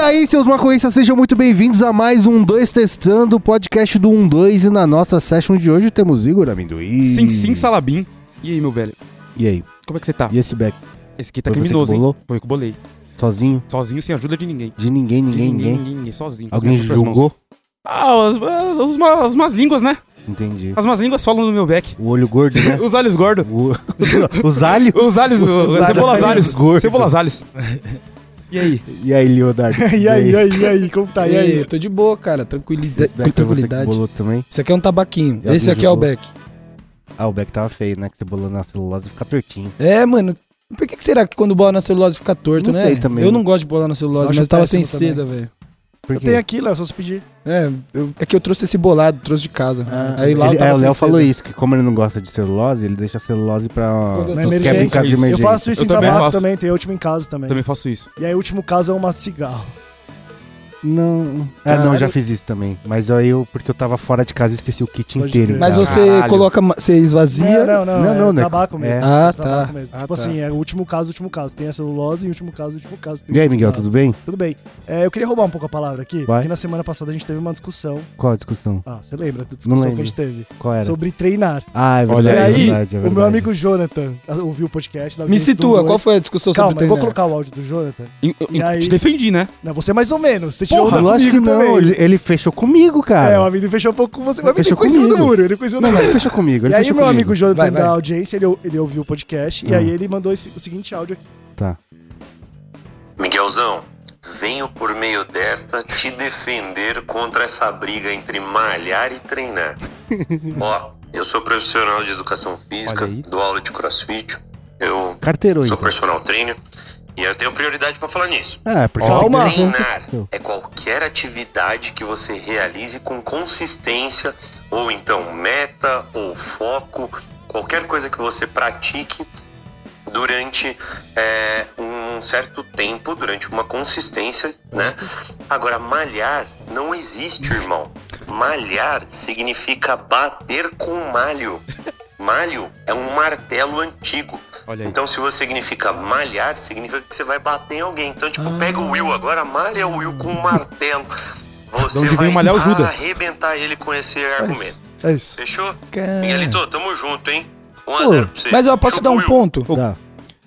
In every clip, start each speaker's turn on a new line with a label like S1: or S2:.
S1: aí, seus maconhistas, sejam muito bem-vindos a mais um 2 Testando, o podcast do 12. E na nossa session de hoje temos Igor Amendoim.
S2: Sim, sim, Salabim. E aí, meu velho?
S1: E aí?
S2: Como é que você tá?
S1: E esse back?
S2: Esse aqui tá
S1: Foi você que
S2: criminoso,
S1: bolou?
S2: hein? Foi eu que bolei.
S1: Sozinho?
S2: Sozinho, sem ajuda de ninguém.
S1: De ninguém,
S2: De
S1: ninguém, ninguém.
S2: ninguém, sozinho. com
S1: Alguém
S2: as próprias mãos.
S1: julgou?
S2: Ah, as, as, as, ma- as más línguas, né?
S1: Entendi.
S2: As más línguas falam no meu back.
S1: O olho gordo, né?
S2: Os olhos gordos.
S1: O- Os alhos?
S2: Os alhos,
S1: Os
S2: os
S1: alhos
S2: cebolas alhos.
S1: gordo.
S2: Cebolas alhos. E aí?
S1: E aí, Leonardo?
S3: E aí, e aí, e aí, como tá? E aí?
S4: Eu tô de boa, cara. Tranquilidade.
S1: Esse Beck foi você que
S4: tranquilidade.
S1: bolou também?
S4: Esse aqui é um tabaquinho.
S1: Já
S4: Esse aqui é o
S1: jogou?
S4: Beck.
S1: Ah, o Beck tava feio, né? Que você bolou na celulose fica pertinho.
S4: É, mano. Por que, que será que quando bola na celulose fica torto,
S1: Não
S4: né?
S1: sei também.
S4: Eu não gosto de bola na celulose,
S3: Eu acho
S4: mas eu tava sem
S3: péssimo também.
S4: seda, velho.
S1: Por
S3: Eu
S1: quê?
S3: tenho aqui, Léo, só se pedir.
S4: É, eu- é que eu trouxe esse bolado, trouxe de casa.
S3: Ah,
S4: aí lá eu
S1: Ele-
S4: tava
S1: é, o
S4: sem
S1: Léo
S4: seda.
S1: falou isso, que como ele não gosta de celulose, ele deixa a celulose pra...
S4: Quando eu
S3: Na
S4: tô
S1: Quer
S4: sem-
S3: emergência.
S1: brincar de
S2: isso.
S3: Eu
S1: emergência.
S3: faço isso
S2: Eu
S3: em
S2: também
S3: tabaco
S2: faço.
S3: também, tem a última em casa também.
S2: Também faço isso.
S3: E aí, o último caso é uma cigarro.
S1: Não. Ah,
S4: Caralho.
S1: não, já fiz isso também. Mas aí eu, porque eu tava fora de casa, eu esqueci o kit
S3: Pode
S1: inteiro. Ah.
S3: crer.
S1: em
S4: Mas
S1: casa.
S4: você
S2: Caralho.
S4: coloca, ma- você esvazia.
S3: Não, não,
S1: Não,
S3: não.
S1: não,
S3: é
S1: né?
S3: tabaco mesmo.
S1: É.
S4: Ah,
S3: Tabaco
S4: tá.
S3: mesmo.
S4: Ah,
S3: tipo
S4: tá.
S3: assim, é o último caso, último caso. Tem a celulose, último caso, último caso. tem
S1: E aí,
S3: esse
S1: Miguel,
S3: caso.
S1: tudo bem?
S3: Tudo bem. É, eu queria roubar um pouco a palavra aqui,
S1: Vai.
S3: porque na semana passada a gente teve uma discussão.
S1: Qual a discussão?
S3: Ah, você lembra da discussão que
S1: lembro.
S3: a gente teve?
S1: Qual era?
S3: Sobre treinar.
S1: Ah, é verdade,
S2: Olha
S1: é
S3: e aí,
S1: verdade, é
S3: o
S1: verdade.
S3: meu amigo Jonathan ah, ouviu o podcast. da
S4: Me
S3: audiência do
S4: situa,
S3: dois.
S4: qual foi a discussão
S3: Calma,
S4: sobre né?
S3: eu vou
S4: treinar?
S3: colocar o áudio do Jonathan.
S2: E- eu-
S3: E aí?
S2: Te defendi, né?
S3: Não, você é mais ou menos. Você tirou
S1: Porra,
S3: onda
S1: lógico que
S3: tá comigo
S1: não.
S3: também.
S1: Ele, ele fechou comigo, cara.
S3: É, o amigo fechou um pouco com você. O amigo
S1: Fechou
S3: ficou em cima do
S1: comigo.
S3: muro. Ele ficou em cima do
S1: Não, não,
S3: muro.
S1: ele fechou comigo. Ele
S3: E aí,
S1: fechou
S3: meu
S1: comigo.
S3: amigo Jonathan
S4: Vai, vai.
S3: da audiência, ele, ele ouviu o podcast e
S1: Ah.
S3: aí ele mandou esse- o seguinte áudio. aqui.
S5: Miguelzão, venho por meio desta te defender contra essa briga entre malhar e treinar. Ó, eu sou profissional de educação física,
S2: Olha aí.
S5: dou aula de crossfit, eu
S1: Carteirou,
S5: sou
S1: então.
S5: personal trainer e eu tenho prioridade pra falar nisso.
S1: Ah, porque
S3: Calma.
S1: tem que-
S5: Treinar é qualquer atividade que você realize com consistência, ou então meta ou foco, qualquer coisa que você pratique durante é, um certo tempo, durante uma consistência, né? Agora, malhar não existe, irmão. Malhar significa bater com malho. Malho é um martelo antigo.
S2: Olha aí.
S5: Então, se você significa malhar, significa que você vai bater em alguém. Então, tipo, pega
S4: Ah.
S5: o Will agora, malha o Will com um martelo. Você
S2: onde
S5: vai
S2: vem o malhar ajuda.
S5: arrebentar ele com esse argumento.
S3: É isso.
S5: Fechou?
S4: Cara.
S5: Miguelito, tamo junto, hein?
S1: Pô,
S5: 1x0 pra você.
S4: Mas eu posso
S5: Chupa
S4: dar
S5: o
S4: um
S5: Will.
S4: ponto.
S1: Dá.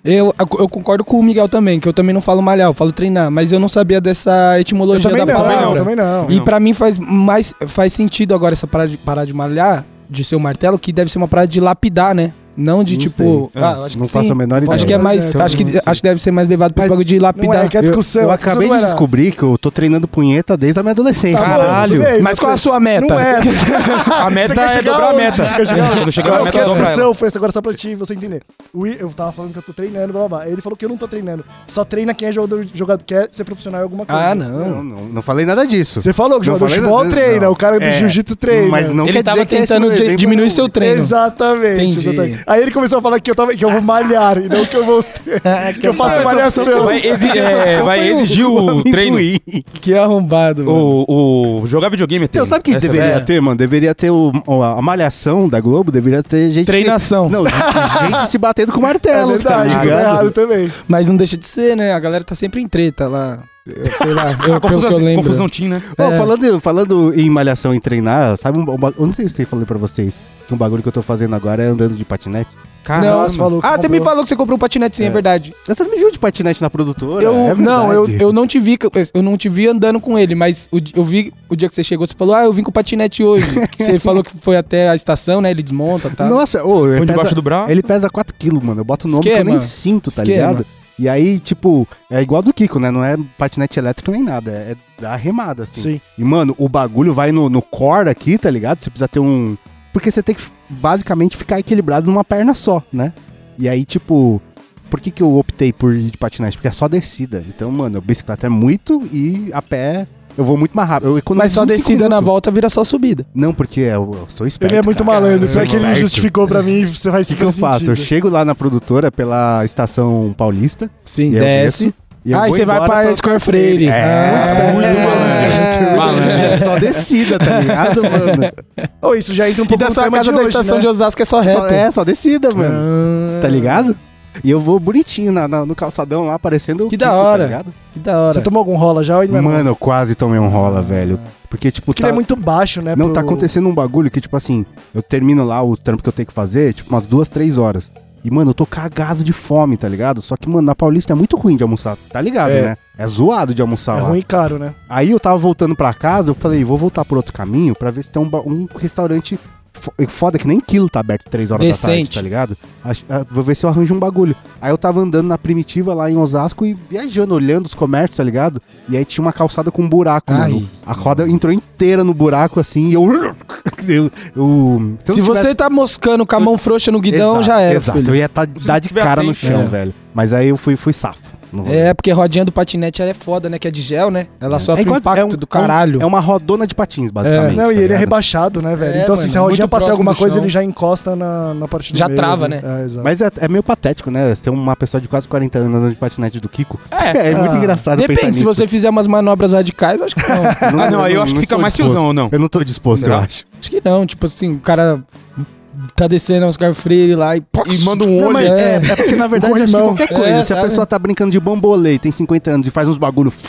S4: Eu, eu concordo com o Miguel também, que eu também não falo malhar, eu falo treinar, mas eu não sabia dessa
S3: Eu
S4: etimologia
S3: também
S4: da
S3: não,
S4: palavra.
S3: eu também não.
S4: E pra mim faz mais faz sentido agora essa parada de, parada de malhar, de ser um martelo, que deve ser uma parada de lapidar, né? Não de
S1: Não É,
S4: tipo.
S2: sei.
S4: Ah, acho
S1: Não
S4: que
S1: faço
S4: sim.
S1: a menor ideia.
S4: Acho que é mais.
S3: Eu
S4: acho, que,
S2: não sei.
S4: acho que deve ser mais levado pra esse
S3: Mas
S4: bagulho de
S3: Não
S4: lapidar.
S3: é, que a discussão.
S1: Eu
S3: a discussão
S1: acabei
S3: não
S1: de
S3: era-
S1: descobrir que eu tô treinando punheta desde a minha adolescência.
S3: Tá bom,
S2: Caralho.
S3: tudo bem,
S4: Mas qual a sua meta?
S3: Não é.
S2: A meta
S3: quer
S2: é
S3: chegar
S2: dobrar a
S3: onde?
S2: meta.
S3: Você quer chegar
S2: Quando chegar
S3: Não,
S2: a
S3: porque
S2: meta,
S3: a
S2: eu dobro ela.
S3: discussão foi essa agora só pra ti, você entender. O Will, eu tava falando que eu tô treinando, blá blá blá. Ele falou que eu não tô treinando. Só treina quem é jogador, jogador quer ser profissional em alguma coisa.
S4: Ah, não.
S1: Não, não, não falei nada disso.
S3: Você falou que
S1: Não
S3: jogador de
S1: falei
S3: futebol
S1: nada-
S3: treina,
S1: não.
S3: o cara do
S1: É,
S3: jiu-jitsu treina.
S1: Mas não
S4: Ele
S1: quer
S4: tava
S1: dizer que é esse
S4: tentando
S1: meu
S4: de-
S1: exemplo
S4: diminuir
S1: não-
S4: seu treino.
S3: Exatamente,
S4: Entendi.
S3: exatamente. Aí ele começou a falar que eu, tava, que eu vou malhar e não que eu vou. que eu faço
S1: Então,
S3: malhação.
S2: Vai, exi-
S1: Essa
S2: é,
S1: opção
S2: vai
S1: foi um
S2: exigir o
S1: amendoim.
S2: treino.
S4: Que é arrombado, mano.
S2: O, o jogar videogame é
S1: Então,
S2: treino.
S1: sabe o que
S2: Essa é a
S1: deveria
S2: verdade.
S1: ter, mano? Deveria ter o, o- a malhação da Globo, deveria ter gente.
S4: Treinação.
S1: Não, gente gente se batendo com martelo,
S3: É verdade,
S1: tá
S3: tá
S1: ligado?
S3: errado também.
S4: Mas não deixa de ser, né? A galera tá sempre em treta lá. Eu, sei lá. Eu, pelo
S2: A Ah, confusão,
S4: que eu lembro.
S2: confusão tinha, né?
S1: Ó,
S4: É.
S1: falando, falando em malhação e treinar, sabe um, um ba- Eu não sei se eu falei pra vocês que um bagulho que eu tô fazendo agora é andando de patinete.
S2: Caramba.
S3: você falou que
S4: Ah, você me
S3: comprou.
S4: falou que você comprou um patinete sim, é,
S1: É.
S4: verdade.
S1: Você não me viu de patinete na produtora?
S4: Eu,
S1: É
S4: não, eu,
S1: verdade.
S4: eu não te vi, eu não te vi andando com ele, mas o di- eu vi o dia que você chegou, você falou, ah, eu vim com o patinete hoje. Que você falou que foi até a estação, né? Ele desmonta, tá?
S1: Nossa, ô, ele,
S2: Põe
S1: pesa,
S2: debaixo do braço.
S1: ele pesa 4kg, mano. Eu boto o nome que eu nem
S4: Esquema.
S1: sinto, tá
S4: Esquema.
S1: ligado? E aí, tipo, é igual do Kiko, né? Não é patinete elétrico nem nada. É da remada, assim.
S3: Sim.
S1: E, mano, o bagulho vai no, no core aqui, tá ligado? Você precisa ter um. Porque você tem que basicamente ficar equilibrado numa perna só, né? E aí, tipo, por que, que eu optei por ir de patinete? Porque é só descida. Então, mano, bicicleta é muito e a pé eu vou muito mais rápido. Eu economizo
S4: mas só
S1: 25
S4: descida na
S1: minutos.
S4: volta vira só subida.
S1: Não, porque eu, eu sou esperto.
S3: Ele é muito
S1: cara.
S3: malandro, só
S1: Eu
S3: que
S1: sou
S3: ele
S1: esperto.
S3: justificou pra mim, você vai
S1: O que,
S3: seguir
S1: que eu faço? Eu chego lá na produtora pela estação paulista.
S4: Sim,
S1: E eu
S4: desce.
S1: desço, E eu
S4: Ah, e
S1: vou
S4: você vai
S1: embora
S4: pra Square Freire.
S1: É,
S4: Ah,
S1: muito
S2: é.
S4: né?
S1: malandro.
S2: Malandro.
S1: É só descida, tá ligado, mano?
S3: Oh, isso já entra um
S4: E
S3: pouco
S4: da
S3: no
S4: sua
S3: tema
S4: casa
S3: de
S4: da
S3: hoje,
S4: estação
S3: né?
S4: de Osasco é só
S1: Só,
S4: reto.
S1: é, só descida, mano. Tá ligado? E eu vou bonitinho na- na- no calçadão lá, parecendo. o
S4: Que da
S1: Kiko,
S4: hora.
S1: Tá ligado?
S4: Que da hora.
S3: Você tomou algum rola já ou ainda não?
S1: Mano, eu quase tomei um rola, velho. Porque, tipo,
S3: Porque ele é muito baixo, né?
S1: Não,
S3: pro-
S1: tá acontecendo um bagulho que, tipo assim, eu termino lá o trampo que eu tenho que fazer, tipo, umas duas, três horas. E, mano, eu tô cagado de fome, tá ligado? Só que, mano, na Paulista é muito ruim de almoçar, tá ligado,
S4: É.
S1: né? É zoado de
S3: É
S1: almoçar lá.
S3: ruim e caro, né?
S1: Aí eu tava voltando pra casa, eu falei, vou voltar por outro caminho pra ver se tem um, ba- um restaurante fo- foda que nem quilo tá aberto três horas da tarde,
S4: Decente.
S1: tá ligado? Ach- ah, vou ver se eu arranjo um bagulho. Aí eu tava andando na primitiva lá em Osasco e viajando, olhando os comércios, tá ligado? E aí tinha uma calçada com um buraco,
S4: Ai.
S1: mano. A roda entrou inteira no buraco assim e eu. eu, eu- eu
S4: Se
S1: não
S4: você
S1: tivesse-
S4: tá moscando com a mão frouxa no guidão,
S1: Exato,
S4: já era,
S1: Exato,
S4: filho.
S1: eu ia tá,
S2: Se
S1: dar de
S2: tiver
S1: cara no
S2: atento.
S1: chão,
S4: É.
S1: velho. Mas aí eu fui, fui safo. no rolê.
S4: É, porque rodinha do patinete ela é foda, né? Que é de gel, né? Ela sofre
S1: igual-
S4: um impacto
S1: um-
S4: do caralho.
S1: É uma rodona de patins, basicamente.
S3: Não,
S1: tá
S3: e ele é
S1: ligado?
S3: rebaixado, né, velho?
S4: É,
S3: então, assim, se a
S4: mano,
S3: rodinha
S4: muito
S3: passar
S4: próximo
S3: alguma
S4: do
S3: coisa,
S4: chão.
S3: ele já encosta na, na parte do
S4: Já
S3: meio,
S4: trava,
S3: ali. É, exato.
S1: Mas é, é meio patético, né? Ter uma pessoa de quase 40 anos andando de patinete do Kiko.
S2: É.
S1: É, muito
S3: Ah.
S1: engraçado pensar
S4: Depende,
S1: nisso.
S4: se
S1: é,
S4: você fizer umas manobras radicais, acho que não.
S2: Ah, não, aí eu acho que fica
S1: estou
S2: mais
S1: disposto. Tá
S2: tiozão, então. ou não?
S1: Eu não tô disposto, eu
S2: Não.
S1: acho.
S4: acho que não. Tipo assim, o cara tá descendo Oscar Freire lá e...
S2: E manda um
S4: Não,
S2: olho.
S4: mas
S1: é,
S4: é-
S1: é porque na verdade
S3: Um
S1: eu acho que
S3: corrimão.
S1: qualquer coisa.
S4: É,
S1: se a
S4: sabe?
S1: pessoa tá brincando de bambolê e tem 50 anos e faz uns bagulho foda,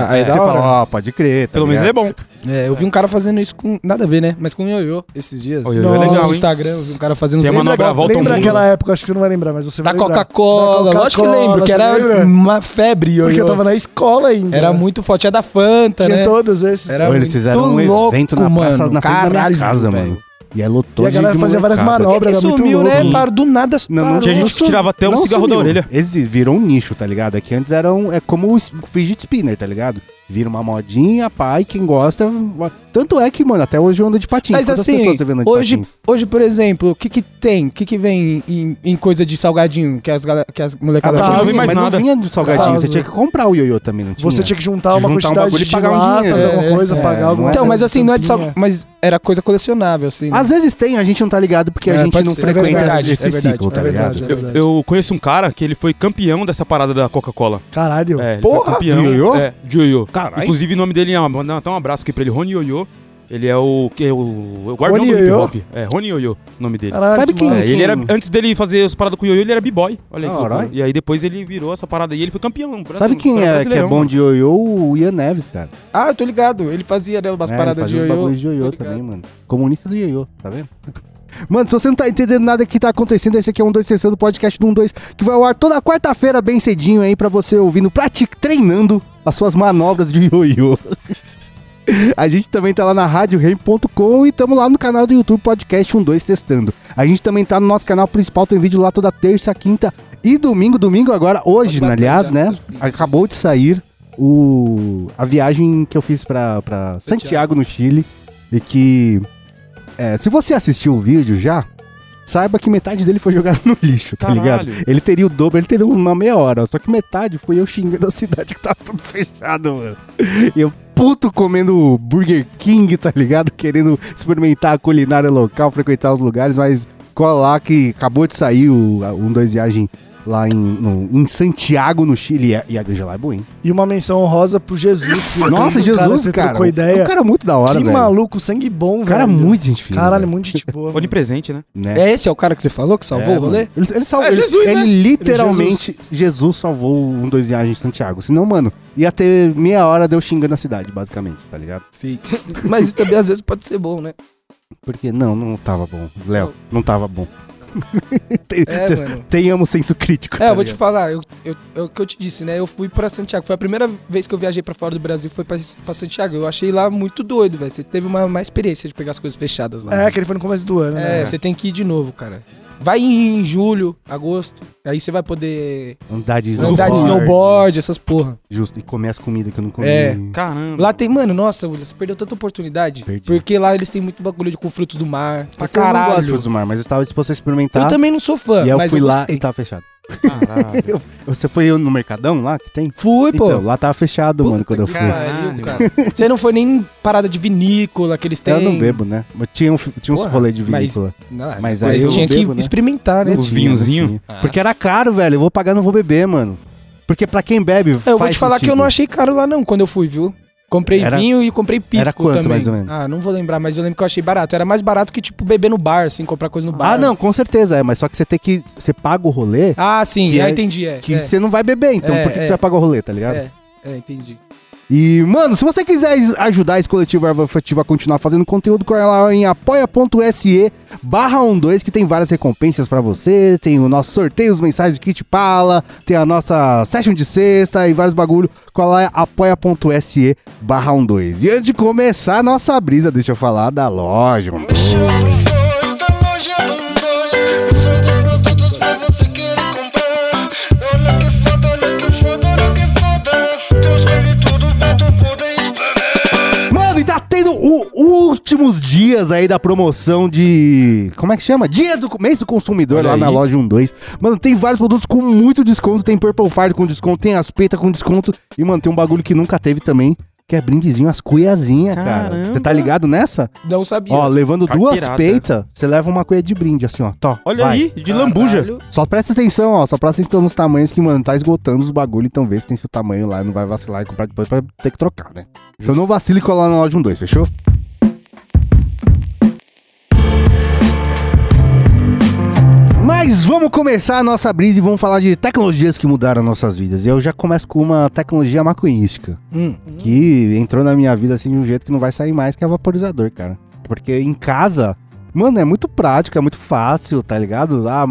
S4: Foda, aí
S1: é,
S4: da
S1: você
S4: hora.
S1: fala, ó, pode crer. tá
S2: Pelo menos
S1: ligado?
S2: ele é bom.
S4: É, eu vi um cara fazendo isso com... Nada a ver, né? Mas com o ioiô esses dias.
S2: O ioiô
S3: é legal,
S4: No
S2: hein?
S4: Instagram, eu vi um cara fazendo...
S2: Tem
S4: bem
S2: uma
S4: legal.
S2: manobra volta ao
S3: Lembra
S2: mundo.
S3: aquela época, acho que você não vai lembrar, mas você
S4: Da
S3: vai lembrar.
S4: Coca-Cola.
S3: Da
S4: Lógico que lembro, que
S3: você
S4: era
S3: lembra?
S4: uma febre ioiô.
S3: Porque eu tava na escola ainda.
S4: Era muito forte. É. Tinha da Fanta,
S3: Tinha
S4: né?
S3: todos esses.
S2: é
S4: Era
S1: Ou eles
S4: muito
S1: fizeram um
S4: louco,
S1: evento na praça,
S4: mano.
S1: na frente da minha
S4: Caralho,
S1: casa,
S4: velho.
S1: mano. E é lotado
S3: E a galera
S1: de
S3: fazia várias
S1: molecada.
S3: manobras.
S4: Porque
S3: era muito
S4: sumiu,
S3: louco.
S4: né? Parou do nada.
S1: Não, não,
S4: parou.
S2: Tinha gente que
S1: sumi-
S2: tirava até um
S1: não
S2: cigarro da
S1: sumiu.
S2: orelha.
S1: Exi- virou um nicho, tá ligado? É que antes era um, é como o s- fidget spinner, tá ligado? Vira uma modinha, pai, quem gosta. va- Tanto é que, mano, até hoje eu ando de patins.
S4: Mas
S1: Quantas
S4: assim,
S1: pessoas você vê andando de
S4: hoje,
S1: patins?
S4: hoje, por exemplo, o que que tem? O que que vem em, em coisa de salgadinho que as, gala- que as molecadas
S2: acho que
S1: Ah,
S2: não
S1: tá. Mas
S2: vi mais nada.
S1: não vinha do
S4: Tá,
S1: salgadinho,
S3: Abraço.
S1: você tinha que comprar o ioiô também, não tinha?
S3: Você tinha que juntar
S1: Tinha
S3: uma
S1: que juntar um
S3: quantidade
S1: bagulho e
S3: de
S1: pagar um
S3: latas,
S1: dinheiro.
S3: alguma
S4: É,
S3: coisa,
S1: é,
S3: pagar
S1: não
S3: alguma
S1: é-
S4: Então, mas assim, não é de
S3: tampinha.
S4: sal... Mas era coisa colecionável, assim. né?
S1: Às vezes tem, a gente não tá ligado porque
S4: É,
S1: a gente
S4: pode
S1: não
S4: ser. É
S1: frequenta
S4: verdade,
S1: esse
S4: é verdade,
S1: ciclo, tá
S3: é
S1: ligado?
S3: verdade, é
S2: Eu, eu conheço um cara que ele foi campeão dessa parada da Coca-Cola.
S3: Caralho.
S2: É, ele
S1: Porra!
S2: foi campeão.
S1: Do ioiô?
S2: É, de ioiô.
S1: Caralho.
S2: Inclusive o nome dele é mandar até um abraço aqui pra ele, Rony Ioiô. Ele é o que é o, o guardião
S3: Rony
S2: do hip
S3: Ioiô?
S2: hop. É, Rony Ioiô, o nome dele.
S3: Caralho,
S1: Sabe quem-
S3: mano.
S2: É, ele era,
S1: Sim.
S2: antes dele fazer as paradas com o Ioiô, ele era b-boy. Olha aí. que
S1: Caralho.
S2: loucura. E aí depois ele virou essa parada e ele foi campeão. Brasil-
S1: Sabe quem é que é
S2: brasileirão, né?
S1: bom
S2: mano.
S1: de ioiô? O Ian Neves, cara.
S4: Ah, eu tô ligado. Ele fazia né, umas
S1: É,
S4: paradas
S1: ele
S4: de
S1: fazia uns
S4: ioiô.
S1: bagulhos de ioiô
S4: Tô ligado.
S1: também, mano. Comunista do ioiô, tá vendo? Mano, se você não tá entendendo nada que tá acontecendo, esse aqui é um 260 do podcast do 12, que vai ao ar toda quarta-feira, bem cedinho aí, pra você ouvindo, pratic, treinando as suas manobras de ioiô. A gente também tá lá na RadioRem.com e tamo lá no canal do YouTube Podcast 12 Testando. A gente também tá no nosso canal principal, tem vídeo lá toda terça, quinta e domingo. Domingo agora, hoje,
S4: Pode bater
S1: aliás,
S4: já.
S1: né? Acabou de sair o a viagem que eu fiz pra, pra Santiago, no Chile. E que. é, se você assistiu o vídeo já, saiba que metade dele foi jogado no lixo, tá
S2: Caralho.
S1: ligado? Ele teria o dobro, ele teria uma meia hora. Só que metade foi eu xingando a cidade que tava tudo fechado, mano. E Eu puto comendo Burger King, tá ligado? Querendo experimentar a culinária local, frequentar os lugares, mas cola lá que acabou de sair o a- um dois viagem lá em, no- em Santiago, no Chile. E a, e a ganja lá é boa, hein?
S3: E uma menção honrosa pro Jesus. que
S1: Nossa,
S3: o
S1: Jesus,
S3: você
S1: cara.
S3: trocou
S1: o-
S3: ideia.
S1: é um cara muito da hora,
S3: que
S1: velho.
S3: maluco, sangue bom,
S1: O cara é
S3: velho.
S1: muito gente fina.
S3: Caralho,
S1: velho,
S3: muito gente boa. mano.
S2: Onipresente, né?
S1: né?
S4: É esse é o cara que você falou que salvou
S1: É,
S4: o rolê?
S1: mano. Ele, ele salvou.
S2: É
S1: ele-
S2: Jesus,
S1: ele,
S2: né?
S3: é
S1: literalmente. Jesus. salvou um dois viagens de Santiago. Senão, mano, ia ter meia hora de eu xingando a cidade, basicamente, tá ligado?
S4: Sim. Mas isso também às vezes pode ser bom, né?
S1: Porque não, não tava bom. Léo, não tava bom. Tem-
S4: É,
S1: te-
S4: mano.
S1: Tenhamos senso crítico.
S4: É,
S1: tá
S4: eu vou te
S1: ligado?
S4: falar, eu, eu- é o que eu te disse, né? Eu fui pra Santiago. Foi a primeira vez que eu viajei pra fora do Brasil, foi pra, pra Santiago. Eu achei lá muito doido, velho. Você teve uma, uma experiência de pegar as coisas fechadas lá.
S3: É, que ele foi no começo do ano, né?
S4: É, você tem que ir de novo, cara. Vai em julho, agosto. Aí você vai poder
S1: Andar de
S4: andar de snowboard, essas porra.
S1: Justo, e comer as comidas que eu não comi.
S4: É.
S2: Caramba.
S4: Lá tem, mano, nossa, William, você perdeu tanta oportunidade.
S1: Perdi.
S4: Porque lá eles têm muito bagulho de com frutos do mar.
S1: Eu
S4: Pra
S1: não gosto de
S4: caralho.
S1: frutos do mar, mas eu tava disposto a experimentar.
S4: Eu também não sou fã,
S1: E aí eu
S4: mas
S1: fui
S4: eu
S1: lá
S4: gostei.
S1: e tava fechado.
S2: Caralho.
S1: Eu- você foi no Mercadão lá que tem?
S4: Fui, pô.
S1: Então, lá tava fechado, mano,
S4: Puta
S1: quando eu
S4: que
S1: fui.
S4: pariu,
S2: Caralho.
S4: cara. Você não foi nem em parada de vinícola que eles têm.
S1: Eu não bebo, né? Mas tinha, um, tinha uns
S4: Porra,
S1: rolê de
S4: mas-
S1: vinícola.
S4: Não,
S1: Mas
S4: mas
S1: aí eu
S4: tinha
S1: bebo,
S4: que
S1: né?
S4: experimentar, né? Ah.
S1: Não
S2: Os
S1: tinha,
S2: vinhozinho?
S1: não tinha. Porque era caro, velho. Eu vou pagar, não vou beber, mano. Porque pra quem bebe,
S4: É, Eu vou te falar que eu não achei caro lá não, quando eu fui, viu? Comprei
S1: Era-
S4: vinho e comprei pisco
S1: era quanto,
S4: também.
S1: mais ou menos?
S4: Ah, não vou lembrar, mas eu lembro que eu achei barato. Era mais barato que, tipo, beber no bar, assim, comprar coisa no bar.
S1: Ah, não, com certeza é, mas só que você tem que. Você paga o rolê
S4: Ah, sim,
S1: Que
S4: ah,
S1: é-
S4: entendi, é.
S1: que
S4: é,
S1: você não vai beber, então
S4: É,
S1: por que, que
S4: é.
S1: você vai pagar o rolê, tá ligado?
S4: é, é, entendi.
S1: E, mano, se você quiser es- ajudar esse coletivo Erva Afetiva a continuar fazendo conteúdo, corre lá em apoia.se barra 12, que tem várias recompensas pra você, tem o nosso sorteio, os mensais de Kit Pala, tem a nossa session de sexta e vários bagulho, corre lá em apoia.se barra 12. E antes de começar a nossa brisa, deixa eu falar da loja, mano. Mano, e tá tendo o últimos dias aí da promoção de. Como é que chama? Dia do mês do consumidor
S2: Olha
S1: lá na
S2: aí.
S1: loja 12. Mano, tem vários produtos com muito desconto. Tem Purple Fire com desconto, tem as peitas com desconto. E, mano, tem um bagulho que nunca teve também, que é brindezinho, as cuiazinhas, cara.
S2: Caramba.
S1: Você tá ligado nessa?
S4: Não sabia.
S1: Ó, levando duas
S2: Carteirada. né?
S1: peitas, você leva uma cuia de brinde, assim, ó. Tó,
S2: Olha
S1: vai. tá
S2: aí, de lambuja.
S4: Caralho.
S1: Só presta atenção, ó. Só presta atenção nos tamanhos que, mano, tá esgotando os bagulho. Então vê se tem seu tamanho lá. Não vai vacilar e comprar depois pra ter que trocar, né? Então não vacile e colar na loja 12, fechou? Mas vamos começar a nossa brisa e vamos falar de tecnologias que mudaram nossas vidas. E eu já começo com uma tecnologia maconhística. Que entrou na minha vida assim de um jeito que não vai sair mais, que é vaporizador, cara. Porque em casa, mano, é muito prático, é muito fácil, tá ligado? Ah,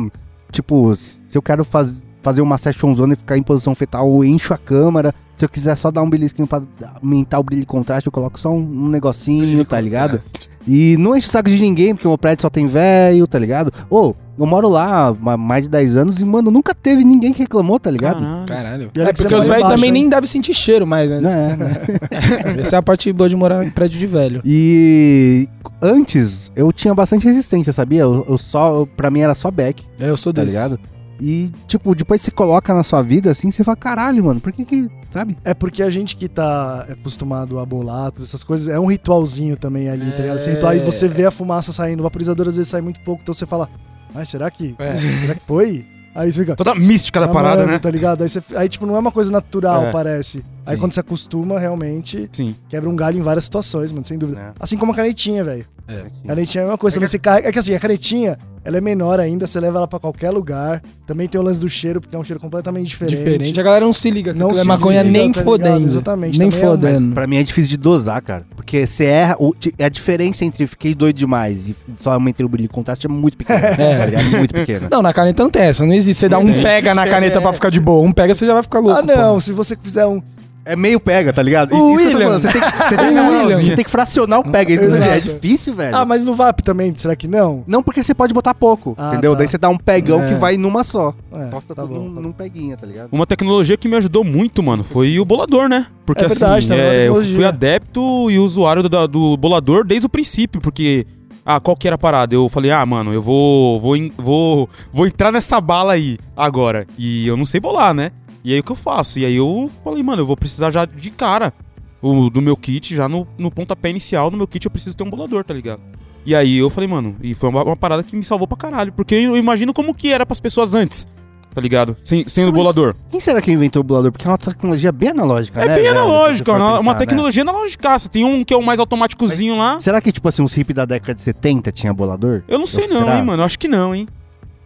S1: tipo, se eu quero faz- fazer uma session zone e ficar em posição fetal, eu encho a câmera. Se eu quiser só dar um belisquinho pra aumentar o brilho e contraste, eu coloco só um, um negocinho, tá
S4: é.
S1: ligado? E não enche o saco de ninguém, porque o meu prédio só tem velho, tá ligado? Ô, eu moro lá há mais de 10 anos e, mano, nunca teve ninguém que reclamou, tá ligado?
S2: Caralho.
S4: Caralho.
S3: E olha
S4: É
S3: que você
S4: porque os
S3: mora
S4: velhos
S3: embaixo,
S4: também
S3: hein?
S4: nem devem sentir cheiro mais, né?
S1: É, né?
S4: Essa é a parte boa de morar em prédio de velho.
S1: E antes eu tinha bastante resistência, sabia? Eu, eu só, eu, pra mim era só back,
S4: É, eu sou
S1: tá
S4: desse.
S1: ligado? E, tipo, depois você coloca na sua vida assim, você fala, caralho, mano, por que que, sabe?
S3: É porque a gente que tá acostumado a bolatos, essas coisas, é um ritualzinho também ali, tá ligado? Esse
S4: É.
S3: ritual aí você vê a fumaça saindo, o vaporizador às vezes sai muito pouco, então você fala, mas será que,
S1: É.
S3: será que foi? Aí você fica.
S2: Toda mística da parada,
S3: "Ah, mano",
S2: né?
S3: Tá ligado? Aí, você- aí, tipo, não é uma coisa natural,
S2: É.
S3: parece. Aí
S2: Sim.
S3: quando você acostuma, realmente
S2: Sim.
S3: quebra um galho em várias situações, mano, sem dúvida.
S1: É.
S3: Assim como a canetinha, velho.
S4: É.
S3: Canetinha é uma coisa, também você carrega. É que assim, a canetinha, ela é menor ainda, você leva ela pra qualquer lugar. Também tem o lance do cheiro, porque é um cheiro completamente diferente.
S4: Diferente. A galera não se liga.
S3: Não
S4: Não é
S3: se
S4: maconha
S3: liga,
S4: nem
S3: tá ligado?
S4: fodendo.
S3: Exatamente,
S4: Nem
S3: também é um-
S1: Mas
S4: fodendo.
S1: pra mim é difícil de dosar, cara. Porque você erra. o- ti- a diferença entre fiquei doido demais e só aumentei o brilho e contraste é muito pequena.
S4: É.
S1: tá ligado? Muito pequena.
S4: Não, na caneta não tem essa. Não existe. Você dá um pega na caneta pra ficar de boa. Um pega, você já vai ficar
S2: é
S4: louco.
S3: Ah, não, se você fizer um.
S1: É meio pega, tá ligado? E-
S4: O
S1: isso que eu tô
S4: William.
S1: falando, Você tem, que- você tem que-
S4: O William.
S1: você tem que fracionar o pega. Isso é
S3: Exato.
S1: difícil, velho.
S3: Ah, mas no VAP também, será que não?
S1: Não, porque você pode botar pouco,
S3: Ah,
S1: entendeu?
S3: tá.
S1: Daí você dá um pegão
S4: É.
S1: que vai numa só.
S3: É,
S1: Posta
S3: tá
S1: tudo
S3: bom.
S1: num,
S3: tá bom.
S1: num peguinha, tá ligado?
S2: Uma tecnologia que me ajudou muito, mano, foi o bolador, né? Porque
S3: É verdade,
S2: assim,
S3: tá na
S2: é, eu
S3: tecnologia.
S2: fui adepto e usuário do, da- do bolador desde o princípio, porque. Ah, qual que era a parada? Eu falei, ah, mano, eu vou, vou, en- vou, vou entrar nessa bala aí agora. E eu não sei bolar, né? E aí o que eu faço? E aí eu falei, mano, eu vou precisar já de cara o, do meu kit, já no, no pontapé inicial, no meu kit eu preciso ter um bolador, tá ligado? E aí eu falei, mano, e foi uma, uma parada que me salvou pra caralho, porque eu imagino como que era pras pessoas antes, tá ligado? Sem, sendo
S1: Mas-
S2: bolador.
S1: Quem será que inventou o bolador? Porque é uma tecnologia bem analógica,
S2: É
S1: né?
S2: bem
S1: velho? Se
S2: analógico,
S1: você for
S2: uma, uma
S1: pensar, né?
S2: tecnologia analógicaça. Tem um que é o mais automáticozinho lá.
S1: Será que, tipo assim, uns hippies da década de 70 tinha bolador?
S2: Eu não sei não,
S1: Será?
S2: hein, mano. Eu acho que não, hein.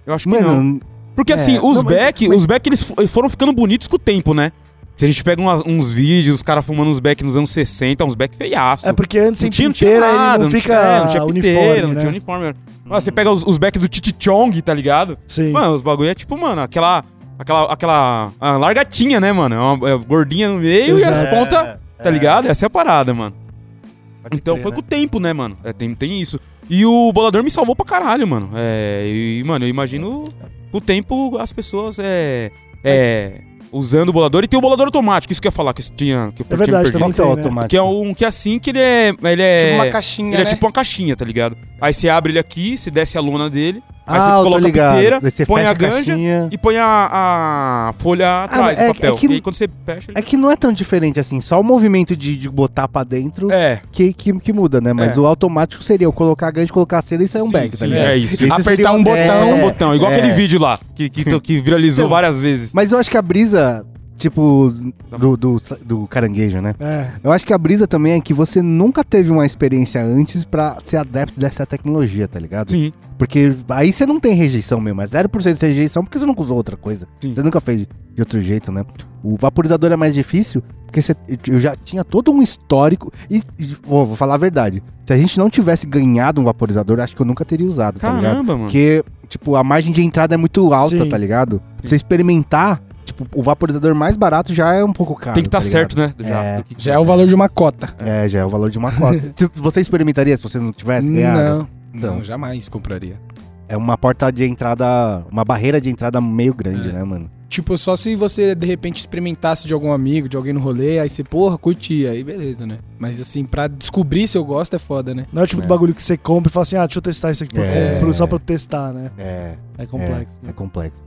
S2: Eu acho que não.
S1: Mano,
S2: Porque
S1: é.
S2: assim, os
S1: Não, mas-
S2: back,
S1: mas-
S2: os back eles fo- eles foram ficando bonitos com o tempo, né? Se a gente pega umas- uns vídeos, os caras fumando uns back nos anos 60, uns back feiaço.
S3: É porque antes sem
S2: Não tinha, não
S3: pinteira
S2: tinha nada,
S3: ele não,
S2: tinha-
S3: fica
S2: é, não tinha
S3: uniforme,
S2: pinteira, não
S3: né?
S2: tinha uniforme.
S1: Hum.
S2: Mas você pega os, os back do Titi Chong, tá ligado?
S3: Sim.
S2: Mano, os bagulho é tipo, mano, aquela. Aquela. aquela a largatinha, né, mano? É uma é gordinha no meio e as
S3: Exato.
S2: pontas.
S1: É, é.
S2: Tá ligado? Essa é a parada, mano.
S1: Pode
S2: Então
S1: crer,
S2: foi
S1: né?
S2: com o tempo, né, mano? É, tem, tem isso. E o bolador me salvou pra caralho, mano. É, e, mano, eu imagino com o tempo as pessoas é, é, usando o bolador. E tem o bolador automático, isso que eu ia falar, que, isso tinha, que eu
S3: É
S2: tinha
S3: verdade,
S1: Qual
S2: perdido.
S3: também tem,
S1: que é
S3: né?
S1: automático?
S2: Que é um que é assim que ele é. Ele é
S4: Tipo uma caixinha,
S2: ele é
S4: né?
S2: tipo uma caixinha, tá ligado? Aí você abre ele aqui, se desce a lona dele,
S1: Ah,
S2: aí
S1: eu
S2: você
S1: tô
S2: coloca a
S1: ligado.
S2: piteira,
S1: Daí você
S2: põe
S1: fecha
S2: a
S1: a
S2: ganja
S1: caixinha.
S2: e põe a, a folha atrás
S1: mas é-
S2: do papel.
S1: é que-
S2: E aí quando você fecha ele.
S1: É que não é tão diferente assim, só o movimento de, de botar pra dentro
S2: É,
S1: que, que, que muda, né? Mas
S2: É.
S1: o automático seria eu colocar a gancho, colocar a seda e sair um back, tá
S2: sim,
S1: ligado?
S2: é isso.
S1: Esse
S2: Apertar
S1: seria
S4: um botão,
S2: um botão. Igual
S1: é.
S2: aquele vídeo lá, que, que, que viralizou
S1: Então,
S2: várias vezes.
S1: Mas eu acho que a brisa tipo, do, do, do caranguejo, né?
S3: É.
S1: Eu acho que a brisa também é que você nunca teve uma experiência antes pra ser adepto dessa tecnologia, tá ligado?
S2: Sim.
S1: Porque aí você não tem rejeição mesmo, é 0% de rejeição porque você nunca usou outra coisa.
S2: Sim.
S1: Você nunca fez de outro jeito, né? O vaporizador é mais difícil porque você- eu já tinha todo um histórico. E, e, ó, vou falar a verdade: se a gente não tivesse ganhado um vaporizador, acho que eu nunca teria usado, tá ligado?
S2: Caramba, mano.
S1: Porque, tipo, a margem de entrada é muito alta,
S3: Sim.
S1: tá ligado? Pra você experimentar, tipo, o vaporizador mais barato já é um pouco caro.
S2: Tem que estar
S1: tá ligado?
S2: certo, né? Já.
S1: É.
S4: Já é o valor de uma cota.
S1: É, já é o valor de uma cota. Se você experimentaria se você não tivesse ganhado?
S4: Não.
S1: Então.
S4: é Não, jamais compraria.
S1: É uma porta de entrada, uma barreira de entrada meio grande,
S4: É.
S1: né, mano?
S4: Tipo, só se você de repente experimentasse de algum amigo, de alguém no rolê, aí você, porra, curtia, aí beleza, né? Mas assim, pra descobrir se eu gosto é foda, né?
S3: Não é o tipo
S1: É.
S3: do bagulho que você compra e fala assim, ah, deixa eu testar isso aqui. Eu
S1: É.
S3: compro só pra eu testar, né?
S1: É,
S3: É complexo.
S4: né?
S1: é complexo.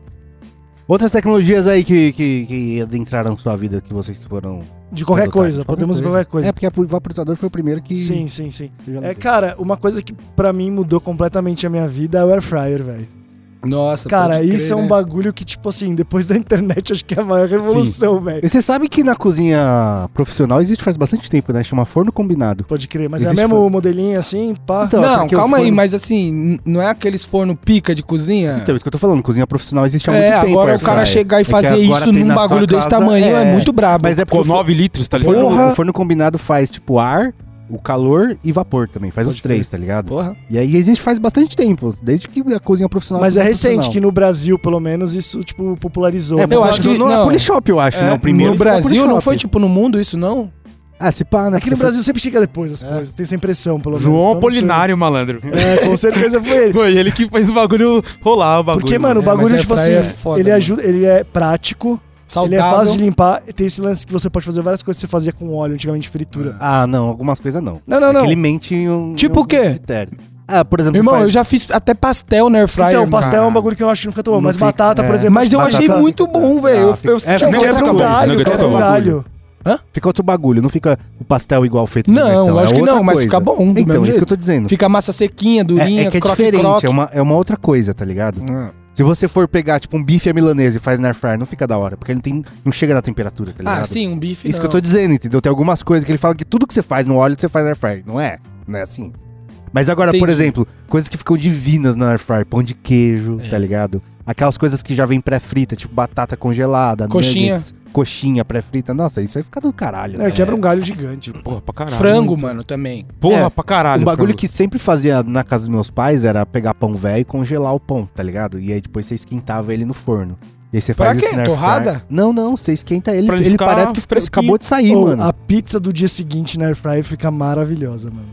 S1: Outras tecnologias aí que, que, que adentraram sua vida que vocês foram.
S3: De qualquer
S1: adotar?
S3: coisa, podemos ver qualquer coisa.
S1: É, porque o vaporizador foi o primeiro que.
S3: Sim, sim, sim.
S1: eu já
S3: É,
S1: notei.
S3: cara, uma coisa que pra mim mudou completamente a minha vida é o air fryer, velho.
S4: Nossa,
S3: Cara,
S4: pode crer,
S3: isso é um
S4: né?
S3: bagulho que, tipo assim, depois da internet, acho que é a maior revolução, velho.
S1: E você sabe que na cozinha profissional existe faz bastante tempo, né? Chama forno combinado.
S3: Pode crer, mas
S1: Existe
S3: é mesmo
S1: forno.
S3: o modelinho assim, pá.
S1: Então,
S4: Não,
S1: porque o
S4: calma aí,
S1: forno-
S4: mas assim, n- não é aqueles forno pica de cozinha?
S1: Então, isso que eu tô falando, cozinha profissional existe há muito
S4: é,
S1: tempo.
S4: agora
S1: air
S4: o cara
S1: fryer.
S4: chegar e
S1: É que
S4: fazer
S1: agora tem
S4: isso num
S1: na sua
S4: bagulho desse
S1: casa,
S4: tamanho é, muito brabo.
S1: Mas é
S2: Com
S1: porque o
S2: 9 litros, tá
S1: O forno,
S2: ligado?
S4: Porra!
S1: o forno combinado faz, tipo, ar, o calor e vapor também. Faz os três, tá ligado?
S4: Porra.
S1: E aí existe faz bastante tempo, desde que a cozinha profissional...
S3: Mas é
S1: profissional.
S3: recente que no Brasil, pelo menos, isso, tipo, popularizou.
S1: É,
S3: né?
S1: eu acho que... Não, é
S4: não.
S1: Polishop, eu acho,
S4: É,
S1: né? O primeiro
S4: no
S1: foi
S4: Brasil, não
S1: Polishop.
S4: foi tipo no mundo isso, não?
S1: Ah, se pá, né?
S3: Aqui no Brasil sempre chega depois as coisas, tem essa impressão, pelo menos.
S2: João
S3: Então, não sei.
S2: Apolinário, malandro.
S3: É, com certeza foi ele.
S2: Foi ele que fez o bagulho rolar, o bagulho.
S3: Porque, mano, o
S4: É, mas
S3: bagulho,
S4: air
S3: tipo assim,
S4: fryer é foda,
S3: ele
S4: mano.
S3: ajuda, ele é prático,
S4: Saudável.
S3: ele é fácil de limpar, e tem esse lance que você pode fazer várias coisas que você fazia com óleo antigamente fritura.
S1: Ah, não, algumas coisas não.
S3: Não, não,
S1: É que
S3: não.
S1: ele mente em um...
S4: Tipo
S1: em um
S4: o quê?
S1: critério. Ah, por exemplo,
S4: Irmão,
S1: faz-
S4: eu já fiz até pastel na airfryer.
S3: Então,
S4: mano.
S3: pastel é um
S1: caralho.
S3: bagulho que eu acho que nunca tomou,
S1: Não
S3: mas
S1: fica-
S3: batata,
S1: é.
S3: por exemplo.
S4: Mas eu
S1: Batata-
S4: achei muito bom, velho.
S1: Ah,
S4: Eu, eu
S1: fica- é,
S4: senti
S1: fica
S4: uma
S1: outra
S3: Quebra um
S4: coisa.
S1: coisa,
S3: galho,
S1: né?
S3: quebra um
S1: Quebra um
S3: galho.
S1: Fica outro bagulho, não fica o pastel igual feito de
S4: Não,
S1: versão, é
S4: lógico que
S1: outra
S4: não, mas fica bom do
S1: Então, isso
S4: mesmo
S1: que eu
S4: jeito.
S1: tô dizendo.
S4: Fica a massa sequinha,
S1: É,
S4: durinha,
S1: é que é
S4: croque,
S1: diferente,
S4: croque.
S1: É, uma, é uma outra coisa, tá ligado?
S4: É.
S1: Se você for pegar, tipo, um bife à milanesa e faz na air fryer, não fica da hora, porque ele não tem, não chega na temperatura, tá ligado?
S4: Ah, sim, um bife
S1: Isso
S4: não.
S1: que eu tô dizendo, entendeu? Tem algumas coisas que ele fala que tudo que você faz no óleo, você faz na air fryer. Não é? Não é assim. Mas agora, por
S4: Entendi.
S1: exemplo, coisas que ficam divinas na air fryer. Pão de queijo,
S4: É.
S1: tá ligado? Aquelas coisas que já vem pré-frita, tipo batata congelada,
S4: Coxinha.
S1: nuggets, coxinha pré-frita. Nossa, isso aí fica do caralho. né?
S3: É, quebra um galho gigante.
S2: Porra, pra caralho.
S4: Frango, mano, também.
S2: Porra,
S1: É,
S2: pra caralho.
S1: o bagulho
S2: frango.
S1: que sempre fazia na casa dos meus pais era pegar pão velho e congelar o pão, tá ligado? E aí depois você esquentava ele no forno. E aí você
S4: Pra
S1: faz
S4: quê?
S1: isso na air
S4: Torrada?
S1: fryer. Não, não, você esquenta ele,
S2: Pra ele
S1: ele,
S2: ficar
S1: parece que
S2: fresquinho.
S1: acabou de sair,
S3: Ou
S1: mano.
S3: a pizza do dia seguinte na air fryer fica maravilhosa, mano.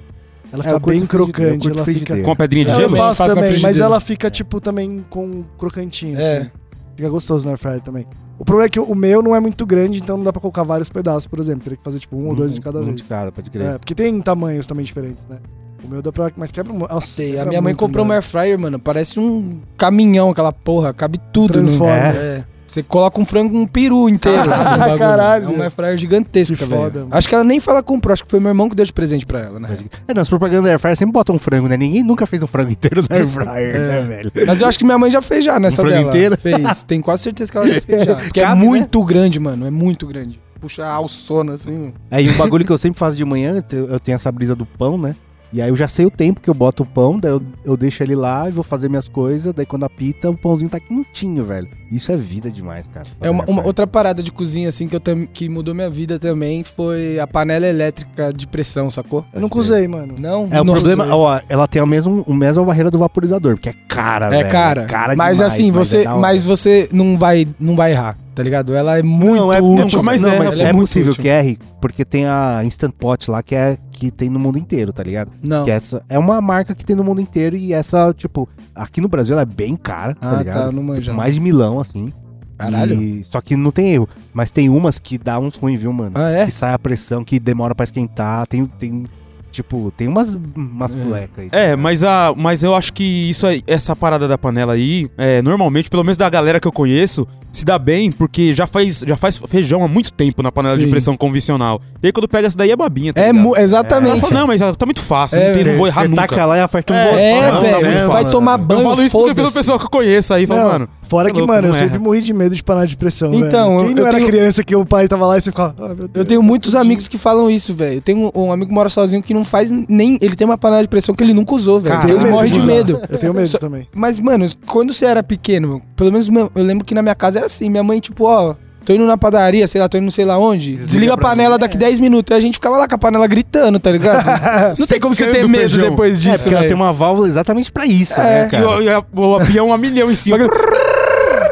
S1: É,
S3: Ela fica
S1: eu curto
S3: bem
S1: frigideira, eu
S3: crocante,
S1: curto
S3: ela fica...
S1: frigideira.
S2: Com a pedrinha de
S4: Eu
S3: Ela
S2: gelo?
S4: também
S3: faço
S4: faço na
S3: também, mas
S4: frigideira.
S3: ela fica, tipo, também com crocantinho,
S4: É.
S3: assim. Fica gostoso na air fryer também. O problema é que o meu não é muito grande, então não dá pra colocar vários pedaços, por exemplo. Teria que fazer, tipo, um ou dois de cada
S4: Hum,
S1: um
S3: vez.
S1: de cada, pode crer.
S3: É, porque tem tamanhos também diferentes, né? O meu dá pra... Mas quebra... mu- Nossa,
S4: Sei, a
S3: quebra
S4: minha mãe
S3: muito, né?
S4: comprou uma
S3: mano.
S4: air fryer, mano. Parece um caminhão, aquela porra. Cabe tudo.
S3: Transforma.
S4: né? É. Você coloca um frango, um peru inteiro. lá no bagulho.
S3: Caralho.
S4: É uma air fryer gigantesca,
S3: Que foda,
S4: velho.
S3: mano.
S4: Acho que ela nem fala comprou. Acho que foi meu irmão que deu de presente pra ela, né?
S1: É, nas propagandas da Air Fryer sempre botam um frango, né? Ninguém nunca fez um frango inteiro na Air Fryer,
S3: É.
S1: né, velho?
S4: Mas eu acho que minha mãe já fez já nessa
S1: frango
S4: dela.
S1: inteiro?
S4: Fez. Tem quase certeza que ela já fez já. Porque
S1: Cabe,
S4: é
S1: né? ah,
S4: muito grande, mano. É muito grande. Puxa a alçona, assim.
S1: É, e um bagulho que eu sempre faço de manhã, eu te- eu tenho essa brisa do pão, né? E aí eu já sei o tempo que eu boto o pão, daí eu, eu deixo ele lá e vou fazer minhas coisas, daí quando apita, o pãozinho tá quentinho, velho. Isso é vida demais, cara.
S4: É uma, uma outra parada de cozinha, assim, que, eu tam- que mudou minha vida também foi a panela elétrica de pressão, sacou?
S3: Eu nunca usei, mano.
S4: Não?
S1: É, o
S4: Nossa.
S1: problema, ó, ela tem a mesma, a mesma barreira do vaporizador, porque é cara,
S4: É,
S1: velho.
S4: cara. mas
S1: demais,
S4: assim, você,
S1: é da hora.
S4: mas você não vai, não vai errar, tá ligado? Ela é muito
S1: Não, é, é
S4: útil.
S1: possível-
S2: mas
S1: não,
S2: é,
S1: mas
S4: ela
S1: é
S4: muito
S1: possível
S4: útil.
S1: que erre, porque tem a Instant Pot lá, que é que tem no mundo inteiro, tá ligado?
S4: Não.
S1: Que essa é uma marca que tem no mundo inteiro e essa, tipo, aqui no Brasil ela é bem cara, tá
S4: ah,
S1: ligado?
S4: tá, não manja.
S1: Mais de milão, assim.
S4: Caralho.
S1: E- Só que não tem erro. Mas tem umas que dá uns ruins, viu, mano?
S4: Ah, é?
S1: Que sai a pressão, que demora pra esquentar. Tem, tem tipo, tem umas, umas flecas aí.
S2: É, mas, a, mas eu acho que isso aí, essa parada da panela aí, é, normalmente, pelo menos da galera que eu conheço, se dá bem porque já faz, já faz feijão há muito tempo na panela de
S4: Sim.
S2: pressão convencional. E aí quando pega essa daí é babinha, tá
S4: É,
S2: ligado?
S4: mu-
S2: Ela
S4: exatamente.
S2: fala, não, mas ela tá muito fácil,
S4: É,
S2: não, tem- não vou errar
S1: Você
S2: nunca.
S1: taca lá e aperta um
S2: É,
S1: botão.
S4: É,
S2: Não,
S4: velho.
S2: não,
S4: vai
S1: mano.
S4: tomar
S2: eu
S4: banho,
S2: falo isso porque pelo
S4: foda-se.
S2: pessoal que eu conheço aí, fala,
S3: Não,
S2: mano.
S3: fora
S2: é
S3: que,
S2: louco,
S3: mano, eu
S2: não erra.
S3: sempre morri de medo de panela de pressão,
S4: Então,
S3: velho. Quem
S4: eu-
S3: não
S4: eu
S3: era
S4: tenho-
S3: criança que o pai tava lá e você ficava, ah, meu Deus.
S4: Eu tenho muitos amigos que falam isso, velho. Eu tenho um, um amigo que mora sozinho que não faz nem. Ele tem uma panela de pressão que ele nunca usou, velho.
S2: Caralho,
S4: Ele morre de
S3: mano.
S4: medo.
S3: Eu tenho medo
S4: Só- Hum,
S3: também.
S4: Mas, mano, quando você era pequeno, pelo menos meu- eu lembro que na minha casa era assim. Minha mãe, tipo, ó, tô indo na padaria, sei lá, tô indo não sei lá onde. Desliga, a
S1: pra
S4: panela daqui 10 minutos. Aí a gente ficava lá com a panela gritando, tá ligado? não tem como você ter
S2: Secando
S4: medo
S2: feijão.
S4: depois
S1: É,
S4: disso,
S1: porque ela tem
S4: velho.
S1: uma válvula exatamente pra isso,
S4: É.
S1: né,
S2: E
S1: cara?
S2: o, e a- o avião a milhão em cima.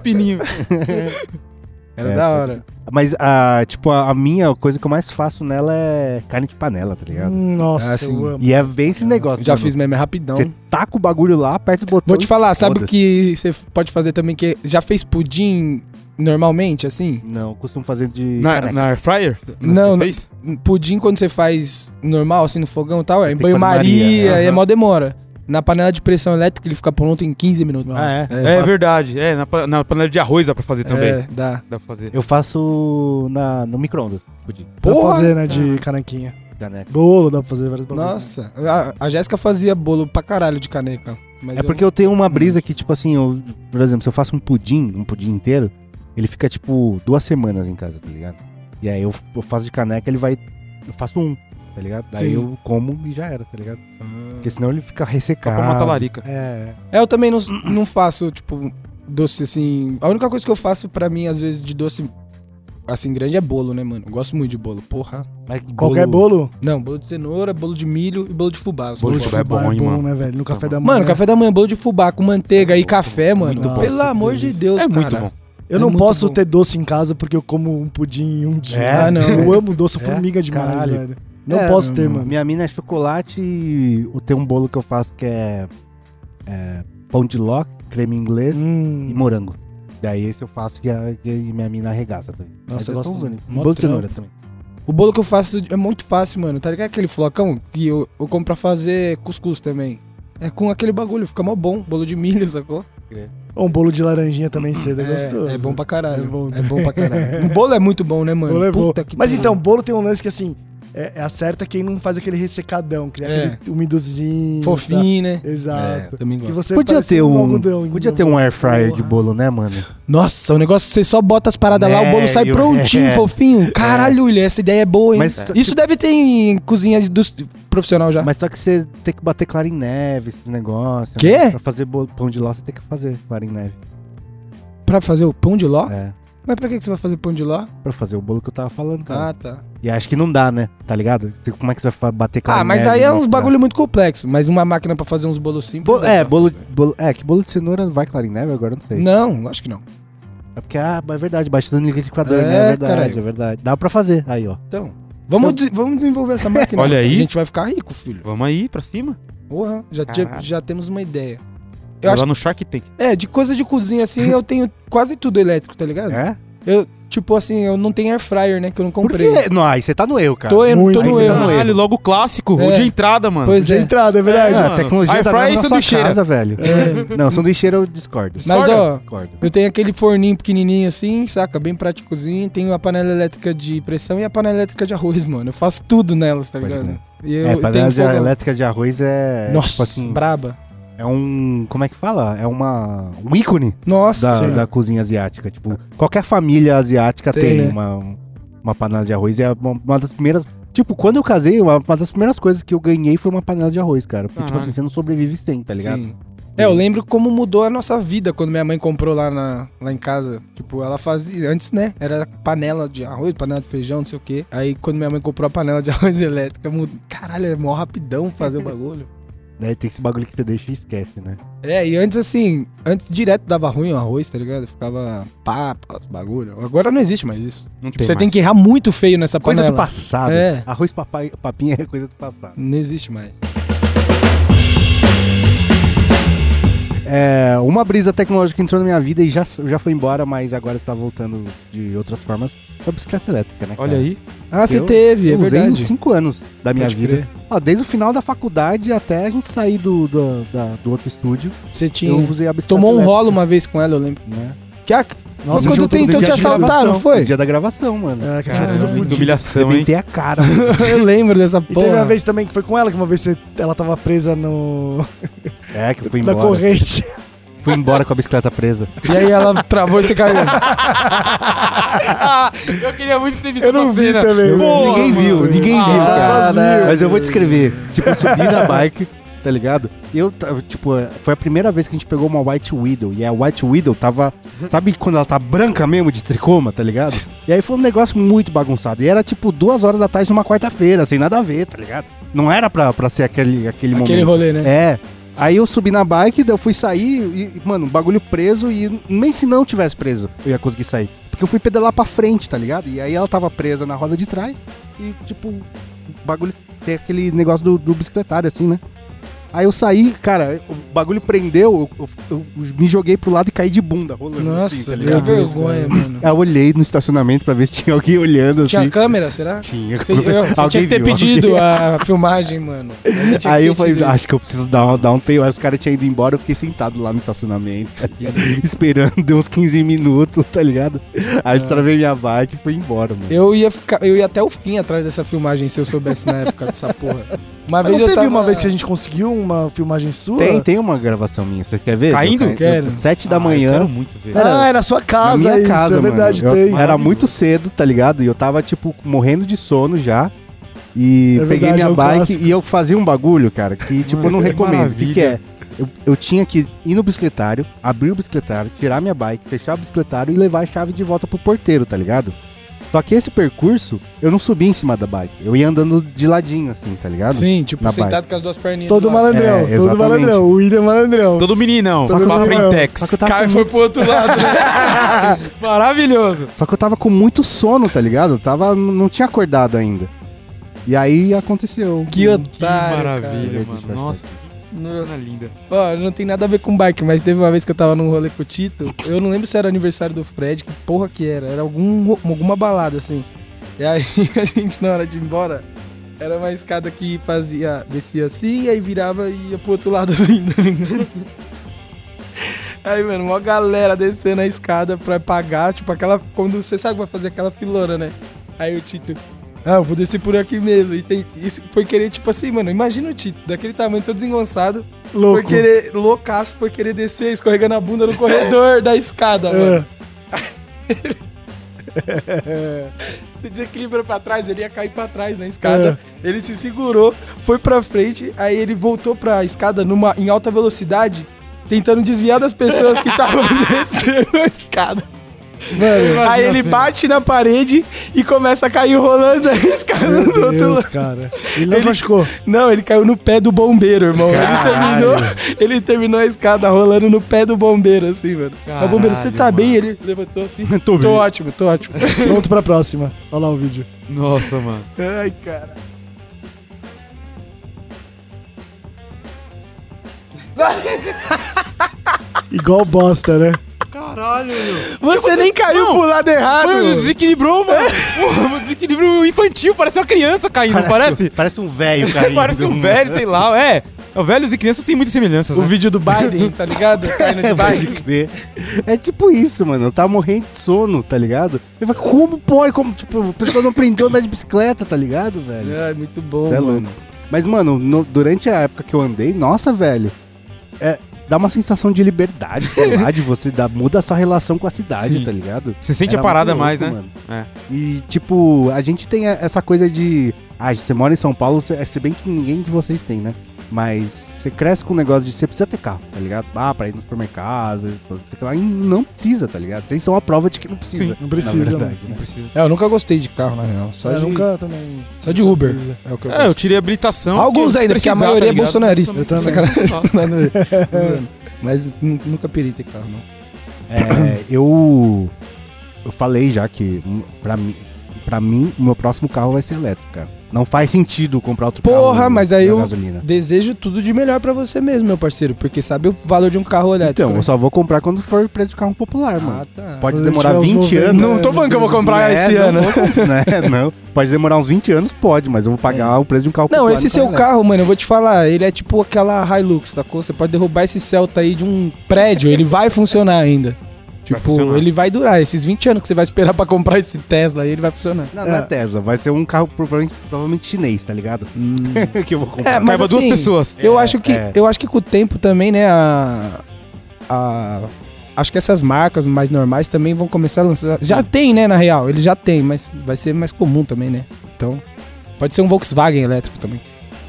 S2: Pininho.
S4: Era da
S1: É,
S4: hora.
S1: Mas, a, tipo, a, a minha coisa que eu mais faço nela é carne de panela, tá ligado?
S3: Nossa,
S4: Ah, assim,
S3: eu amo.
S1: E é bem esse negócio.
S4: Já
S1: mano.
S4: fiz meme é rapidão.
S1: Você taca o bagulho lá, aperta o botão.
S4: Vou te falar, sabe o
S1: foda-se.
S4: que você pode fazer também? que Já fez pudim normalmente, assim?
S1: Não, eu costumo fazer de.
S2: Na,
S1: caneca.
S2: na air fryer?
S4: Não,
S2: Você
S4: não.
S2: fez?
S4: pudim quando você faz normal, assim, no fogão e tal, é em
S1: Tem que fazer
S4: banho-maria,
S1: Maria, né?
S4: é mó demora. Na panela de pressão elétrica ele fica pronto em 15 minutos.
S1: Ah, é?
S2: É, verdade. É, na, pa- na panela de arroz dá pra fazer também.
S4: É, dá.
S2: Dá pra fazer.
S1: Eu faço na, no micro-ondas. pudim,
S3: Dá pra
S4: Porra! Ah.
S3: fazer, né, de canequinha.
S1: Caneca.
S3: Bolo dá pra fazer vários bagulhos.
S4: Nossa, a, a Jéssica fazia bolo pra caralho de caneca. Mas
S1: É porque eu tenho uma brisa que, tipo assim, eu, por exemplo, se eu faço um pudim, um pudim inteiro, ele fica, tipo, duas semanas em casa, tá ligado? E aí eu, eu faço de caneca, ele vai. Eu faço um, tá ligado? Daí
S4: Sim.
S1: eu como e já era, tá ligado? Porque senão ele fica
S2: Dá
S1: ressecado.
S2: pra matar larica.
S1: É.
S4: É, eu também não, não faço, tipo, doce assim. A única coisa que eu faço pra mim, às vezes, de doce assim grande é bolo, né, mano? Eu gosto muito de bolo, porra.
S1: Mas bolo-
S3: Qualquer bolo.
S4: Não, bolo de cenoura, bolo de milho e bolo de fubá. Eu
S2: Bolo
S4: gosto
S2: de fubá é bom, hein, mano?
S3: né, velho? No café da manhã.
S4: Mano, café da manhã, bolo de fubá com manteiga e café, mano.
S3: bom.
S4: Pelo
S3: Nossa,
S4: amor
S3: que
S4: de Deus,
S2: é
S4: cara.
S2: muito bom.
S3: Eu
S4: é
S3: não
S4: muito
S3: posso
S4: bom.
S3: ter doce em casa porque eu como um pudim em um dia.
S1: É?
S4: Ah, não.
S3: Eu amo doce, eu
S1: É?
S3: formiga demais,
S1: Caralho.
S3: velho. Não
S1: É,
S3: posso ter, mano.
S1: Minha mina é chocolate e o- tem um bolo que eu faço que é, é, pão de ló, creme inglês
S3: Hum.
S1: e morango. Daí esse eu faço que a, que minha mina arregaça também.
S3: Nossa,
S1: Mas um
S3: eu
S1: esses
S3: gosto
S1: são os
S3: do-
S1: únicos.
S4: mó
S1: Bolo de
S4: trampo.
S1: cenoura também.
S4: O bolo que eu faço é muito fácil, mano. Tá ligado aquele flocão que eu, eu compro pra fazer cuscuz também? É com aquele bagulho, fica mó bom. Bolo de milho, sacou?
S3: Ou um bolo de laranjinha também cedo, é, gostoso.
S4: É, é bom pra caralho.
S3: É
S4: É
S3: bom,
S4: bom,
S3: né?
S4: pra caralho. o bolo é muito bom, né, mano?
S3: Bolo é bom.
S4: Puta que
S3: Mas
S4: pariu.
S3: então, bolo tem um lance que assim, é, é acerta quem não faz aquele ressecadão, que é,
S4: É.
S3: aquele umidozinho.
S4: Fofinho, né?
S3: tá? Exato.
S4: É, também
S3: Que
S4: gosto.
S3: você
S1: Podia
S3: parece
S1: ter um,
S3: algodão,
S1: podia
S3: entendeu?
S4: né?
S1: ter um air fryer de
S3: Porra.
S1: bolo, né, mano?
S4: Nossa, o negócio, você só bota as paradas lá,
S1: É,
S4: o bolo sai
S1: eu-
S4: prontinho,
S1: é.
S4: fofinho. Caralho, William, essa ideia é boa, hein?
S1: Mas-
S4: Isso deve ter em cozinha industri- profissional já.
S1: Mas só que você tem que bater clara em neve, esse negócio.
S4: Quê?
S1: né? Pra fazer bolo- pão de ló, você tem que fazer clara em neve.
S4: Pra fazer o pão de ló?
S1: É.
S4: Mas pra que que você vai fazer pão de ló?
S1: Pra fazer o bolo que eu tava falando, cara.
S4: Ah, tá.
S1: E acho que não dá, né? Tá ligado? Você- Como é que você vai fa- bater clara
S4: Ah,
S1: em
S4: mas
S1: neve
S4: aí
S1: e
S4: é uns
S1: misturar?
S4: bagulho muito complexo. Mas uma máquina pra fazer uns bolos simples.
S1: Bolo-
S4: dá
S1: é,
S4: pra
S1: bolo,
S4: fazer.
S1: bolo- É, que bolo de cenoura não vai clarim neve agora, eu não sei.
S4: Não, acho que não.
S1: É porque, ah, é verdade, batendo no liquidificador,
S4: É,
S1: né? É verdade,
S4: caralho.
S1: é verdade. Dá pra fazer. Aí, ó.
S4: Então, vamos, des- vamos desenvolver essa máquina.
S2: Olha aí.
S4: A gente vai ficar rico, filho.
S2: Vamos aí pra cima?
S4: Porra, já, te-
S2: Caralho.
S4: já temos uma ideia. Eu
S2: Vai
S4: acho,
S2: Lá no Shark Tank.
S4: é, de coisa de cozinha assim, eu tenho quase tudo elétrico, tá ligado?
S1: É?
S4: Tipo assim, eu não tenho air fryer, né? Que eu não
S1: Por
S4: comprei.
S1: quê? Não, aí você tá no eu, cara.
S4: Tô, em-
S3: Muito
S4: tô no
S1: aí você
S4: é um erro.
S1: tá no erro.
S2: Caralho, logo o clássico, o
S4: É.
S2: de entrada, mano.
S4: Pois
S3: De
S4: é.
S3: entrada, é verdade.
S2: É,
S1: Ah,
S2: mano.
S1: a tecnologia
S2: Air
S1: tá
S2: fryer
S1: dentro
S2: e
S1: da sua
S2: sanduicheira.
S1: casa, velho. Não, sanduicheira eu discordo.
S4: Mas, ó,
S1: Discordo.
S4: eu tenho aquele forninho pequenininho assim, saca? Bem práticozinho. Tenho a panela elétrica de pressão e a panela elétrica de arroz, mano. Eu faço tudo nelas, tá
S1: Pode
S4: ligado?
S1: crer.
S4: E eu
S1: É,
S4: eu
S1: panela
S4: tenho
S1: de-
S4: fogão.
S1: elétrica de arroz é...
S4: Nossa,
S1: Tipo assim,
S4: braba.
S1: é um... Como é que fala? É uma... Um ícone
S4: Nossa.
S1: da, da cozinha asiática. Tipo, qualquer família asiática tem,
S4: Tem, né?
S1: uma, uma panela de arroz. E é uma, uma das primeiras. Tipo, quando eu casei, uma, uma das primeiras coisas que eu ganhei foi uma panela de arroz, cara. Porque, tipo
S2: Caralho.
S1: assim, você não sobrevive sem, tá ligado?
S4: Sim. É, eu lembro como mudou a nossa vida quando minha mãe comprou lá, na, lá em casa. Tipo, ela fazia. Antes, né? Era panela de arroz, panela de feijão, não sei o quê. Aí quando minha mãe comprou a panela de arroz elétrica, mudou. Caralho, é mó rapidão fazer o bagulho.
S1: Daí tem esse bagulho que você deixa e esquece, né?
S4: É, e antes assim, antes direto dava ruim o arroz, tá ligado? Ficava pá, pá, os bagulho. Agora não existe mais isso.
S2: Não
S4: Você tem
S2: mais.
S4: que errar muito feio nessa
S1: Coisa do
S4: panela.
S1: passado.
S4: É.
S1: Arroz papai, papinha é coisa do passado.
S4: Não existe mais.
S1: É, uma brisa tecnológica que entrou na minha vida e já, já foi embora, mas agora tá voltando de outras formas. É a bicicleta elétrica, né? cara?
S2: Olha aí.
S4: Ah, você
S1: Eu-
S4: teve, é
S1: eu usei
S4: verdade.
S1: uns 5 anos da minha
S4: Pode
S1: vida.
S4: crer.
S1: Ó, desde o final da faculdade até a gente sair do, do, da- do outro estúdio,
S4: Você tinha.
S1: eu usei a bicicleta
S4: Tomou um
S1: elétrica,
S4: rolo uma vez com ela, eu lembro.
S1: né?
S4: Que a-
S3: Nossa,
S4: quando
S3: juntou
S4: tentou
S3: no
S4: te
S3: dia de gravação.
S4: assaltar, não foi?
S1: No dia da gravação, mano.
S3: É, cara,
S2: Cara,
S3: tudo
S2: que
S3: fudido.
S2: humilhação, hein?
S1: Arrebentei a cara.
S4: eu lembro dessa
S3: E teve uma
S4: porra.
S3: vez também que foi com ela, que uma vez você- ela tava presa no,
S1: É, que eu fui
S3: na
S1: embora.
S3: corrente.
S1: Fui embora com a bicicleta presa.
S4: E aí ela travou e você caiu.
S2: eu queria muito ter visto
S3: Eu não
S2: essa
S3: vi
S2: cena.
S3: também.
S2: Pô,
S1: ninguém
S2: mano.
S1: viu, ninguém
S2: Ah,
S1: viu, cara.
S3: sozinho.
S1: Mas eu vou descrever. Tipo, eu subi na bike, tá ligado? Eu, tava, tipo, eh, foi a primeira vez que a gente pegou uma White Widow. E a White Widow tava. Sabe quando ela tá branca mesmo de tricoma, tá ligado? E aí foi um negócio muito bagunçado. E era tipo duas horas da tarde numa quarta-feira, sem nada a ver, tá ligado? Não era pra, pra ser aquele, aquele,
S4: Aquele
S1: momento.
S4: rolê, né?
S1: É. Aí eu subi na bike, daí eu fui sair e, e, mano, um bagulho preso e nem se não tivesse preso eu ia conseguir sair. Porque eu fui pedalar pra frente, tá ligado? E aí ela tava presa na roda de trás e, tipo, o bagulho tem aquele negócio do, do bicicletário, assim, né? Aí eu saí, cara, o bagulho prendeu, eu, eu- eu me joguei pro lado e caí de bunda, rolando. assim, tá
S4: Nossa, é que
S1: ligado?
S4: vergonha, mano.
S1: Aí eu olhei no estacionamento pra ver se tinha alguém olhando, assim.
S4: Tinha câmera, será?
S1: Tinha.
S4: Você, eu- você
S1: Alguém
S4: tinha que ter
S1: viu,
S4: pedido a filmagem, mano. Alguém tinha que
S1: Aí
S4: ter
S1: eu falei, "Ah,
S4: tido isso.
S1: acho que eu preciso dar, um- dar um tempo. Aí os caras tinham ido embora, eu fiquei sentado lá no estacionamento, tá ligado? esperando, deu uns 15 minutos, tá ligado? Aí destravei minha bike e fui embora, mano.
S4: Eu ia, ficar, eu ia até o fim atrás dessa filmagem se eu soubesse na época dessa porra. Uma
S3: Mas
S4: vez
S3: não
S4: eu
S3: teve
S4: tava...
S3: uma vez que a gente conseguiu uma filmagem sua?
S1: Tem, tem uma gravação minha, você quer ver?
S2: Caindo?
S1: Eu caí-
S4: Tá Quero. então
S1: eu- Sete da
S2: Ah, eu
S1: manhã.
S2: quero muito ver.
S1: Era-
S3: Ah, é na sua casa,
S1: na minha
S3: isso,
S1: casa,
S3: é
S1: mano.
S3: verdade,
S1: Eu-
S3: tem.
S1: Era muito cedo, tá ligado? E eu tava, tipo, morrendo de sono já. E
S3: É
S1: peguei
S3: verdade, é
S1: minha
S3: um
S1: bike
S3: clássico.
S1: e eu fazia um bagulho, cara, que, tipo, eu não
S2: que
S1: recomendo. O que, que é?
S2: maravilha.
S1: Eu, eu tinha que ir no bicicletário, abrir o bicicletário, tirar minha bike, fechar o bicicletário e levar a chave de volta pro porteiro, tá ligado? Só que esse percurso, eu não subi em cima da bike. Eu ia andando de ladinho, assim, tá ligado?
S4: Sim, tipo,
S1: Na
S4: sentado com as duas perninhas.
S3: Todo
S4: do lado.
S1: É,
S3: malandrão, todo
S1: exatamente.
S3: malandrão. O William é malandrão.
S2: Todo meninão,
S3: Todo
S2: com a
S3: meninão.
S2: Frentex.
S1: Só que eu
S3: tá
S1: tava
S4: Cai
S1: com
S4: foi pro outro lado, né?
S2: Maravilhoso.
S1: Só que eu tava com muito sono, tá ligado? Eu tava, não tinha acordado ainda. E aí aconteceu.
S4: Que
S1: Hum.
S2: Que
S4: otário,
S2: maravilha,
S1: cara.
S2: mano. Nossa, que cena linda.
S4: Ó, não tem nada a ver com bike, mas teve uma vez que eu tava num rolê com o Tito. Eu não lembro se era aniversário do Fred, que porra que era. Era algum, ro- alguma balada, assim. E aí a gente, na hora de ir embora, era uma escada que fazia, descia assim, e aí virava e ia pro outro lado assim, tá ligado? Aí, mano, uma galera descendo a escada pra pagar, tipo, aquela. Quando você sabe que vai fazer aquela filona, né? Aí o Tito. Ah, eu vou descer por aqui mesmo. E tem, isso foi querer, tipo assim, mano, imagina o Tito, daquele tamanho todo desengonçado,
S3: louco.
S4: foi querer, loucaço, foi querer descer, escorregando a bunda no corredor da escada, mano.
S3: É.
S4: Se desequilibra pra trás, ele ia cair pra trás na escada.
S3: É.
S4: Ele se segurou, foi pra frente, aí ele voltou pra escada numa, em alta velocidade, tentando desviar das pessoas que estavam descendo a escada.
S3: Mano,
S4: Aí ele bate na parede e começa a cair rolando a escada do
S3: meu
S4: outro
S3: Deus,
S4: lado.
S3: cara. Ele não se
S4: Ele-
S3: machucou.
S4: Não, ele caiu no pé do bombeiro, irmão.
S1: Caralho.
S4: Ele terminou, ele terminou a escada rolando no pé do bombeiro, assim, mano. Aí o bombeiro, você tá
S2: Caralho,
S4: bem?
S2: mano.
S4: Ele levantou assim.
S1: Tô
S4: tô
S1: bem.
S4: ótimo, tô ótimo.
S3: Pronto pra próxima. Olha lá o vídeo.
S2: Nossa, mano.
S4: Ai, cara.
S3: Igual bosta, né?
S2: Caralho, meu.
S4: Você nem caiu
S2: Não.
S4: pro lado errado.
S2: Mano, desequilibrou, mano. Porra, um desequilíbrio infantil, parece uma criança caindo, não parece?
S1: Parece um velho, cara.
S2: Parece um velho, sei lá. É, velhos e crianças têm muitas semelhanças,
S4: O
S2: né?
S4: vídeo do Biden, tá ligado? Caindo de
S1: É, pode
S4: bike.
S1: crer. É tipo isso, mano. Eu tava morrendo de sono, tá ligado? Eu falei, como pode? Como, tipo, a pessoa não aprendeu a andar de bicicleta, tá ligado, velho?
S4: Ai, Ah, muito bom,
S1: Cê é
S4: mano.
S1: louco. Mas, mano, no- durante a época que eu andei, nossa, velho. É, dá uma sensação de liberdade, sei lá, de você dá, muda a sua relação com a cidade,
S2: Sim.
S1: tá ligado?
S2: Você sente
S4: é
S1: Era
S2: a parada
S1: muito
S2: mais,
S1: louco,
S2: né?
S1: mano.
S2: É.
S1: E, tipo, a gente tem a- essa coisa de. Ah, você mora em São Paulo, você- se bem que ninguém de vocês tem, né? Mas você cresce com o negócio de você precisa ter carro, tá ligado? Ah, pra ir no supermercado, pra- pra- lá, e não precisa, tá ligado? Vocês são a prova de que não precisa.
S3: Não precisa,
S1: na
S3: mano.
S1: verdade, né?
S4: É, eu nunca gostei de carro, na real. Só,
S3: Eu
S4: de,
S3: nunca também.
S4: só de Uber.
S3: precisa.
S4: É o que eu
S2: É, eu
S4: gosto.
S2: tirei a habilitação.
S4: Alguns ainda, porque a
S2: tá
S4: maioria é bolsonarista.
S3: Eu também.
S2: bolsonarista.
S4: Nada a ver. Mas nu- nunca pirei ter carro, não.
S1: É, eu. Eu falei já que, hum, pra mim, pra mim, o meu próximo carro vai ser elétrico, cara. Não faz sentido comprar outro carro.
S4: Porra, mas aí
S1: na
S4: eu-
S1: gasolina.
S4: Desejo tudo de melhor pra você mesmo, meu parceiro. Porque sabe o valor de um carro elétrico.
S1: Então,
S4: né?
S1: eu só vou comprar quando for o preço de carro popular, mano.
S4: Ah, tá.
S1: Pode
S3: Quando ele
S1: demorar
S3: tiver uns
S1: 20
S3: 90,
S1: anos.
S4: Não tô falando que eu vou comprar
S1: É,
S4: esse
S1: não
S4: ano.
S1: vou comprar, né? Não. Pode demorar uns 20 anos, pode, mas eu vou pagar o preço de um carro
S4: É. Não,
S1: popular
S4: esse
S1: no
S4: seu
S1: Canadá.
S4: carro, mano, eu vou te falar, ele é tipo aquela Hilux, sacou? Você pode derrubar esse Celta aí de um prédio, ele vai funcionar ainda. Tipo,
S2: funcionar.
S4: ele vai durar. Esses 20 anos que você vai esperar pra comprar esse Tesla aí, ele vai funcionar.
S1: Não, não é Tesla, vai ser um carro provavelmente, provavelmente chinês, tá ligado? que eu vou comprar.
S4: É, mas
S2: Caiba duas
S4: assim,
S2: pessoas.
S4: Eu acho que
S1: é.
S4: eu acho que com o tempo também, né, a, a- acho que essas marcas mais normais também vão começar a lançar. Já tem, né, na real, ele já tem, mas vai ser mais comum também, né? Então, pode ser um Volkswagen elétrico também.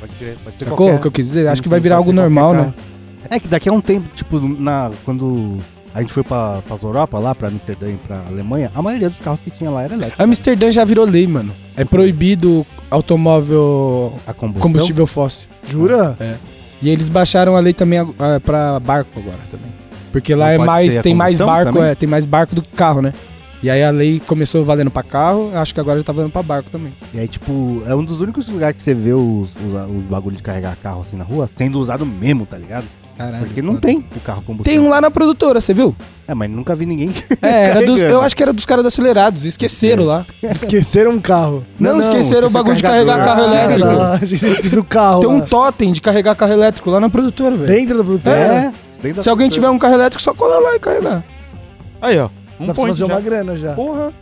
S1: Pode crer, pode ser
S4: Sacou
S1: qualquer.
S4: o que eu quis dizer? Acho que
S1: Sim,
S4: vai
S1: sim,
S4: virar
S1: pode
S4: algo
S1: ser
S4: normal,
S1: qualquer
S4: né?
S1: É que daqui a um tempo, tipo, na, quando a gente foi pra, pra Europa, lá pra Amsterdã e pra Alemanha, a maioria dos carros que tinha lá era elétrico.
S4: Amsterdã já virou lei, mano. É proibido automóvel
S1: A combustão.
S4: combustível fóssil.
S3: Jura?
S4: E eles baixaram a lei também ag- ah, pra barco agora também. Porque lá
S1: Não
S4: é
S1: pode
S4: mais,
S1: ser a
S4: tem mais
S1: combustão
S4: barco,
S1: também?
S4: é, tem mais barco do que carro, né? E aí a lei começou valendo pra carro, acho que agora já tá valendo pra barco também.
S1: E aí, tipo, é um dos únicos lugares que você vê os, os, os bagulho de carregar carro assim na rua sendo usado mesmo, tá ligado?
S4: Caralho.
S1: Porque não tem o carro combustível.
S4: É Tem um lá na produtora, você viu?
S1: É, mas nunca vi ninguém.
S4: É, era dos,
S1: Carregando. É.
S4: eu acho que era dos caras do acelerados, esqueceram lá.
S3: Esqueceram um carro.
S4: Não, é esqueceram o bagulho de carregar
S1: carregador.
S4: carro
S3: Ah,
S4: elétrico.
S3: tá. Achei que você esqueceu o carro.
S4: Tem um
S3: lá.
S4: totem de carregar carro elétrico lá na produtora, velho.
S3: Dentro da produtora?
S1: É. dentro da-
S4: Se alguém tiver um carro elétrico, só cola lá e carregar.
S2: Aí, ó. Um
S3: Dá pra você
S2: point
S3: fazer
S2: já.
S3: uma grana já.
S4: Porra.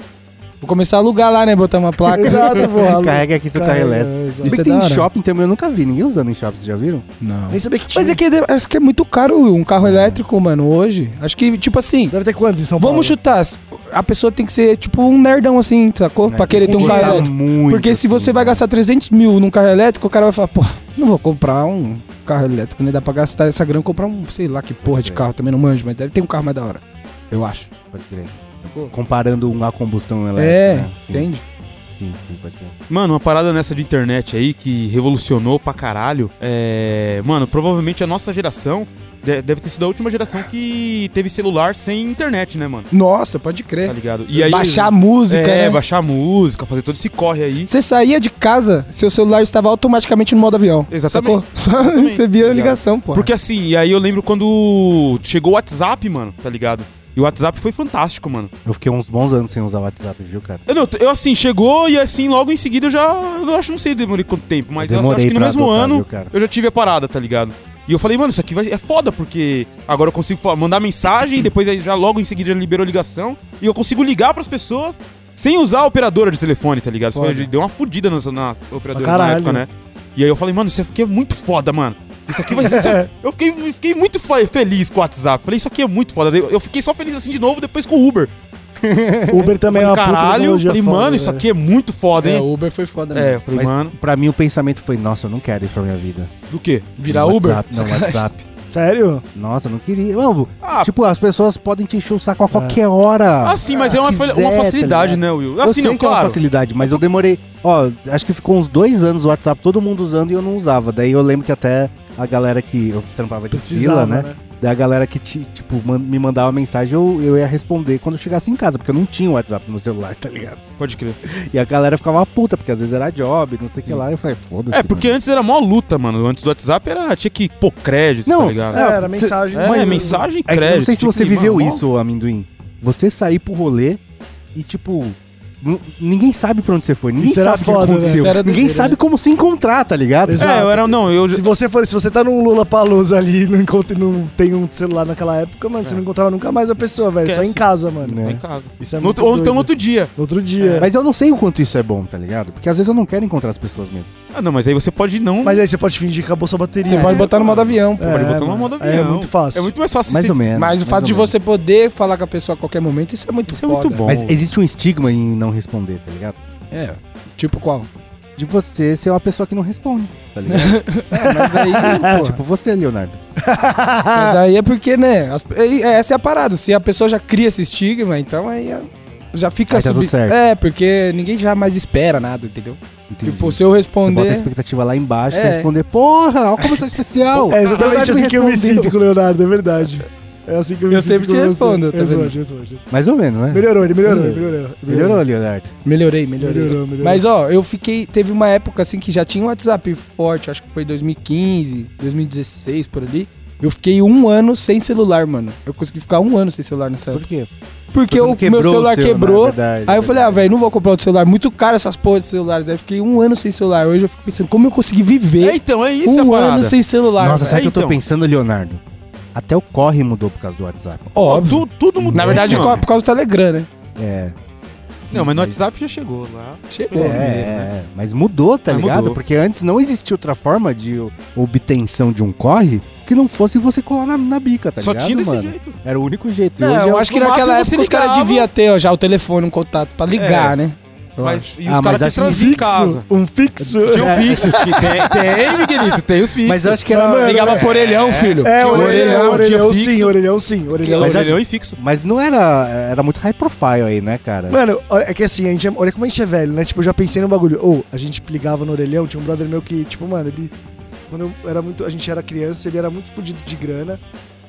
S4: Vou começar a alugar lá, né? Botar uma placa.
S3: Exato, porra.
S1: Carrega aqui seu carro
S3: Carrega,
S1: elétrico.
S3: exato.
S1: Bem
S4: Isso
S1: que
S4: é
S1: tem
S4: da
S1: em
S4: hora.
S1: shopping também, eu nunca vi ninguém usando em shopping, vocês já viram?
S4: Não.
S3: Nem sabia que tinha.
S4: Mas é que acho que é muito caro um carro elétrico, mano, hoje. Acho que, tipo assim,
S3: Deve ter quantos em São Paulo?
S4: vamos chutar. A pessoa tem que ser, tipo, um nerdão assim, sacou?
S2: Né,
S4: Pra querer ter um carro
S1: Né, Gostar
S4: elétrico.
S1: muito. assim, né,
S4: Porque
S2: assim,
S4: se você vai gastar 300 mil num carro elétrico, o cara vai falar, pô, não vou comprar um carro elétrico, né? Dá pra gastar essa grana, comprar um, sei lá que porra
S2: É.
S4: de carro, também não manjo, mas deve ter um carro mais da hora. Eu acho.
S1: Pode crer. Comparando um a combustão
S4: É,
S1: elétrica. né? Sim,
S4: entende?
S1: Sim, sim, pode crer.
S2: Mano, uma parada nessa de internet aí que revolucionou pra caralho. É. Mano, provavelmente a nossa geração de- deve ter sido a última geração que teve celular sem internet, né, mano?
S4: Nossa, pode
S2: Tá
S4: crer.
S2: ligado? E aí,
S4: Baixar a música,
S2: É,
S4: né?
S2: baixar música, fazer todo esse corre aí.
S4: Você saía de casa, seu celular estava automaticamente no modo avião.
S2: Exatamente.
S4: Sacou? Só
S2: Exatamente.
S4: recebia a
S2: Ligado.
S4: ligação, pô.
S2: Porque assim, e aí eu lembro quando chegou o WhatsApp, mano, tá ligado? E o WhatsApp foi fantástico, mano.
S1: Eu fiquei uns bons anos sem usar o WhatsApp, viu, cara?
S2: Eu, não, eu assim, chegou e assim, logo em seguida eu já. Eu acho, não sei, demorei quanto tempo, mas eu,
S1: Demorei
S2: acho que no
S1: pra
S2: mesmo
S1: adotar,
S2: ano
S1: viu, cara?
S2: eu já tive a parada, tá ligado? E eu falei, mano, isso aqui vai, é foda, porque agora eu consigo fa- mandar mensagem, depois aí já logo em seguida já liberou ligação, e eu consigo ligar pras pessoas sem usar a operadora de telefone, tá ligado? Isso
S4: Foda.
S2: foi- deu uma fudida nas, nas operadoras
S3: Pra
S2: na
S3: caralho.
S2: época, né? E aí eu falei, mano, isso aqui é muito foda, mano. Isso aqui vai ser. eu fiquei, eu fiquei muito fe- feliz com o WhatsApp. Falei, isso aqui é muito foda. Eu fiquei só feliz assim de novo depois com o Uber.
S3: Uber também é uma
S2: Falei,
S3: puta
S2: caralho,
S3: tecnologia
S2: falei,
S3: foda, né?
S2: mano, isso
S3: velho.
S2: aqui é muito foda,
S4: É,
S2: hein?
S4: o Uber foi foda,
S2: É, eu falei,
S1: Mas-
S2: mano,
S1: Pra mim, o pensamento foi, nossa, eu não quero isso pra minha vida.
S2: do quê?
S4: Virar
S1: No
S4: Uber?
S1: WhatsApp, não, WhatsApp.
S3: Sério?
S1: Nossa, eu não queria. Mano,
S2: Ah,
S1: tipo, as pessoas podem te encher o
S4: Ah.
S1: saco a qualquer hora.
S2: assim, mas é uma,
S1: Ah, quiser,
S2: uma facilidade,
S1: tá ligado?
S2: né, Will?
S1: eu
S2: Assim,
S1: sei
S2: não,
S1: que é uma
S2: claro.
S1: facilidade, mas eu demorei. Ó, acho que ficou uns dois anos o WhatsApp todo mundo usando e eu não usava. Daí eu lembro que até a galera que eu trampava de fila,
S3: Precisava,
S1: né?
S3: né?
S1: Daí a galera que, ti- tipo, man- me mandava mensagem, eu, eu ia responder quando eu chegasse em casa, porque eu não tinha o WhatsApp no meu celular, tá ligado?
S2: Pode crer.
S1: E a galera ficava puta, porque às vezes era job, não sei o que lá. Eu falei, foda-se.
S2: É, porque antes era mó luta, mano. Antes do WhatsApp era, tinha que pôr crédito,
S1: Não,
S2: tá ligado?
S3: É,
S1: É,
S3: era
S1: cê-
S3: mensagem.
S2: É,
S3: mas-
S2: mensagem,
S1: É que eu
S2: crédito. tipo
S1: não sei se
S2: tinha
S1: você
S2: que-
S1: viveu
S2: mano,
S1: isso, amendoim. Você sair pro rolê e, tipo. n- Ninguém sabe pra onde você foi, ninguém
S3: Isso era
S1: sabe o que
S3: foda, né?
S1: aconteceu.
S4: Isso era
S1: Ninguém
S4: doideira,
S1: sabe
S4: né?
S1: como se encontrar, tá ligado?
S3: Exato.
S2: É, eu era, não, eu...
S3: Se você for, se você tá num Lula Palusa ali e não, encontra, não tem um celular naquela época, mano, você não encontrava nunca mais a pessoa, velho. Só em
S2: Esquece.
S3: casa, mano.
S2: Lá
S1: Né?
S2: em casa.
S3: Isso é
S2: No
S3: muito
S2: outro- ou então no
S3: doido.
S2: outro dia.
S3: No outro dia.
S1: Mas eu não sei o quanto isso é bom, tá ligado? Porque às vezes eu não quero encontrar as pessoas mesmo.
S2: Ah, não, mas aí você pode não...
S3: Mas aí você pode fingir que acabou sua bateria.
S4: Você pode botar no modo avião, pô.
S2: Você pode
S3: É,
S2: botar no
S3: mano.
S2: modo
S3: É
S2: avião.
S3: muito fácil.
S2: É muito mais fácil.
S1: Mais
S2: você-
S1: ou menos.
S4: Mas o
S1: mais
S4: fato
S1: ou
S4: de
S1: menos.
S4: você poder falar com a pessoa a qualquer momento, isso é muito
S2: Isso é muito
S4: foda.
S2: bom.
S1: Mas existe um estigma em não responder, tá ligado?
S4: É, tipo qual?
S1: De você ser uma pessoa que não responde, tá ligado?
S4: Mas aí, pô,
S1: tipo você, Leonardo. ah.
S4: mas aí é porque, né? as- aí- é, essa é a parada. Se a pessoa já cria esse estigma, então aí é- já fica
S1: Aí tá tudo certo.
S4: É, porque ninguém já mais espera nada, entendeu?
S1: Entendi.
S4: Tipo, se eu
S1: Você bota a
S4: responder.
S1: expectativa lá embaixo
S4: É.
S1: e responder, porra, olha como eu sou especial.
S3: É exatamente
S1: Leonardo me
S3: assim que eu me
S1: Ah, respondeu.
S3: sinto com o Leonardo, é verdade. É assim que eu me
S4: Eu
S3: sinto
S4: sempre
S3: com
S4: te
S3: você.
S4: respondo, tá
S3: Responde,
S4: vendo?
S3: responde, responde.
S1: Mais ou menos, né?
S3: Melhorou, ele melhorou, ele melhorou.
S1: Melhorou, Leonardo.
S4: Melhorei, melhorei.
S3: Melhorou, melhorou.
S4: Mas ó, eu fiquei. Teve uma época assim que já tinha um WhatsApp forte, acho que foi 2015, 2016 por ali. Eu fiquei um ano sem celular, mano. Eu consegui ficar um ano sem celular nessa época.
S1: quê?
S4: Porque
S1: Quando
S4: o
S1: quebrou
S4: meu celular
S1: o seu, né?
S4: quebrou.
S1: Verdade,
S4: aí eu falei, ah,
S1: verdade.
S4: velho, não vou comprar outro celular. Muito caro essas porras de celulares. Aí eu fiquei um ano sem celular. Hoje eu fico pensando, como eu consegui
S2: É,
S4: viver
S2: então, é isso a
S4: um
S2: parada.
S4: ano sem celular?
S1: Nossa,
S4: velho?
S1: sabe o que eu tô
S2: então.
S1: pensando, Leonardo? Até o corre mudou por causa do WhatsApp.
S2: Tu-
S4: Óbvio.
S2: tudo mudou.
S4: Na verdade, é
S2: mano.
S4: por causa do Telegram, né?
S1: É.
S2: Não, mas no
S1: Mas-
S2: WhatsApp já chegou lá.
S4: Chegou.
S1: É, é, mas mudou, tá
S2: né? Mas
S1: ligado?
S2: mudou.
S1: Porque antes não existia outra forma de o- obtenção de um corre que não fosse você colar na, na bica, tá
S2: Só
S1: ligado,
S2: tinha desse
S1: mano?
S2: jeito.
S1: Era o único jeito. E
S4: Não,
S1: hoje é
S4: eu
S1: o-
S4: acho que
S2: no
S4: naquela
S2: máximo você
S4: época os caras
S2: ligava. É.
S4: deviam ter ó, já o telefone, um contato pra ligar, né? Eu acho.
S2: Mas, e
S1: Ah,
S2: os caras
S1: mas
S2: que
S1: acho que
S2: transam em casa.
S3: Um fixo.
S2: Tinha um fixo. tinha- Tem, tem, Miguelito, tem os fixos.
S1: Mas eu acho que era.
S3: Mano,
S4: Ligava por orelhão, filho.
S3: É,
S2: tinha
S3: orelhão,
S2: orelhão,
S3: orelhão
S2: tinha
S3: sim,
S2: fixo.
S3: orelhão sim,
S1: Mas
S3: orelhão
S2: Mas
S1: acho-
S2: orelhão e fixo.
S1: Mas não era. Era muito high profile aí, né, cara?
S3: Mano, olha- é que assim, a gente, é- olha como a gente é velho, né? Tipo, eu já pensei num bagulho. Ou, a gente ligava no orelhão, tinha um brother meu que, tipo, mano, ele. Quando eu era muito. A gente era criança, ele era muito explodido de grana.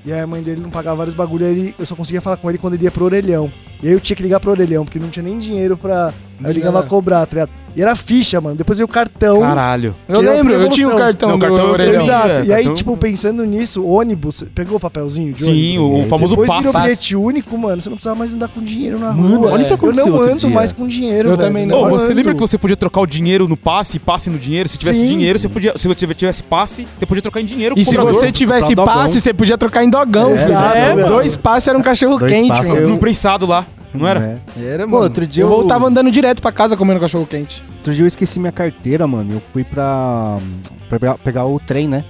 S3: E aí a mãe dele não pagava vários bagulhos, aí ele- eu só conseguia falar com ele quando ele ia pro orelhão. E aí eu tinha que ligar pro orelhão, porque não tinha nem dinheiro pra. Aí eu ligava a cobrar, tá ligado? E era ficha, mano. Depois veio o cartão.
S2: Caralho.
S4: Eu
S3: Que é
S4: lembro, eu
S3: evolução.
S4: tinha o cartão
S2: Não,
S4: do
S2: cartão é
S4: orelhão.
S3: Exato.
S2: É,
S3: E aí,
S2: cartão.
S3: tipo, pensando nisso, ônibus. Pegou o papelzinho de ônibus?
S2: Sim, o
S1: Depois
S2: famoso
S3: Depois
S2: passo.
S3: virou bilhete único, mano. Você não precisava mais andar com dinheiro na
S1: Mano,
S3: rua.
S1: olha o que
S3: Eu
S1: aconteceu
S3: não
S1: outro
S3: ando
S1: dia.
S3: mais com dinheiro,
S4: Eu
S3: velho.
S4: também não.
S2: Ô,
S3: Eu
S2: você
S3: ando.
S2: lembra que você podia trocar o dinheiro no passe, passe no dinheiro? Se tivesse
S3: Sim.
S2: dinheiro, você podia. Se você tivesse passe, você podia trocar em dinheiro. com
S4: E
S2: o
S4: se
S1: Tá
S2: cobrador.
S4: você tivesse
S1: Dogão.
S4: passe, você podia trocar em dogão,
S3: É,
S4: filho.
S3: é, mano.
S4: Dois passes era um cachorro
S1: tá Dois
S4: quente,
S1: passes,
S4: mano.
S2: No um prensado lá, não era?
S1: É.
S4: Era,
S1: Pô, outro dia
S4: eu
S1: eu-
S4: voltava andando direto pra casa comendo cachorro quente.
S1: Outro dia eu esqueci minha carteira, mano. Eu fui pra, pra pegar- pegar o trem, né?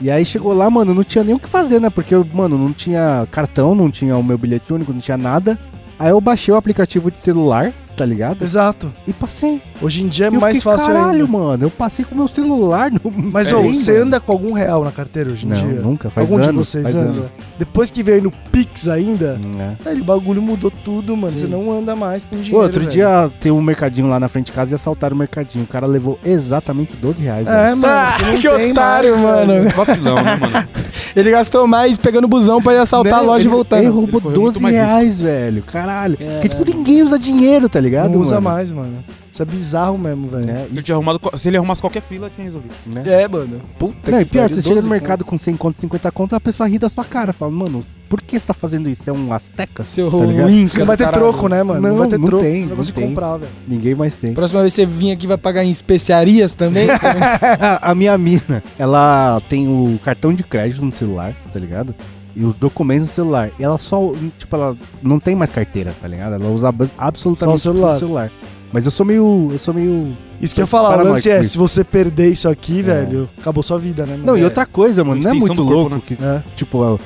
S1: E aí chegou lá, mano, não tinha nem o que fazer, né? Porque, eu, mano, não tinha cartão, não tinha o meu bilhete único, não tinha nada. Aí eu baixei o aplicativo de celular, tá ligado?
S3: Exato.
S1: E passei.
S3: Hoje em dia é
S1: eu
S3: mais
S1: fiquei,
S3: fácil
S1: caralho,
S3: ainda. É
S1: mano, eu passei com o meu celular no
S3: Mas,
S1: trem,
S3: ô,
S1: mano.
S3: você anda com algum real na carteira hoje em
S1: Não,
S3: dia?
S1: nunca, faz
S3: Algum de
S1: anos,
S3: vocês
S1: faz
S3: anda?
S1: anos.
S3: Depois que veio aí no Pix ainda,
S1: É.
S3: velho, o bagulho mudou tudo, mano. Você não anda mais com dinheiro,
S1: Pô, outro
S3: velho.
S1: dia tem um mercadinho lá na frente de casa e assaltaram o mercadinho. O cara levou exatamente 12 reais.
S3: É,
S1: velho.
S3: mano. porque não
S4: que
S3: tem
S4: otário,
S3: mais,
S4: mano.
S3: velho.
S2: Vacilão, né, mano?
S4: Ele gastou mais pegando busão pra ir assaltar a
S1: Né?
S4: loja
S1: Ele-
S4: e voltando.
S1: Ele roubou
S2: Ele correu
S1: 12
S2: muito mais risco.
S1: reais, velho. Caralho. Porque, tipo,
S4: Caralho.
S1: ninguém usa dinheiro, tá ligado?
S3: Não usa
S1: mano?
S3: mais, mano. Isso é bizarro mesmo, velho.
S1: Né?
S2: Eu tinha arrumado, co- se ele arrumasse qualquer fila, eu tinha resolvido.
S1: E, né?
S4: É, mano. Puta
S1: Não, e
S4: que
S1: pior,
S4: pariu,
S1: você chega
S4: 12
S1: no mercado com 100 conto, 50 conto, a pessoa ri da sua cara. Fala, mano, por que você tá fazendo isso? É um
S4: conto.
S1: Azteca?
S4: Seu
S1: Tá ligado?
S4: linca
S3: Não
S4: do
S3: vai ter
S4: caralho.
S3: troco, né, mano? Não,
S1: Não,
S3: vai ter
S1: não
S3: troco.
S1: tem,
S3: não
S1: não
S3: consigo
S1: tem.
S3: comprar, velho.
S1: Ninguém mais tem.
S4: Próxima vez que você vir aqui vai pagar em especiarias também.
S1: a, a minha mina, ela tem o cartão de crédito no celular, tá ligado? E os documentos no celular. E ela só, tipo, ela não tem mais carteira, tá ligado? Ela usa ab- absolutamente
S3: Só o celular.
S1: tudo no celular. Mas eu sou meio, eu sou meio...
S3: Isso É. que eu ia falar, o
S1: Paranoico
S3: lance é,
S1: com isso.
S3: se você perder isso aqui, velho, acabou sua vida, né, mano?
S1: Não, e
S4: É.
S1: outra coisa, mano, não é
S2: Extensão
S1: muito
S2: do corpo,
S1: louco
S2: né?
S1: que,
S3: É.
S1: tipo, ó,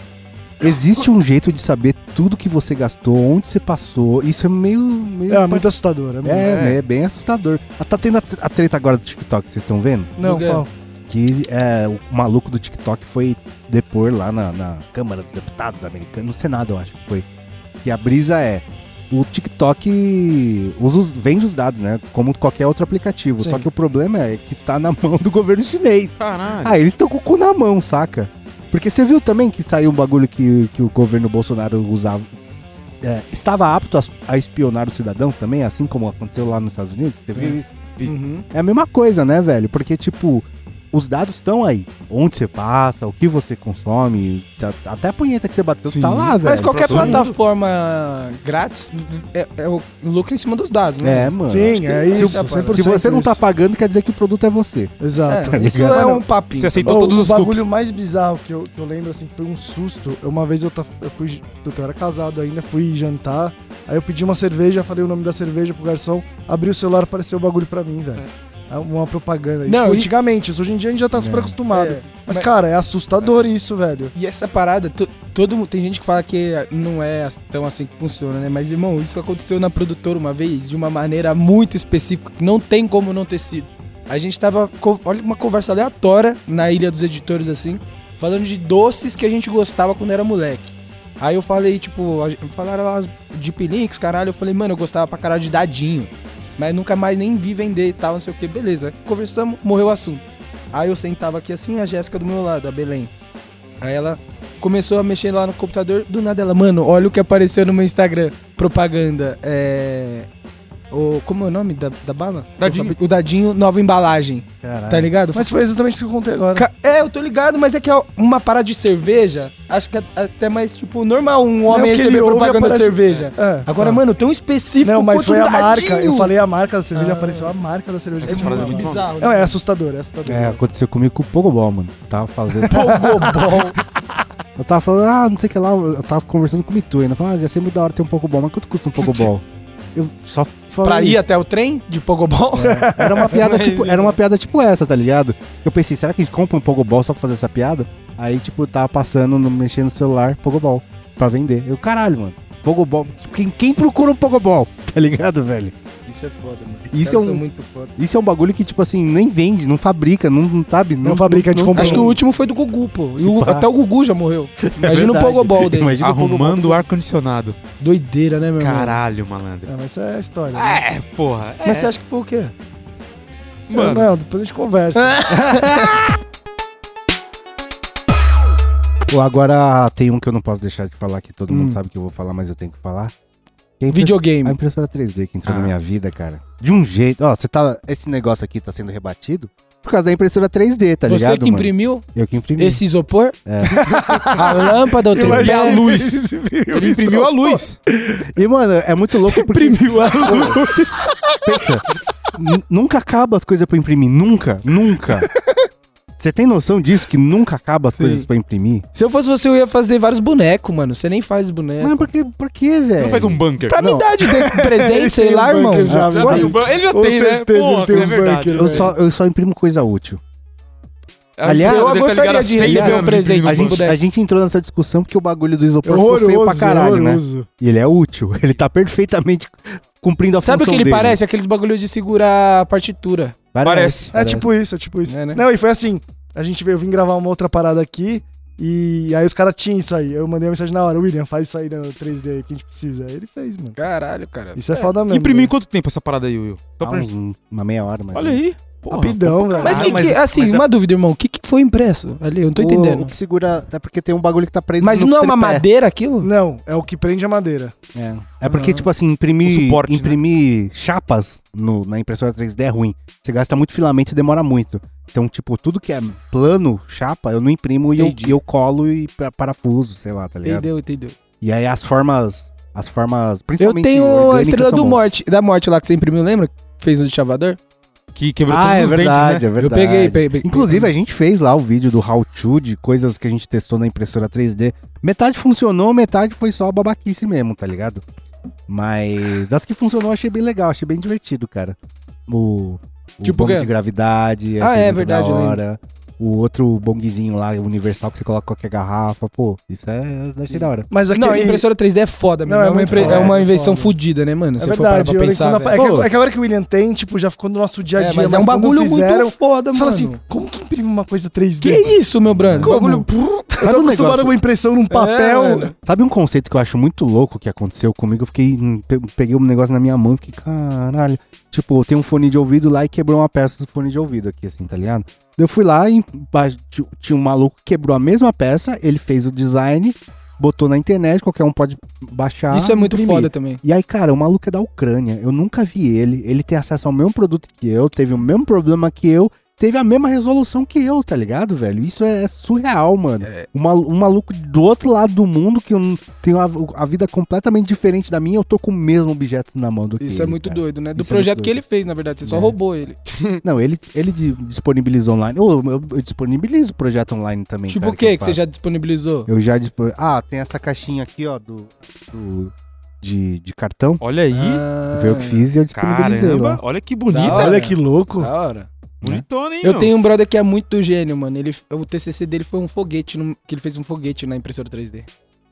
S1: existe um jeito de saber tudo que você gastou, onde você passou. Isso é meio... meio
S3: É, muito assustador. É, muito-
S1: É, né? é bem assustador. Ah, Tá tendo a tre- a treta agora do TikTok, vocês estão vendo?
S3: Não,
S4: Miguel.
S3: Paulo.
S1: Que é, o maluco do TikTok foi depor lá na, na Câmara dos Deputados americana, no Senado, eu acho que foi. E a brisa é, o TikTok usa os- vende os dados, né? Como qualquer outro aplicativo.
S3: Sim.
S1: Só que o problema é que tá na mão do governo chinês.
S2: Caralho.
S1: Ah, eles estão com o cu na mão, saca? Porque você viu também que saiu um bagulho que, que o governo Bolsonaro usava. é, estava apto a, a espionar os cidadãos também, assim como aconteceu lá nos Estados Unidos? Você viu isso?
S4: Uhum.
S1: É a mesma coisa, né, velho? Porque, tipo, os dados estão aí. Onde você passa, o que você consome, tá- até a punheta que você bateu
S2: Sim.
S1: tá lá, velho.
S4: Mas qualquer
S2: pra todo
S4: plataforma grátis é, é o lucro em cima dos dados, né?
S1: É, mano. acho
S3: Sim,
S1: que-
S3: é
S4: que-
S3: isso.
S4: se o- se
S3: 100%
S1: Se você não tá
S3: é isso.
S1: pagando, quer dizer que o produto é você.
S3: Exato.
S1: tá
S4: isso
S1: ligado?
S4: é um papinho.
S2: Você aceitou
S3: Ô,
S2: todos
S3: o
S2: os
S3: bagulho
S2: cookies.
S3: mais bizarro que eu, que eu lembro, assim, que foi um susto. Uma vez eu, ta- eu fui. puta, Eu era casado ainda, fui jantar. Aí eu pedi uma cerveja, falei o nome da cerveja pro garçom, abri o celular, apareceu o bagulho pra mim, velho. É Uma propaganda.
S4: Não,
S3: Não,
S4: e-
S3: antigamente, isso hoje em dia a gente já tá super
S1: É.
S3: acostumado.
S4: É,
S3: mas,
S4: mas-
S3: cara, é assustador isso, velho.
S4: E essa parada, to- todo mundo- tem gente que fala que não é as- tão assim que funciona, né? Mas irmão, isso aconteceu na produtora uma vez de uma maneira muito específica que não tem como não ter sido. A gente tava, co- olha uma conversa aleatória na Ilha dos Editores assim, falando de doces que a gente gostava quando era moleque. Aí eu falei, tipo, a gen- falaram lá de Links, caralho, eu falei, mano, eu gostava pra caralho de dadinho. Mas nunca mais nem vi vender e tal, não sei o que. Beleza, conversamos, morreu o assunto. Aí eu sentava aqui assim, a Jéssica do meu lado, a Belém. Aí ela começou a mexer lá no computador, do nada ela, mano, olha o que apareceu no meu Instagram. Propaganda, é. O, como é o nome da, da bala?
S2: Dadinho.
S4: O Dadinho, nova embalagem,
S1: Caralho.
S4: tá ligado?
S3: Mas foi exatamente isso que eu contei agora.
S4: Ca- É, eu tô ligado, mas é que é uma parada de cerveja, acho que é até mais, tipo, normal um homem
S3: que ele
S4: receber
S3: ouve
S4: propaganda
S3: aparece-
S4: de cerveja.
S3: É.
S4: Agora,
S3: Ah.
S4: mano, tem um específico
S3: Não, mas
S4: quanto
S3: foi a
S4: dadinho.
S3: marca. Eu falei a marca da cerveja,
S4: Ah.
S3: apareceu a marca da cerveja.
S2: Essa
S3: É
S2: parada é
S3: bizarro.
S2: muito
S4: bizarro.
S3: Não, é assustador, é assustador.
S1: É, aconteceu comigo com o Pogobol, mano. Eu Tava fazendo.
S4: Pogobol.
S1: Eu tava falando, ah, não sei o que lá, eu tava conversando com o Mitu ainda. Falando, ah, ia ser muito da hora ter um Pokéball, mas quanto custa um Pokéball? Eu só falei.
S4: Pra ir
S1: isso.
S4: até o trem de Pogobol?
S1: Era uma piada,
S4: Mas-
S1: tipo, era uma piada tipo essa, tá ligado? Eu pensei, será que a gente compra um Pogobol só pra fazer essa piada? Aí, tipo, tava passando, no- mexendo no celular, Pogobol, pra vender. Eu, caralho, mano, Pogobol, quem, quem procura um Pogobol, tá ligado, velho?
S4: Isso é foda, mano.
S1: Isso caras é um- são
S4: são muito foda.
S1: Isso é um bagulho que, tipo assim, nem vende, não fabrica, não, não sabe?
S3: Não fabrica, a gente compra
S4: Acho que
S3: um. É
S4: o último foi do Gugu, pô. E
S1: Se
S4: o-
S1: pá.
S4: até o Gugu já morreu. Imagina o Pogobol dele.
S1: Imagina o Pogobol.
S2: Arrumando o ar-condicionado.
S4: Doideira, né, meu irmão?
S2: Caralho, malandro.
S3: É, mas isso é história. né?
S2: É, porra. É,
S3: Mas você acha que foi o quê? Eu,
S2: mano.
S3: Não, depois a gente conversa.
S4: É.
S1: Pô, Agora tem um que eu não posso deixar de falar, que todo mundo sabe que eu vou falar, mas eu tenho que falar. Que é a impress-
S4: Hum. Videogame.
S1: A impressora 3D que entrou
S4: Ah.
S1: na minha vida, cara. De um jeito. Ó, você tá. Esse negócio aqui tá sendo rebatido por causa da impressora 3D, tá
S4: Você
S1: ligado?
S4: que imprimiu
S1: Mano? Eu que imprimi.
S4: esse isopor?
S1: É.
S4: a lâmpada, o tripé,
S2: Imagina.
S4: a
S2: a
S4: luz.
S2: luz. Ele imprimiu a luz.
S1: E, mano, é muito louco porque. Imprimiu a Pensa, n- nunca acaba as coisas pra imprimir. Nunca, nunca. Você tem noção disso? Que nunca acaba as
S4: Sim.
S1: coisas pra imprimir?
S4: Se eu fosse você, eu ia fazer vários bonecos, mano. Você nem faz boneco.
S1: Mas por que, por que velho?
S2: Você não faz um bunker.
S4: pra
S1: não.
S4: me dar de de presente, sei lá,
S3: Ele tem um
S4: irmão.
S3: bunker já,
S2: Já
S3: quase.
S2: tem um bunker. Ele já
S3: Com
S2: tem, né?
S3: certeza ele
S2: Porra,
S3: tem um
S2: é verdade.
S3: bunker.
S1: Eu só, eu só imprimo coisa útil.
S2: As
S1: Aliás,
S2: pessoas,
S4: eu
S2: ele tá ligado
S4: gostaria
S2: há
S4: de
S2: seis
S4: receber um
S2: anos
S4: presente.
S2: imprimindo
S1: A
S4: Tipo,
S1: gente,
S4: né?
S1: a gente entrou nessa discussão porque o bagulho do isopor ficou feio pra
S3: Horroroso,
S1: caralho, né?
S3: horroroso.
S1: E ele é útil. Ele tá perfeitamente cumprindo a
S4: Sabe o
S1: função
S4: que ele
S1: dele.
S4: parece? Aqueles bagulho de segurar a partitura.
S2: Parece.
S3: É tipo isso, é tipo isso.
S4: É, né?
S3: Não, e foi assim, a gente veio, eu vim gravar uma outra parada aqui, e aí os caras tinham isso aí. Eu mandei uma mensagem na hora, William, faz isso aí no 3D aí que a gente precisa. Aí Ele fez, mano.
S4: Caralho, cara.
S3: Isso é, foda mesmo.
S2: Imprimiu em
S3: velho.
S2: quanto tempo essa parada aí, Will? Só
S1: Há
S2: pra
S1: uns-
S2: gente-
S1: tá um, uma meia hora, mas.
S2: Olha aí. Porra.
S3: né? Rapidão, velho.
S4: Mas,
S1: Ah,
S4: que,
S1: mas-
S4: que- assim,
S1: mas é-
S4: uma dúvida, irmão. O que, que foi impresso ali? Eu não tô
S1: O- O
S4: entendendo.
S1: que segura. É porque tem um bagulho que tá preso
S4: Mas
S1: no
S4: não é uma
S1: tripé.
S4: madeira aquilo?
S3: Não, é o que prende a madeira.
S1: É. É porque, tipo assim, imprimir,
S2: O suporte, né?
S1: imprimir chapas no- na impressora 3D é ruim. Você gasta muito filamento e demora muito. Então, tipo, tudo que é plano, chapa, eu não imprimo e eu,
S4: Entendi.
S1: e eu colo e pa- parafuso, sei lá, tá ligado?
S4: Entendeu, entendeu.
S1: E aí as formas. As formas.
S4: Eu
S1: Principalmente
S4: tenho a
S1: orgânicas
S4: estrela
S1: são
S4: do
S1: boas.
S4: morte, da morte lá que você imprimiu, lembra? Fez no de chavador?
S2: Que quebrou
S1: Ah,
S2: todos
S1: é
S2: os
S1: verdade,
S2: dentes, né?
S1: é
S4: Eu
S1: verdade.
S4: peguei, peguei.
S1: Inclusive, a gente fez lá o vídeo do How To, de coisas que a gente testou na impressora 3D. Metade funcionou, metade foi só babaquice mesmo, tá ligado? Mas as que funcionou eu achei bem legal, achei bem divertido, cara. O, o
S4: Tipo
S1: bong
S4: o quê?
S1: de gravidade.
S4: Ah,
S1: achei
S4: é
S1: muito
S4: verdade,
S1: da
S4: eu lembro.
S1: hora. O outro bongzinho lá, universal, que você coloca qualquer garrafa. Pô, isso é. Achei da hora.
S3: Mas aquele...
S4: Não, a impressora 3D é foda,
S3: Não,
S4: mano.
S3: é
S4: É, uma,
S3: muito
S4: impre-
S3: foda,
S4: é uma
S3: é
S4: invenção
S3: foda.
S4: fudida, né, mano?
S3: É
S4: Se eu for parar
S3: verdade,
S4: pra
S3: eu lembro
S4: pensar.
S3: quando a- é,
S4: velho.
S3: que,
S1: velho.
S3: é que a hora que o William tem, tipo, já ficou no nosso dia a
S4: É,
S3: dia.
S4: mas é um
S3: quando
S4: bagulho
S3: fizeram,
S4: muito foda, mano.
S3: Você fala assim, como que imprime uma coisa 3D?
S4: que isso, meu brando?
S3: Como?
S4: Bagulho-
S3: Eu
S1: Sabe
S3: tô
S1: um
S3: acostumado
S1: negócio-
S3: a uma impressão num papel.
S4: É, mano.
S1: Sabe um conceito que eu acho muito louco que aconteceu comigo? Eu fiquei. hum, pe- Peguei um negócio na minha mão e fiquei, caralho. Tipo, tem um fone de ouvido lá e quebrou uma peça do fone de ouvido aqui, assim, tá ligado? Eu fui lá e ba- ti- tinha um maluco que quebrou a mesma peça, ele fez o design, botou na internet, qualquer um pode baixar.
S4: Isso é
S1: e
S4: muito
S1: imprimir.
S4: foda também.
S1: E aí, cara, o maluco é da Ucrânia. Eu nunca vi ele. Ele tem acesso ao mesmo produto que eu, teve o mesmo problema que eu, teve a mesma resolução que eu, tá ligado, velho? Isso é, é surreal, mano.
S4: É.
S1: Um, malu- um maluco do outro lado do mundo que eu não- tenho a, a vida completamente diferente da minha, eu tô com o mesmo objeto na mão do que
S4: Isso é
S1: ele,
S4: muito
S1: cara.
S4: doido, né? Do
S1: Isso é
S4: projeto
S1: muito
S4: que
S1: doido.
S4: ele fez, na verdade. Você só
S1: É.
S4: roubou ele.
S1: Não, ele, ele de- disponibiliza online. Eu, eu, eu disponibilizo o projeto online também.
S4: Tipo
S1: cara,
S4: o quê
S1: eu
S4: que você
S1: faço.
S4: já disponibilizou?
S1: Eu já dispo... Ah, tem essa caixinha aqui, ó, do. do- de, de cartão.
S2: Olha aí.
S4: Ah,
S1: Foi eu que fiz e eu disponibilizei.
S2: Caramba,
S1: lá.
S2: olha que
S4: Da
S2: bonita.
S4: hora.
S3: Olha que louco.
S4: Da hora.
S2: Bonitona, hein?
S4: Eu
S2: meu?
S4: tenho um brother que é muito gênio, mano. Ele, o TCC dele foi um foguete, num- que ele fez um foguete na impressora 3D.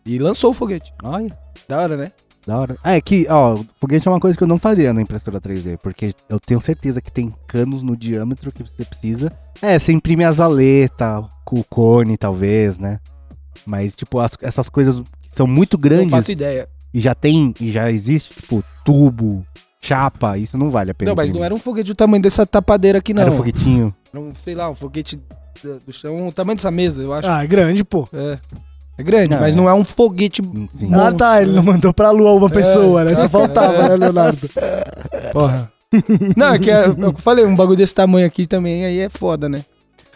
S4: E lançou o foguete.
S1: Olha.
S4: Da hora, né?
S1: Da hora. Ah, é que, ó, foguete é uma coisa que eu não faria na impressora 3D, porque eu tenho certeza que tem canos no diâmetro que você precisa. É, você imprime as aletas, o cone, talvez, né? Mas, tipo, as- essas coisas que são muito
S4: Não
S1: grandes
S4: faço ideia.
S1: e já tem, e já existe, tipo, tubo, chapa, isso não vale a pena.
S4: Não, mas não
S1: imprimir.
S4: era um foguete do tamanho dessa tapadeira aqui, não.
S1: Era um foguetinho.
S4: Era um, sei lá, um foguete do do chão, o tamanho dessa mesa, eu acho.
S3: Ah, grande, pô.
S4: É. É grande,
S1: Não,
S4: mas
S1: é.
S4: não é um foguete.
S1: hum, Sim.
S4: Não.
S3: Ah, tá, ele não mandou pra lua uma pessoa, né? Só
S4: né? é,
S3: faltava,
S4: cara.
S3: né, Leonardo? Porra.
S4: Não, é que é, eu falei, um bagulho desse tamanho aqui também, aí é foda, né?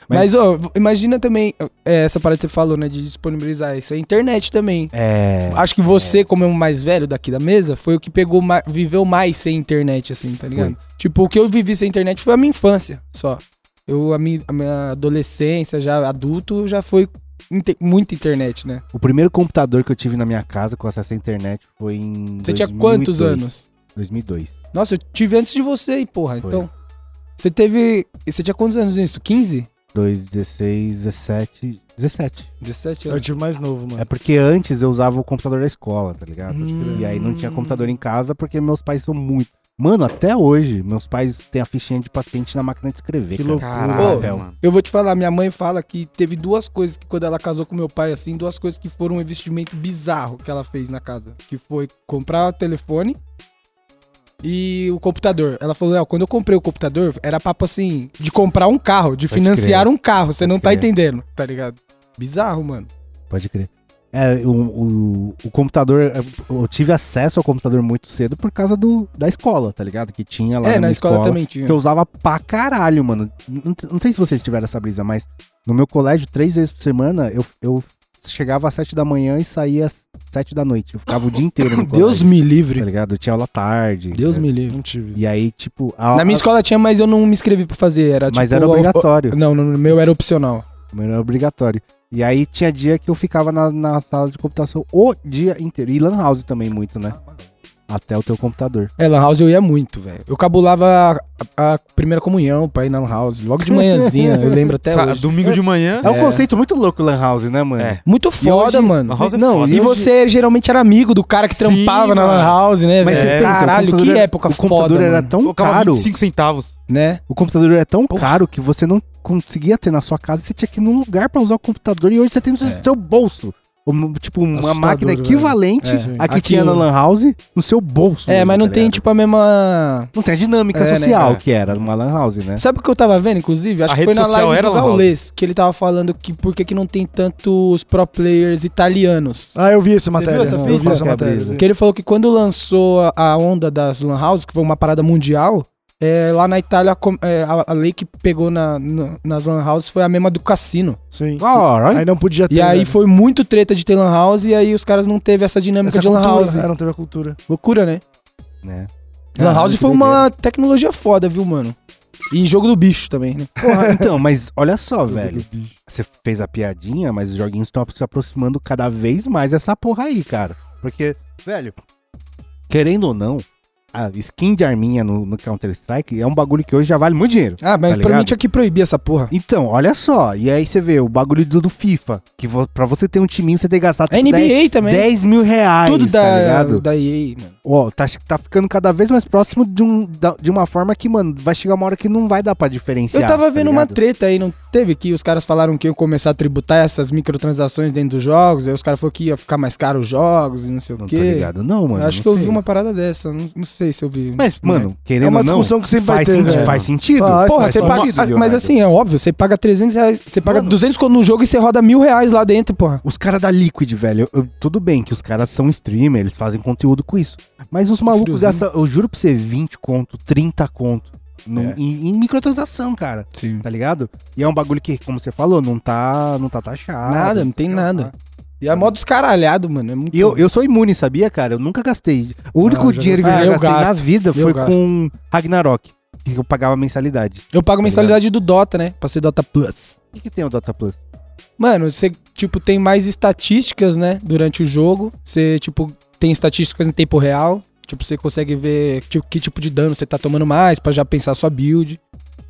S1: Mas-
S4: Mas, ó, imagina também é, essa parada que você falou, né, de disponibilizar isso. É internet também.
S1: É.
S4: Acho que você, como é o mais velho daqui da mesa, foi o que pegou, ma- viveu mais sem internet, assim, tá ligado? Tipo, o que eu vivi sem internet foi a minha infância, só. Eu, a minha, a minha adolescência, já adulto, já foi inte- muita internet, né?
S1: O primeiro computador que eu tive na minha casa com acesso à internet foi em.
S4: Você tinha quantos
S1: 2002.
S4: anos?
S1: 2002.
S4: Nossa, eu tive antes de você aí, porra.
S1: Foi.
S4: Então. Você teve. Você tinha quantos anos nisso? 15?
S1: 2, 16, 17. 17.
S4: 17
S3: Eu
S4: anos.
S3: tive mais novo, mano.
S1: É porque antes eu usava o computador da escola, tá ligado?
S4: Hum.
S1: E aí não tinha computador em casa porque meus pais são muito. Mano, até hoje, meus pais têm a fichinha de paciente na máquina de escrever.
S3: Que
S1: cara.
S3: loucura.
S2: Caralho,
S1: Papel.
S2: mano.
S4: Eu vou te falar, minha mãe fala que teve duas coisas que quando ela casou com meu pai, assim, duas coisas que foram um investimento bizarro que ela fez na casa. Que foi comprar o telefone e o computador. Ela falou, Léo, quando eu comprei o computador, era papo assim, de comprar um carro, de
S1: Pode
S4: financiar
S1: crer.
S4: um carro. Você
S1: Pode
S4: não tá
S1: crer.
S4: entendendo, tá ligado? Bizarro, mano.
S1: Pode crer. É, o, o, o computador, eu tive acesso ao computador muito cedo por causa do, da escola, tá ligado? Que tinha lá
S4: é,
S1: na,
S4: na
S1: minha
S4: escola, também tinha.
S1: Que eu usava pra caralho, mano. Não, não sei se vocês tiveram essa brisa, mas no meu colégio, três vezes por semana, eu, eu chegava às sete da manhã e saía às sete da noite. Eu ficava o dia inteiro no colégio.
S4: Deus me livre.
S1: Tá ligado? Eu tinha aula tarde.
S4: Deus
S1: né?
S4: me livre.
S3: Não tive.
S1: E aí, tipo. a-
S4: Na minha
S1: a-
S4: escola tinha, mas eu não me inscrevi pra fazer. Era,
S1: Mas
S4: tipo,
S1: era
S4: o- o-
S1: obrigatório.
S4: Não, no meu era opcional.
S1: Mas era obrigatório. E aí tinha dia que eu ficava na, na sala de computação o dia inteiro. E Lan House também, muito, né? Até o teu computador.
S4: É, Lan House eu ia muito, velho. Eu cabulava a, a primeira comunhão pra ir na Lan House, logo de manhãzinha, eu lembro até
S2: Sa-
S4: hoje.
S2: Domingo de manhã.
S1: É, um conceito muito louco, Lan House, né, mano?
S2: É.
S4: Muito foda,
S1: hoje-
S4: mano.
S2: Lan House é
S4: não,
S2: foda.
S4: e
S2: Hoje-
S4: você geralmente era amigo do cara que
S2: Sim,
S4: trampava na Lan
S2: mano.
S4: House, né,
S1: Mas
S4: velho?
S1: você pensa, o
S4: Caralho,
S1: computador
S4: que
S1: era-
S4: época
S1: O
S4: foda,
S1: computador era
S4: mano.
S1: tão
S2: Colocava
S1: um caro.
S2: 25 centavos.
S4: né?
S1: O computador era tão caro que você não conseguia ter na sua casa. Você tinha que ir num lugar pra usar o computador. E hoje você tem no seu-
S4: É.
S1: seu bolso. Um- tipo, uma
S3: Assustador,
S1: máquina
S3: velho.
S1: equivalente
S4: É.
S1: a que
S4: Aqui-
S1: tinha na Lan House no seu bolso.
S4: É,
S1: mesmo,
S4: mas não
S1: tá
S4: tem,
S1: ligado?
S4: tipo, a mesma...
S1: Não tem a dinâmica
S4: É, né,
S1: social
S2: cara?
S1: que era numa Lan House, né?
S4: Sabe o que eu tava vendo, inclusive? Acho
S2: A
S4: que
S2: rede
S4: foi na
S2: social
S4: live
S2: era
S4: do
S2: Lan House.
S4: Gaules, que ele tava falando que por que que não tem tantos pro players italianos.
S3: Ah, eu vi essa matéria.
S4: essa
S3: eu
S4: fita? né?
S3: vi
S1: Qual que
S3: essa
S1: é a
S3: matéria.
S1: brisa?
S4: Porque ele falou que quando lançou a- a onda das Lan House, que foi uma parada mundial, é, lá na Itália com- é, a, a lei que pegou na- na- nas Lan House foi a mesma do cassino.
S3: Sim.
S1: Alright.
S3: Aí não podia ter. né?
S4: E aí
S3: velho.
S4: foi muito treta de ter Lan House e aí os caras não teve essa dinâmica
S3: Essa
S4: de Lan
S3: cultura,
S4: House.
S3: é, não teve a cultura. Ah,
S4: Loucura, né? Ah,
S1: Né?
S4: Lan House
S1: Caralho,
S4: foi
S1: que
S4: uma tecnologia foda, viu, mano? E jogo do bicho também, né?
S1: Porra, então, mas olha só, velho. Você fez a piadinha, mas os joguinhos estão se aproximando cada vez mais dessa porra aí, cara. Porque, velho, querendo ou não, a skin de arminha no, no Counter-Strike é um bagulho que hoje já vale muito dinheiro.
S4: Ah, mas
S1: Tá
S4: pra mim
S1: ligado?
S4: tinha que proibir essa porra.
S1: Então, olha só. E aí você vê o bagulho do, do FIFA. Que vo, pra você ter um timinho, você tem que gastar
S4: É A
S1: tipo,
S4: NBA
S1: 10,
S4: também.
S1: 10 mil reais,
S4: Tudo
S1: tá
S4: da,
S1: ligado?
S4: da EA, mano.
S1: Ó, tá, tá ficando cada vez mais próximo de, um, da- de uma forma que, mano, vai chegar uma hora que não vai dar pra diferenciar.
S4: Eu tava
S1: tá
S4: vendo uma
S1: ligado?
S4: treta aí, não teve que os caras falaram que iam começar a tributar essas microtransações dentro dos jogos, aí os caras falaram que ia ficar mais caro os jogos e não sei
S1: Não
S4: o
S1: tô
S4: quê.
S1: ligado, não, mano.
S4: Acho
S1: não
S4: que eu
S1: sei.
S4: vi uma né? parada dessa, não, não sei se eu vi.
S1: Mas, mano, querendo
S3: É uma
S1: ou não,
S3: discussão que sempre vai
S1: faz,
S3: ter, né?
S1: sentido,
S3: velho.
S4: né?
S1: faz sentido.
S3: Faz,
S4: Porra,
S3: faz
S4: você paga.
S1: sentido,
S4: ah, mas
S1: Leonardo.
S4: assim, é óbvio, você paga 300 reais, você paga
S1: né? Mano.
S4: 200 no jogo e você roda mil reais lá dentro, porra.
S1: Os caras da Liquid, velho, eu- eu- tudo bem que os caras são streamer, eles fazem conteúdo com isso. Mas os malucos
S4: Friozinho.
S1: gastam, eu juro pra você, 20 conto, 30 conto no-
S4: É.
S1: em, em microtransação, cara.
S4: Sim.
S1: Tá ligado? E é um bagulho que, como você falou, não tá, não tá taxado. Ah,
S4: Nada, não tem
S1: sei lá.
S4: nada. E é mó descaralhado, mano. É muito...
S1: E eu, eu sou imune, sabia, cara? Eu nunca gastei. O único
S3: eu já
S1: dinheiro que eu
S4: gastei.
S1: já
S4: Ah, eu
S1: gastei na
S4: gasto.
S1: vida foi
S4: gasto.
S1: com Ragnarok, que eu pagava mensalidade.
S4: eu pago mensalidade do Dota, né? Pra ser Dota Plus.
S1: O que, que tem o Dota Plus?
S4: Mano, você, tipo, tem mais estatísticas, né? Durante o jogo. Você, tipo, tem estatísticas em tempo real. Tipo, você consegue ver tipo, que tipo de dano você tá tomando mais pra já pensar a sua build.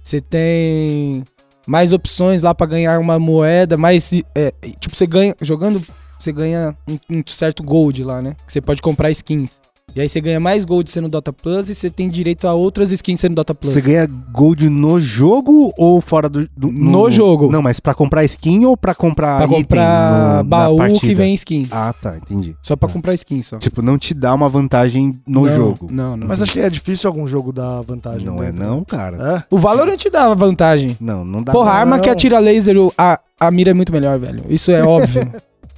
S4: Você tem mais opções lá pra ganhar uma moeda, mais. é, tipo, você ganha. Jogando, você ganha um, um certo gold lá, né? Que você pode comprar skins. E aí você ganha mais gold sendo Dota Plus e você tem direito a outras skins sendo Dota Plus.
S1: Você ganha gold no jogo ou fora do. do-
S4: No jogo.
S1: Não, mas pra comprar skin ou pra comprar
S4: pra
S1: item
S4: comprar
S1: no- na
S4: baú
S1: partida?
S4: que vem skin.
S1: Ah, tá, entendi.
S4: Só pra comprar skin só.
S1: Tipo, não te dá uma vantagem no
S4: Não,
S1: jogo.
S4: Não, não.
S3: Mas acho que é difícil algum jogo dar vantagem.
S1: Não é,
S3: dentro.
S1: não, cara.
S3: É?
S4: o Valorant dá vantagem.
S1: Não, não dá.
S4: Porra, a
S1: não.
S4: arma que atira laser, o- a, a mira é muito melhor, velho. Isso é óbvio.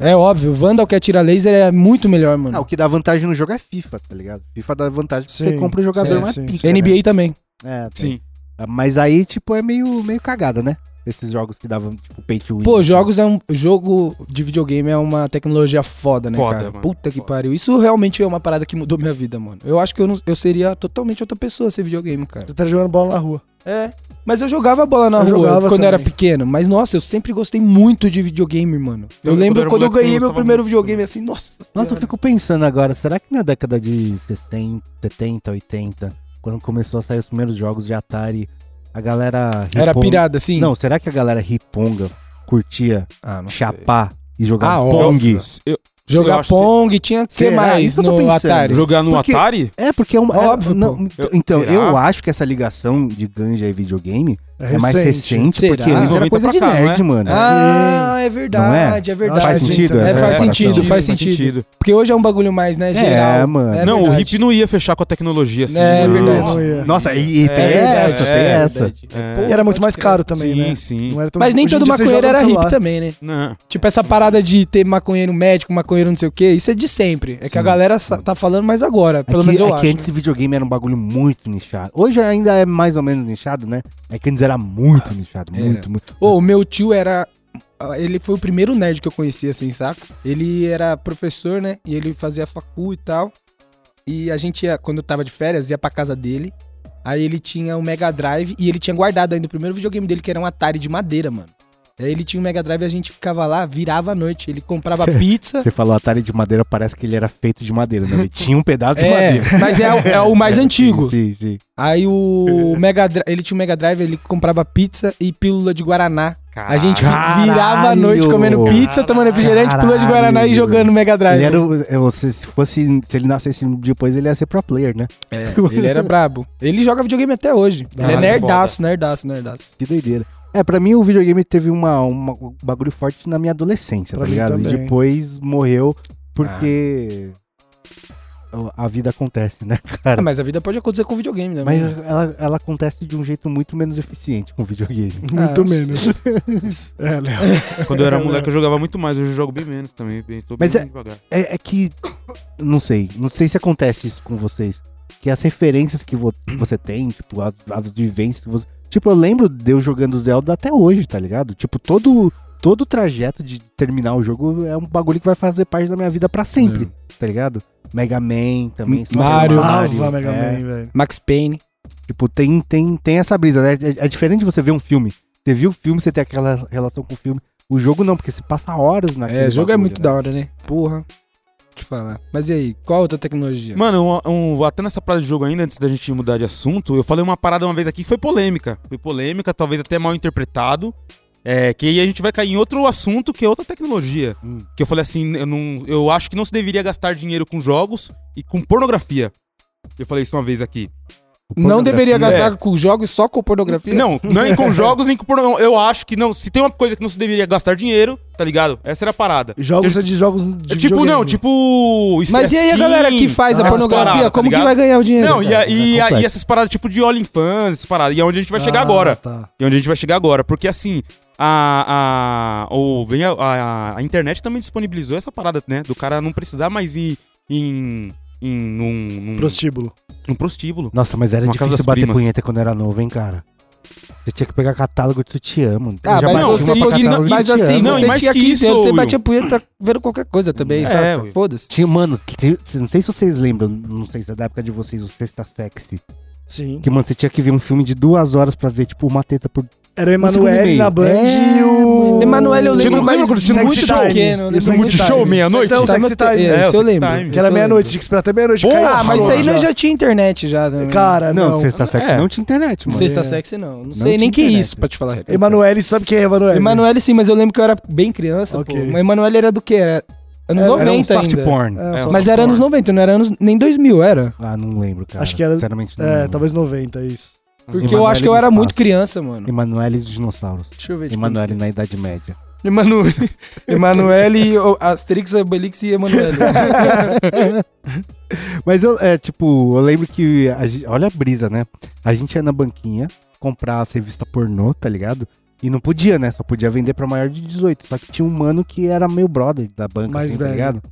S4: é óbvio. O Vandal que atira laser é muito melhor, mano.
S1: Ah, o que dá vantagem no jogo é FIFA, tá ligado? FIFA dá vantagem porque você
S3: Sim,
S1: compra o jogador
S4: sim,
S2: é
S1: mais
S3: sim,
S1: pica.
S4: NBA também.
S1: Né? É, tem.
S2: Sim.
S1: Mas aí, tipo, é meio, meio cagada, né? Esses jogos que davam o pay to win.
S4: Pô, jogos é um. Jogo de videogame é uma tecnologia foda, né,
S2: Foda,
S4: cara?
S2: mano.
S4: Puta que pariu. Isso realmente é uma parada que mudou minha vida, mano. Eu acho que eu, não- eu seria totalmente outra pessoa sem videogame, cara.
S3: Você tá jogando bola na rua.
S4: É. Mas eu jogava bola na
S3: Eu
S4: rua
S3: jogava
S4: quando eu era
S3: também.
S4: pequeno. Mas, nossa, eu sempre gostei muito de videogame, mano. Eu,
S2: Eu, quando
S4: lembro
S2: era
S4: quando eu
S2: moleque, eu
S4: ganhei meu
S2: gostava
S4: primeiro
S2: muito
S4: videogame assim, nossa.
S1: Nossa, eu
S4: senhora.
S1: fico pensando agora, será que na década de 60, 70, 80, quando começou a sair os primeiros jogos de Atari, a galera
S4: Era
S1: riponga-
S4: pirada, assim?
S1: Não, será que a galera riponga curtia
S4: Ah, não sei.
S1: chapar e jogar
S4: Ah,
S1: Pong?
S4: óbvio.
S2: Eu- eu
S4: Jogar
S2: acho
S4: Pong, tinha que ser
S1: Será?
S4: mais
S1: Isso eu tô
S4: no
S1: pensando.
S2: que-
S4: Atari.
S2: Jogar no
S1: Porque-
S2: Atari?
S1: É, porque é uma. é-
S4: Óbvio,
S1: não,
S4: pô.
S1: então- Então,
S2: Será?
S1: eu acho que essa ligação de ganja e videogame é, mais recente,
S4: Será?
S1: porque antes era
S2: 90
S1: coisa
S2: pra
S1: de
S2: cá,
S1: nerd, mano.
S4: né? Ah, é verdade, é? verdade.
S1: Faz sentido
S4: É,
S1: essa
S4: faz
S1: comparação?
S4: sentido, faz sentido. Porque hoje é um bagulho mais, né,
S1: É,
S4: geral.
S1: mano. É
S2: não, o
S4: verdade.
S2: hippie não ia fechar com a tecnologia assim.
S4: É
S2: mano.
S4: verdade.
S3: Não ia.
S1: Nossa, e, e tem
S2: verdade,
S1: essa,
S2: é
S1: tem essa.
S4: verdade.
S2: É.
S4: Pô,
S3: E era muito
S4: pode
S3: mais
S4: crer.
S3: caro também,
S2: sim,
S3: né?
S2: sim.
S3: Não era tão-
S4: Mas nem
S3: hoje em
S4: todo
S3: dia você
S4: maconheiro
S3: joga no
S4: era hippie
S3: celular.
S4: também, né?
S2: Não.
S4: Tipo, essa parada de ter maconheiro médico, maconheiro não sei o quê, isso é de sempre. É que
S1: Sim.
S4: a galera sa- tá falando mais agora, pelo
S1: é que,
S4: menos eu
S1: é que
S4: acho. né?
S1: antes esse videogame era um bagulho muito nichado. Hoje ainda é mais ou menos nichado, né? É que antes era muito nichado,
S4: Ah, Era.
S1: muito, muito.
S4: Ô, o meu tio era. Ele foi o primeiro nerd que eu conheci, assim, saca? Ele era professor, né? E ele fazia facu e tal. E a gente ia, quando eu tava de férias, ia pra casa dele. Aí ele tinha o Mega Drive e ele tinha guardado ainda o primeiro videogame dele, que era um Atari de madeira, mano. Aí ele tinha o Mega Drive e a gente ficava lá, virava a noite. Ele comprava pizza.
S1: Você falou Atari de madeira, parece que ele era feito de madeira, né? Ele tinha um pedaço de
S4: É,
S1: madeira.
S4: mas é, o- é o mais
S1: É,
S4: antigo.
S1: Sim, sim. sim.
S4: Aí o Mega Drive, ele tinha o Mega Drive, ele comprava pizza e pílula de Guaraná. A gente
S1: Caralho!
S4: virava a noite comendo pizza, tomando refrigerante, pula de Guaraná e
S1: Caralho!
S4: jogando Mega Drive.
S1: Ele era o- é, ou se, se fosse, se ele nascesse depois, ele ia ser pro player, né?
S4: É, ele era brabo. Ele joga videogame até hoje.
S1: Ah,
S4: ele é
S2: Caralho,
S4: nerdaço, nerdaço, nerdaço.
S1: Que doideira. É, pra mim o videogame teve uma, uma- um bagulho forte na minha adolescência,
S3: Pra
S1: tá
S3: mim
S1: ligado? E
S3: também.
S1: depois morreu porque a vida acontece, né, cara?
S4: Ah, mas a vida pode acontecer com videogame, né?
S1: Mas
S4: mano?
S1: ela, ela acontece de um jeito muito menos eficiente com videogame.
S3: Muito
S4: Ah,
S3: menos. é, Léo.
S2: Quando eu era moleque, eu jogava muito mais. Hoje eu jogo bem menos também. bem- Tô bem
S1: Mas é-
S2: devagar.
S1: É, é que. Não sei. Não sei se acontece isso com vocês. Que as referências que vo- você tem, tipo, as, as vivências que você. Tipo, eu lembro de eu jogando Zelda até hoje, tá ligado? Tipo, todo, todo o trajeto de terminar o jogo é um bagulho que vai fazer parte da minha vida pra sempre,
S3: É.
S1: tá ligado? Mega Man também. Super
S4: Mario.
S3: Amava Mega
S1: é.
S3: Man, velho.
S4: Max Payne.
S1: Tipo, tem, tem, tem essa brisa, né? É, é diferente de você ver um filme. Você viu o filme, você tem aquela relação com o filme. O jogo não, porque você passa horas naquele
S4: É, jogo é
S1: bagulho,
S4: muito
S1: né?
S4: da hora, né? Porra. Deixa eu falar. Mas e aí, qual a outra tecnologia?
S2: Mano, um- um- até nessa parada de jogo ainda, antes da gente mudar de assunto, eu falei uma parada uma vez aqui que foi polêmica. Foi polêmica, talvez até mal interpretado. É, que aí a gente vai cair em outro assunto, que é outra tecnologia.
S1: Hum.
S2: Que eu falei assim, eu, não- eu acho que não se deveria gastar dinheiro com jogos e com pornografia. Eu falei isso uma vez aqui.
S4: não deveria
S2: pornografia.
S4: gastar com jogos só com pornografia?
S2: Não, nem com jogos, nem com pornografia. Eu acho que não. Se tem uma coisa que não se deveria gastar dinheiro, tá ligado? Essa era a parada.
S3: Jogos de jogos de
S2: É tipo, não,
S3: videogame.
S2: tipo. isso
S4: Mas
S2: é
S4: e aí a
S2: skin,
S4: galera que faz a
S2: essas
S4: pornografia,
S2: paradas, tá
S4: como que
S2: ligado?
S4: vai É ganhar o dinheiro?
S2: Não, e, a- e, a-
S1: complexo.
S2: e essas paradas tipo de All Fans, essas paradas. E é onde a gente vai chegar
S3: Ah,
S2: agora.
S3: Tá.
S2: E é onde a gente vai chegar agora. Porque assim, a. a, ou vem a, a, a internet também disponibilizou essa parada, né? Do cara não precisar mais ir em. em num, num,
S3: Prostíbulo.
S2: num
S4: Tá
S2: prostíbulo.
S1: É. Nossa, mas era
S2: Uma casa
S1: difícil
S2: das
S1: bater
S2: primas.
S1: punheta quando era novo, hein, cara? Você tinha que pegar catálogo de sutiã, mano.
S4: Ah,
S1: Eu já
S4: mas,
S1: bati
S2: não,
S1: uma
S4: você,
S1: pra
S2: porque
S1: catálogo
S2: não-
S1: de
S4: mas
S1: sutiã,
S4: assim,
S2: Não,
S1: mano.
S4: você
S2: mais
S4: tinha
S2: que
S4: 15 anos,
S2: isso,
S4: você
S2: Will.
S4: batia punheta vendo qualquer coisa também,
S2: É,
S4: sabe?
S2: Will.
S4: Foda-se.
S1: Tinha, mano, te- se- não sei se vocês lembram, não sei se é da época de vocês, o Sexta Sexy.
S3: Sim.
S1: Que, mano, você tinha que ver um filme de duas horas pra ver, tipo, uma teta por.
S3: Era o
S1: segundo e
S3: Emanuele
S1: meio.
S3: na Band
S1: É,
S3: e o.
S1: mano.
S4: Emanuel, eu
S2: Você
S4: lembro,
S2: não
S4: mas
S2: lembra quando tinha
S4: muito
S2: Sexy
S4: show
S3: Time?
S4: pequeno, eu
S3: E o
S4: lembro
S3: Sexy
S4: muito
S3: Time?
S4: show.
S2: Show meia-noite?
S3: Então,
S4: Tá
S3: Sexy
S4: no- é,
S3: Time.
S2: É, o
S4: isso eu
S2: Sexy
S4: lembro.
S2: Time.
S4: isso
S3: Que era
S4: eu
S3: meia-noite, tinha que esperar até meia-noite.
S2: Porra,
S3: cair
S4: lembro.
S3: a
S4: Ah, mas isso
S3: calor
S4: aí nós já tinha internet já. Também.
S3: Cara,
S1: Não,
S3: não.
S1: Sexta Sexy
S2: É.
S1: não tinha internet, mano.
S4: Ah, Sexta sexy não. Não, sei
S1: tinha
S4: nem que é
S1: internet.
S4: isso, pra te falar. a real.
S3: Emanuele, sabe quem é Emanuele?
S4: Emanuel sim, mas eu lembro que eu era bem criança,
S3: Ok.
S4: pô. Mas Emanuel era do quê? Era anos
S3: Era um
S4: 90
S1: Era um soft
S4: ainda.
S1: porn.
S3: É,
S2: É,
S3: só-
S4: Mas
S2: soft
S4: era
S2: porn.
S4: anos 90, não era anos nem 2000, era.
S1: Ah, não lembro, cara.
S3: Acho que era-
S1: Sinceramente, não.
S3: é,
S1: lembro.
S3: talvez 90, isso.
S4: Porque eu
S1: Emanuele
S4: acho que eu
S1: do
S4: era
S1: espaço.
S4: muito criança, mano.
S1: Emanuele e os dinossauros.
S4: Deixa eu ver. tipo,
S1: Emanuele na Idade Média.
S4: Emanuel. Emanuel e o- Asterix, Obelix e Emanuel.
S1: Mas eu, é, tipo, eu lembro que. a gen- olha a brisa, né? A gente ia na banquinha comprar as revistas pornô, tá ligado? E não podia, né? Só podia vender pra maior de 18. Só que tinha um mano que era meio brother da banca,
S3: Mais
S1: assim, tá
S3: velho.
S1: ligado?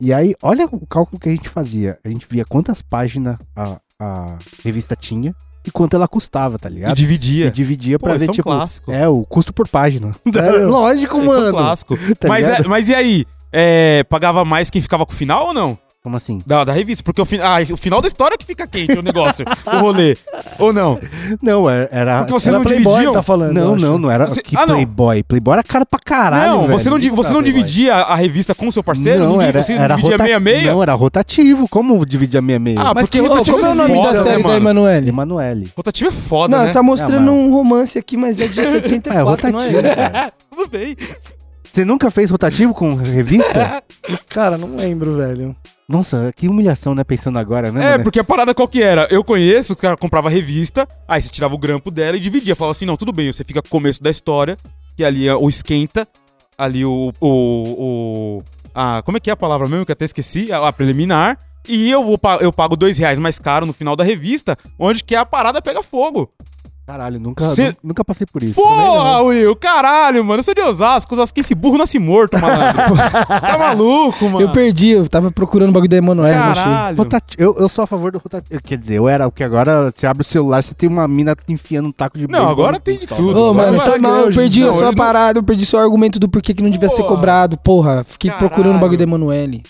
S1: E aí, olha o cálculo que a gente fazia. A gente via quantas páginas a, a revista tinha e quanto ela custava, tá
S2: E
S1: ligado?
S2: dividia.
S1: E dividia pra
S2: Pô,
S1: ver,
S2: isso é um
S1: tipo.
S2: clássico.
S1: É, o custo por página.
S3: Sério?
S1: Lógico,
S2: Esse é um
S1: mano.
S2: clássico.
S1: Tá
S2: mas,
S1: ligado?
S2: é- mas e aí? É, pagava mais quem ficava com o final ou não?
S1: Como assim?
S2: Da, da revista. Porque o, fi- ah, o final da história que fica quente, o negócio. o rolê. Ou não?
S1: Não, era- era.
S2: Porque vocês
S3: é, Era
S2: não
S3: Playboy
S2: dividiam?
S3: que tá falando. eu
S1: Não,
S3: acho.
S1: não, não era.
S2: Você-
S1: Que
S2: Ah, não.
S1: Playboy. Playboy era caro pra caralho.
S2: não, você
S1: velho.
S2: não, di-
S4: Tá,
S2: você não
S1: Playboy.
S2: dividia a revista com o seu parceiro?
S1: Não,
S2: Ninguém-
S1: era,
S2: você
S1: era
S2: dividia
S1: rota-
S2: meia-meia?
S1: Não, era rotativo. Como dividir a meia-meia?
S2: Ah,
S4: Mas
S2: porque
S4: que, ô,
S2: rotativo
S4: como é o nome
S2: foda,
S4: da série
S2: né,
S4: da
S2: mano?
S4: Emanuele?
S1: Emanuele.
S2: Rotativo é foda,
S4: Não,
S2: né?
S4: tá mostrando
S1: Ah, mano.
S4: um romance aqui, mas é de 74,
S1: É,
S4: não
S1: rotativo.
S4: é?
S1: cara.
S2: Tudo bem.
S1: Você nunca fez rotativo com revista?
S3: Cara, não lembro, velho.
S1: Nossa, que humilhação, né? Pensando agora, né?
S2: É,
S1: mano?
S2: porque a parada qual que era? Eu conheço, o cara comprava a revista, aí você tirava o grampo dela e dividia. Falava assim, não, tudo bem, você fica com o começo da história, que ali é o esquenta, ali o... o, o a, como é que é a palavra mesmo, que eu até esqueci? A, a preliminar. E eu, vou, pa- eu pago dois reais mais caro no final da revista, onde que é a parada pega fogo.
S1: Caralho, nunca,
S2: Cê-
S1: nu- nunca passei por isso.
S2: Porra, Will, caralho, mano. Eu sou de Osasco, Osasco, esse burro nasce morto, malandro. tá maluco, mano.
S4: Eu perdi, eu tava procurando o bagulho da Emanuele, não achei.
S2: Caralho.
S1: Rotati- Eu, eu sou a favor do rotativo. Quer dizer, eu era, porque agora você abre o celular, você tem uma mina enfiando um taco de
S2: Não,
S1: beisebol
S2: agora
S1: no
S2: tem de
S1: quintal,
S2: tudo.
S4: Ô,
S1: né?
S4: mano,
S3: Instagram
S4: tá mal, eu
S3: hoje,
S4: perdi
S2: não,
S4: a só
S2: ele não-
S4: parada, eu perdi só o argumento do porquê que não devia ser
S2: Porra.
S4: cobrado, porra. Fiquei
S2: Caralho.
S4: procurando o bagulho da Emanuele.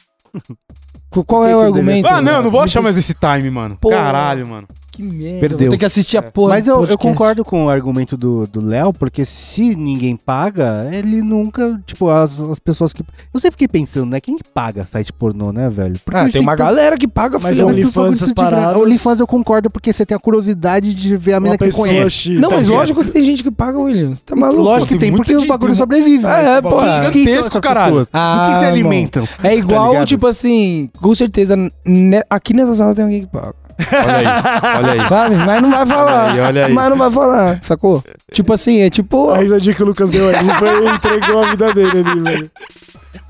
S4: Qu- Qual é o
S1: Por que que devia
S4: argumento?
S1: ser?
S2: Ah, não, não vou achar mais esse time, mano.
S4: Porra.
S2: Caralho, mano.
S4: Que merda.
S1: Perdeu.
S4: Vou ter que assistir a
S2: É.
S4: porra.
S1: Mas
S4: do
S1: eu, eu
S4: podcast.
S1: concordo com o argumento do do Léo, porque se ninguém paga, ele nunca. Tipo, as, as pessoas que. Eu sempre fiquei pensando, né? Quem que paga site pornô, né, velho? Porque
S4: Ah,
S1: hoje
S4: tem uma
S1: tanto-
S4: galera que paga,
S3: Mas
S4: filho.
S1: tanto
S3: eu-
S1: um
S3: OnlyFans,
S1: bagulho
S3: essas
S1: de graça.
S3: paradas.
S1: OnlyFans eu concordo, porque você tem a curiosidade de ver a mina
S3: Uma
S1: que você
S3: pessoa
S1: conhece.
S3: X,
S4: Não,
S3: tá
S4: mas
S3: ligado?
S4: lógico que tem gente que paga, William. Você tá maluco?
S1: Lógico que
S2: Pô,
S1: tem,
S2: tem
S1: porque
S2: muita
S1: o
S2: gente,
S1: bagulho
S2: tem mu-
S1: sobrevive.
S4: É,
S1: né?
S4: é, porra.
S1: Quem- quem são
S2: Gigantesco,
S1: essas
S2: caralho.
S1: pessoas? Do que
S4: Ah,
S1: se
S4: irmão.
S1: alimentam?
S4: É igual,
S1: Tá ligado?
S4: tipo assim, com certeza, ne- aqui nessa sala tem alguém que paga.
S2: Olha aí, olha aí.
S4: Sabe? Mas não vai falar.
S2: Olha aí, olha aí.
S4: Mas não vai falar, sacou? Tipo assim, é tipo.
S3: A risadinha que o Lucas deu ali foi entregou a vida dele ali, velho.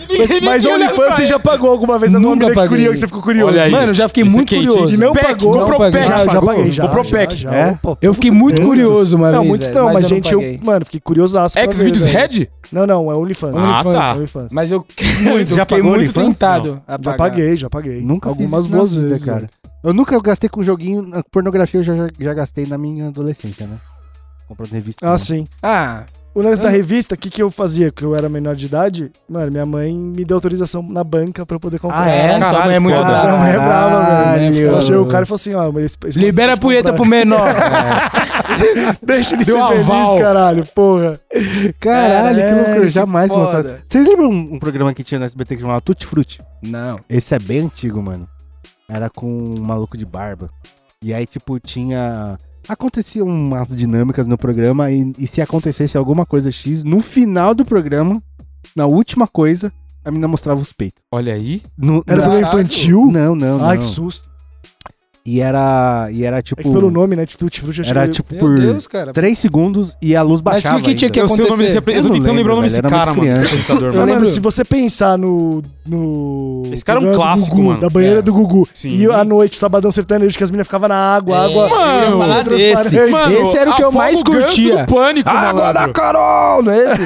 S3: Mas, mas OnlyFans você já pagou alguma vez alguma
S4: Nunca
S3: mina que
S4: paguei.
S3: curia- que você ficou curioso.
S2: Olha aí.
S4: Mano, eu já fiquei
S2: Esse é
S4: muito
S2: quente.
S4: curioso.
S3: E não
S2: Pack,
S3: pagou?
S2: não pagou.
S4: Pack,
S3: já, já
S4: pagou?
S3: paguei, já.
S2: Vou pro Pack.
S3: já, já.
S1: É?
S3: Opa,
S4: Eu fiquei muito
S3: certeza.
S4: curioso, mano.
S3: Não, muitos não, mas,
S4: eu
S3: gente, eu,
S4: paguei.
S3: mano, fiquei curiosaço. pra ver,
S2: X-Videos
S3: velho.
S2: Red?
S3: Não, não, é OnlyFans.
S2: Ah, tá.
S3: OnlyFans.
S4: Mas eu muito,
S1: Já
S4: já fiquei
S1: pagou
S4: muito
S1: OnlyFans?
S4: tentado. a
S3: Já
S4: pagar.
S3: paguei, já paguei.
S1: É, Nunca fiz
S3: Algumas
S1: isso na
S3: boas
S1: vida,
S3: vezes,
S1: cara. Eu nunca gastei com joguinho, na pornografia eu já, já- já gastei na minha adolescência, né? Comprando revista.
S3: Ah, sim.
S4: Ah,
S3: O lance da revista, o que, que eu fazia? Que eu era menor de idade, mano, minha mãe me deu autorização na banca pra eu poder comprar.
S1: Ah, é?
S2: Caralho,
S4: sua mãe é muito
S2: foda.
S4: brava.
S3: Não é brava,
S1: Caralho.
S3: velho. Eu achei o cara e falou assim, ó, mas esse- esse-
S4: Libera a punheta pro menor.
S3: Deixa ele
S2: Deu
S3: ser
S2: aval.
S3: feliz, caralho, porra.
S1: Caralho, que loucura,
S4: Caralho,
S1: eu jamais
S4: que foda.
S1: mostrado. Vocês lembram um, um programa que tinha no SBT que chamava Tutti Frutti?
S4: não.
S1: Esse é bem antigo, mano. Era com um maluco de barba. E aí, tipo, tinha. Aconteciam umas dinâmicas no programa e, e se acontecesse alguma coisa X, no final do programa, na última coisa, a mina mostrava os peitos.
S2: Olha aí.
S1: No-
S3: Era
S1: na-
S3: programa
S4: Caralho.
S3: infantil?
S1: Não, não, não.
S3: Ai, que susto.
S1: E era. E era tipo.
S3: É que pelo nome, né, de Tutti Frutti, acho
S1: era
S3: que...
S1: tipo
S4: Meu
S1: por
S4: Deus, cara.
S1: 3 segundos e a luz
S4: Mas
S1: baixava.
S4: o que que tinha
S1: ainda.
S4: que
S2: Eu sei o nome
S4: acontecer?
S2: desse apre-
S1: Eu
S2: Eu tô
S1: não lembro,
S2: tentando lembrar o nome
S1: velho,
S2: desse
S1: era
S2: cara,
S1: muito
S2: mano. Esse
S1: criança.
S2: apresentador,
S3: Eu
S2: mano.
S3: lembro,
S4: lembro.
S3: se você pensar no. no
S2: Esse cara é um
S3: programa do
S2: clássico,
S3: Gugu,
S2: mano.
S3: Da banheira
S4: É.
S3: do Gugu.
S2: Sim.
S3: E à noite, o sabadão sertanejo, que as meninas ficavam na água,
S4: É.
S3: água.
S2: Mano,
S3: água
S2: eu ia falar
S3: transparente.
S4: desse. Mano, Esse era o que eu
S2: afoga
S4: mais
S2: ganso
S4: curtia. Ah,
S2: do Pânico,
S4: Água da
S2: malandro.
S4: Carol, não é esse?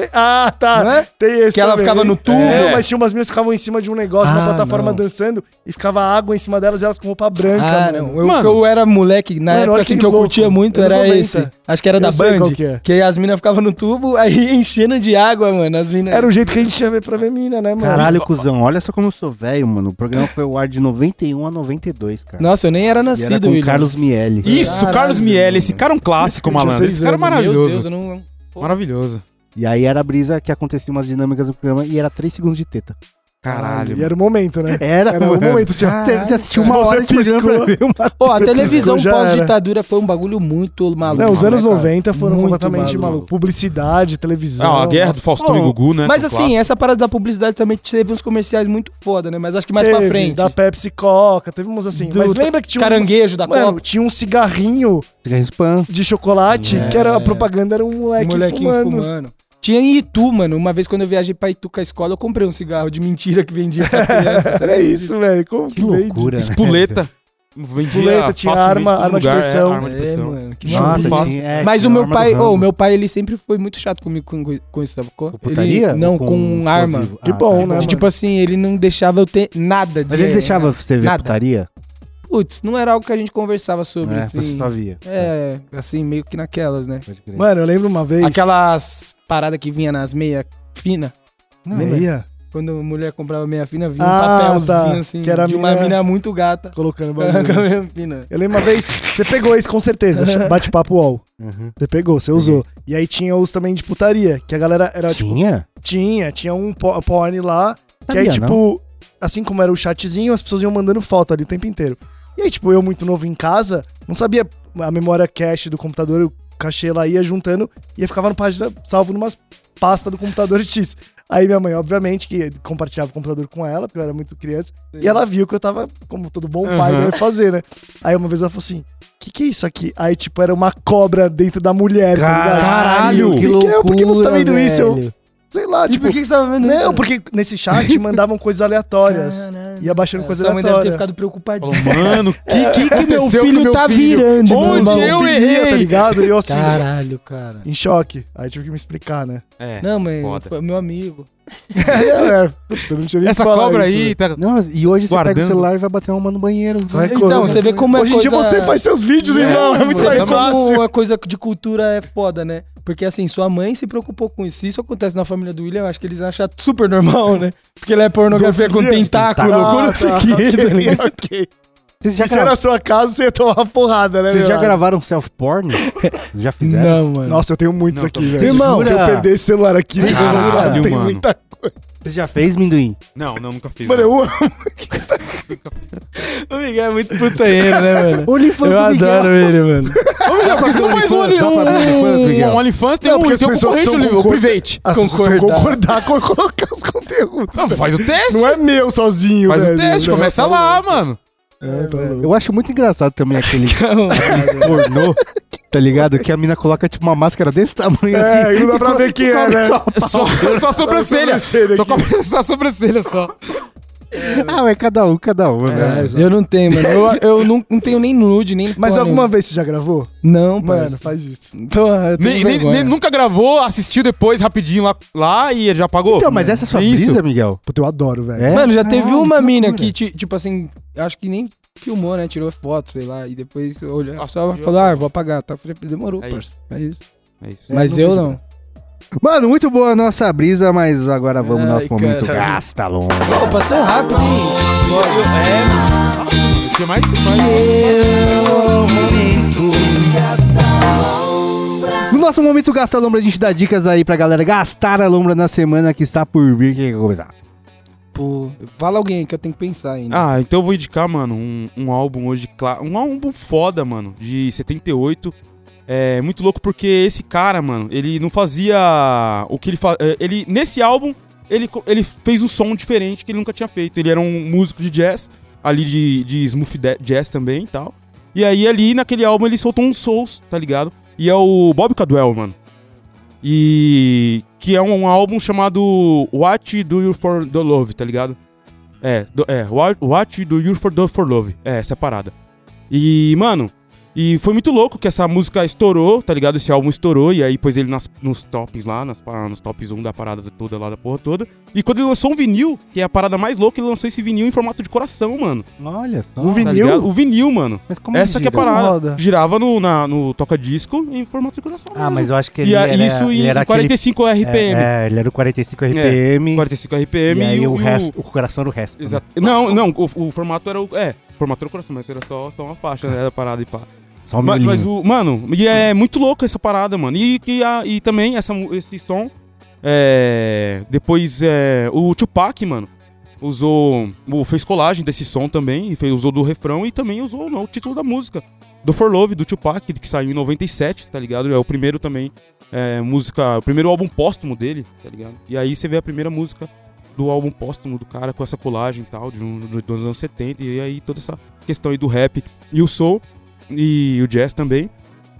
S3: Esse- ah, tá.
S4: Não é?
S3: Tem esse
S4: Que ela
S3: também.
S4: ficava no tubo.
S3: Não,
S2: É.
S3: mas tinha umas meninas que ficavam em cima de um negócio,
S4: Ah,
S3: uma plataforma
S4: não.
S3: dançando, e ficava água em cima delas e elas com roupa branca.
S4: Ah,
S3: mano.
S4: não. Eu,
S2: Mano.
S4: eu era moleque, na
S3: Mano,
S4: época
S3: olha
S4: assim,
S3: que
S4: que eu
S3: louco.
S4: curtia muito,
S3: Anos
S4: era
S3: 90.
S4: esse. Acho que era
S3: Eu
S4: da
S3: sei
S4: Band.
S3: qual
S4: Que,
S3: que é.
S4: as minas ficavam no tubo, aí enchendo de água, mano. As minas.
S3: Era o jeito que a gente ia ver pra ver mina, né, mano?
S1: Caralho, cuzão, olha só como eu sou velho, mano. O programa foi o ar de 91 a 92, cara.
S4: Nossa, eu
S1: E
S4: nem era
S1: era
S4: nascido,
S1: com
S4: William.
S1: Carlos Miele.
S2: Isso,
S4: Caralho,
S2: Carlos Miele. Esse
S4: mano.
S2: cara é um clássico,
S3: Esse cara tinha
S2: malandro. Esse
S3: seis
S2: cara é
S3: anos.
S4: Meu Deus,
S2: maravilhoso.
S4: eu não.
S2: Maravilhoso.
S1: E aí era a brisa que acontecia umas dinâmicas no programa e era 3 segundos de teta.
S2: Caralho,
S3: E
S2: mano.
S3: era o momento, né?
S1: Era,
S3: Era o momento, assim, ó.
S1: Você, você assistiu
S3: Se
S1: uma
S3: você
S1: hora de programa pra
S3: piscou-
S1: ver uma...
S4: Ó, a
S3: Você
S4: televisão
S3: piscou, já era.
S4: pós-ditadura foi um bagulho muito maluco.
S3: Não, os
S4: né,
S3: anos
S4: cara?
S3: 90 foram
S4: Muito
S3: completamente maluco.
S4: maluco.
S3: Publicidade, televisão.
S2: Ah, a guerra do
S3: nossa.
S2: Faustão e
S4: Bom,
S2: Gugu, né?
S4: Mas
S2: que é um
S4: assim,
S2: clássico.
S4: essa parada da publicidade também teve uns comerciais muito foda, né? Mas acho que mais pra
S3: Teve
S4: frente.
S3: Da Pepsi Coca, teve umas assim.
S4: Do
S3: Mas lembra que tinha um.
S4: Caranguejo da
S3: Mano,
S4: Copa.
S3: tinha um cigarrinho
S1: Spam.
S3: de chocolate,
S4: Sim,
S3: que era
S4: é.
S3: a propaganda, era um moleque
S4: Molequinho
S3: fumando.
S4: fumando. Tinha em Itu, mano. Uma vez quando eu viajei pra Itu com a escola, eu comprei um cigarro de mentira que vendia pras crianças.
S3: Era É isso, velho. Como
S1: Que
S3: que vende?
S1: loucura, né?
S2: Espuleta. Vendia
S3: Espuleta, tinha
S2: facilmente
S3: arma-
S2: em todo
S3: arma de
S2: lugar, é,
S3: pressão.
S2: arma de
S4: É,
S2: pressão.
S4: mano. Que
S1: Nossa,
S4: chatice.
S1: tinha- é,
S4: Mas o
S1: tinha
S4: meu
S1: arma do
S4: pai,
S1: Rambo.
S4: oh, meu pai, ele sempre foi muito chato comigo com, com isso, sacou?
S1: Com putaria?
S4: Ele, não,
S1: Ou
S4: com, arma.
S1: explosivo?
S3: Que
S1: tá.
S3: bom, né?
S4: De, tipo assim, ele não deixava eu ter nada de.
S1: Mas ele deixava você ver
S4: Nada.
S1: putaria?
S4: putz, não era algo que a gente conversava sobre,
S1: É, você
S4: assim.
S1: só via.
S4: É, assim, meio que naquelas, né?
S1: Pode crer.
S3: Mano, eu lembro uma vez.
S4: Aquelas paradas que vinha nas meias finas. é
S3: Meia.
S4: Quando a mulher comprava meia fina, vinha
S3: Ah,
S4: um papelzinho
S3: tá.
S4: assim,
S3: Que era a
S4: de uma
S3: mina-
S4: mina muito gata.
S3: Colocando o
S4: Com a
S3: bagulho. né?
S4: meia fina.
S3: Eu lembro uma vez, você pegou isso com certeza, bate-papo UOL.
S1: Uhum.
S3: Você pegou, você usou. E aí tinha os também de putaria, que a galera era tipo.
S1: Tinha?
S3: Tinha, tinha um po- porn lá, que
S1: Sabia,
S3: aí tipo, assim como era o chatzinho, as pessoas iam mandando foto ali o tempo inteiro. E aí tipo, eu muito novo em casa, não sabia a memória cache do computador, eu cachei lá, ia juntando, e ficava no página, salvo numas pasta do computador X. Aí minha mãe, obviamente, que compartilhava o computador com ela, porque eu era muito criança, e ela viu que eu tava, como todo bom pai
S2: Uhum.
S3: deve fazer, né? Aí uma vez ela falou assim, que que é isso aqui? Aí tipo, era uma cobra dentro da mulher, tá ligado?
S2: Caralho!
S3: que é? Por que você tá vendo
S1: loucura,
S3: isso? Eu-
S1: velho.
S3: Sei lá,
S4: E
S3: tipo...
S4: por que que você tava vendo isso?
S3: Não, porque nesse chat mandavam coisas aleatórias.
S4: Caralho.
S3: Ia baixando coisas
S4: Sua mãe deve ter
S3: aleatórias.
S4: ficado preocupadinha.
S2: Falou, mano, que, que, que
S4: Meu
S2: aconteceu
S4: filho
S2: com meu
S4: tá
S2: filho?
S4: virando.
S2: Onde
S4: mano.
S2: eu
S3: Filia, tá
S2: errei?
S3: ligado? E eu assim,
S4: Caralho, cara.
S3: em choque. Aí tive que me explicar, né?
S2: É.
S4: Não, mas
S2: Foda.
S4: foi meu amigo.
S3: é, puta, não tinha nem
S2: Essa
S3: que falar
S2: cobra
S3: isso,
S2: aí,
S3: né?
S2: tá...
S1: Não, mas- e hoje você pega
S2: Guardando.
S1: o celular e vai bater uma no banheiro.
S3: Vai
S4: Então,
S3: coisa.
S4: você vê como é
S3: Hoje em dia
S4: coisa-
S3: você faz seus vídeos,
S4: É,
S3: irmão. É muito
S4: você vê
S3: mais fácil.
S4: como a coisa de cultura é foda, né? Porque assim, sua mãe se preocupou com isso. Se isso acontece na família do William, eu acho que eles acham super normal, né? Porque ele é pornografia com
S3: Zoofilia?
S4: tentáculo,
S3: Ah,
S4: quando você
S3: tá,
S4: quer, tá
S3: ok,
S4: ligado?
S3: ok.
S1: Vocês já,
S3: Se era assim,
S1: grava...
S3: a sua casa, você ia tomar uma porrada, né,
S1: Vocês
S3: meu?
S1: já gravaram self-porn? Vocês já fizeram?
S4: Não, mano.
S3: Nossa, eu tenho muitos
S2: Não,
S3: aqui,
S2: tô-
S3: velho.
S1: Irmão,
S3: se eu
S1: jura?
S3: perder esse celular aqui, eu vou
S2: Caralho,
S3: jurar, tem
S2: mano.
S3: muita coisa.
S1: Você já fez, Minduim?
S2: Não, não, nunca fiz.
S3: Mano,
S2: não.
S3: eu amo.
S4: O Miguel é muito putanheiro, né, mano?
S1: OnlyFans
S4: Eu
S1: do Miguel.
S4: adoro ele, mano.
S2: Ô, Miguel, por que você não faz um
S1: OnlyFans, dá pra abrir OnlyFans,
S2: OnlyFans?
S1: Miguel?
S2: Um OnlyFans tem
S3: Não,
S2: um
S3: porque as
S2: tem um
S3: pessoas
S2: concorrente,
S3: são
S2: ali, o
S3: concorda-
S2: Private.
S3: As pessoas vão
S4: Concordar.
S3: concordar com eu colocar os conteúdos.
S2: Não, faz o teste.
S3: Não é meu sozinho,
S2: Faz
S3: velho.
S2: o teste,
S3: Não,
S2: começa
S3: tá
S2: lá, mano.
S3: louco. É, tá louco.
S1: Eu acho muito engraçado também aquele
S4: Então,
S1: pornô, tá ligado? Que a mina coloca tipo uma máscara desse tamanho
S3: É,
S1: assim.
S3: e não dá pra ver quem é, né?
S1: Só-
S2: Só, só a sobrancelha.
S3: sobrancelha
S2: Só,
S3: aqui.
S2: com- só a sobrancelha só.
S1: Ah, é cada um, cada um, né?
S4: eu não tenho, mano. Eu, eu não, não tenho nem nude, nem.
S3: É, Mas
S4: porra
S3: alguma
S4: nenhuma.
S3: vez você já gravou?
S4: Não,
S3: Mano,
S4: mano.
S3: faz isso.
S4: Porra, eu tenho
S2: Nem- nem-
S4: vergonha.
S2: nem- nunca gravou, assistiu depois rapidinho lá, lá e já pagou?
S1: Então, mas essa é sua
S2: Isso.
S1: brisa, Miguel?
S3: Puta, eu adoro, velho.
S1: É?
S4: Mano, já teve
S1: Caralho,
S4: uma
S1: que
S4: mina
S1: loucura.
S4: que, ti- tipo assim, acho que nem filmou, né? Tirou foto, sei lá, e depois olhou.
S2: Nossa,
S4: só
S2: eu-
S4: falou, ah, vou apagar, tá? Eu Falei, demorou,
S2: É
S4: parça. É isso.
S2: É isso.
S4: Mas eu não.
S1: Mano, muito boa a nossa brisa, mas agora vamos ao nosso
S4: Ai,
S1: momento
S4: caralho.
S1: gasta longe.
S4: Pô, passou rápido, hein?
S2: Só eu, é. Nossa, O que mais que faz?
S1: No nosso momento Gasta a Lombra, a gente dá dicas aí pra galera gastar a lombra na semana que está por vir. Quem quer começar?
S4: Pô, fala alguém aí que eu tenho que pensar ainda.
S2: Ah, então eu vou indicar, mano, um, um álbum hoje, cla- um álbum foda, mano, de 78. É muito louco porque esse cara, mano, ele não fazia o que ele faz. Ele, nesse álbum, ele, co- ele fez um som diferente que ele nunca tinha feito. Ele era um músico de jazz, ali de, de smooth de- jazz também e tal. E aí, ali naquele álbum, ele soltou uns souls, tá ligado? E é o Bob Cadwell, mano. E. que é um, álbum chamado What Do You For The Love, tá ligado? É, do, é, What, What Do You For The For Love. É, essa é a parada. E, mano, e foi muito louco que essa música estourou, tá ligado? Esse álbum estourou, e aí pôs ele nas- nos tops lá, nas, pa- nos tops 1 da parada toda lá, da porra toda. E quando ele lançou um vinil, que é a parada mais louca, ele lançou esse vinil em formato de coração, mano.
S1: Olha só.
S3: O
S2: tá
S3: vinil?
S2: ligado? o vinil, mano.
S1: Mas como
S2: Essa que é a
S1: gira?
S2: parada.
S3: Roda.
S2: Girava no, na- no toca-disco em formato de coração
S1: Ah,
S2: mesmo.
S1: mas eu acho que ele
S2: E a-
S1: era,
S2: isso
S1: ele
S2: em
S1: era aquele-
S2: 45 RPM.
S1: É, é, ele era o 45 RPM.
S2: 45 RPM
S1: e aí o,
S2: É. e
S1: resto, o coração era o resto. né?
S2: Exato. Não, não, o, o formato era o. É, o formato era o coração, mas era só, só uma faixa, né? Era parada e pá.
S1: Só um
S2: Ma- Mas,
S1: milhinho.
S2: o. Mano, e é muito louco essa parada, mano. E, que a- e também essa, mu- esse som. É, depois é, o Tupac, mano, usou. o- Fez colagem desse som também. e fez- usou do refrão e também usou o título da música. Do For Love, do Tupac, que saiu em 97, tá ligado? É o primeiro também. é, música. O primeiro álbum póstumo dele, tá ligado? E aí você vê a primeira música do álbum póstumo do cara com essa colagem e tal, de um, do- dos anos 70. E aí toda essa questão aí do rap e o soul e o Jazz também.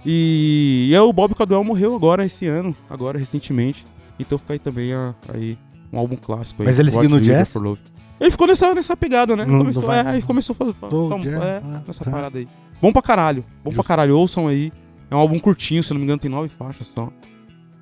S2: E, e é, o Bob Cadwell morreu agora, esse ano, agora recentemente. Então fica aí também a- aí, um álbum clássico. aí,
S1: Mas ele
S2: What
S1: seguiu no
S2: We Do
S1: jazz?
S2: For Love. Ele ficou nessa, nessa pegada, né?
S1: Não- não
S2: começou,
S1: vai-
S2: é, aí começou a fazer
S1: Tô,
S2: só-
S1: jazz,
S2: é,
S1: ah,
S2: essa
S1: tá.
S2: parada aí. Bom pra caralho, bom pra
S1: Justo.
S2: caralho, ouçam aí. É um álbum curtinho, se não me engano tem nove faixas só.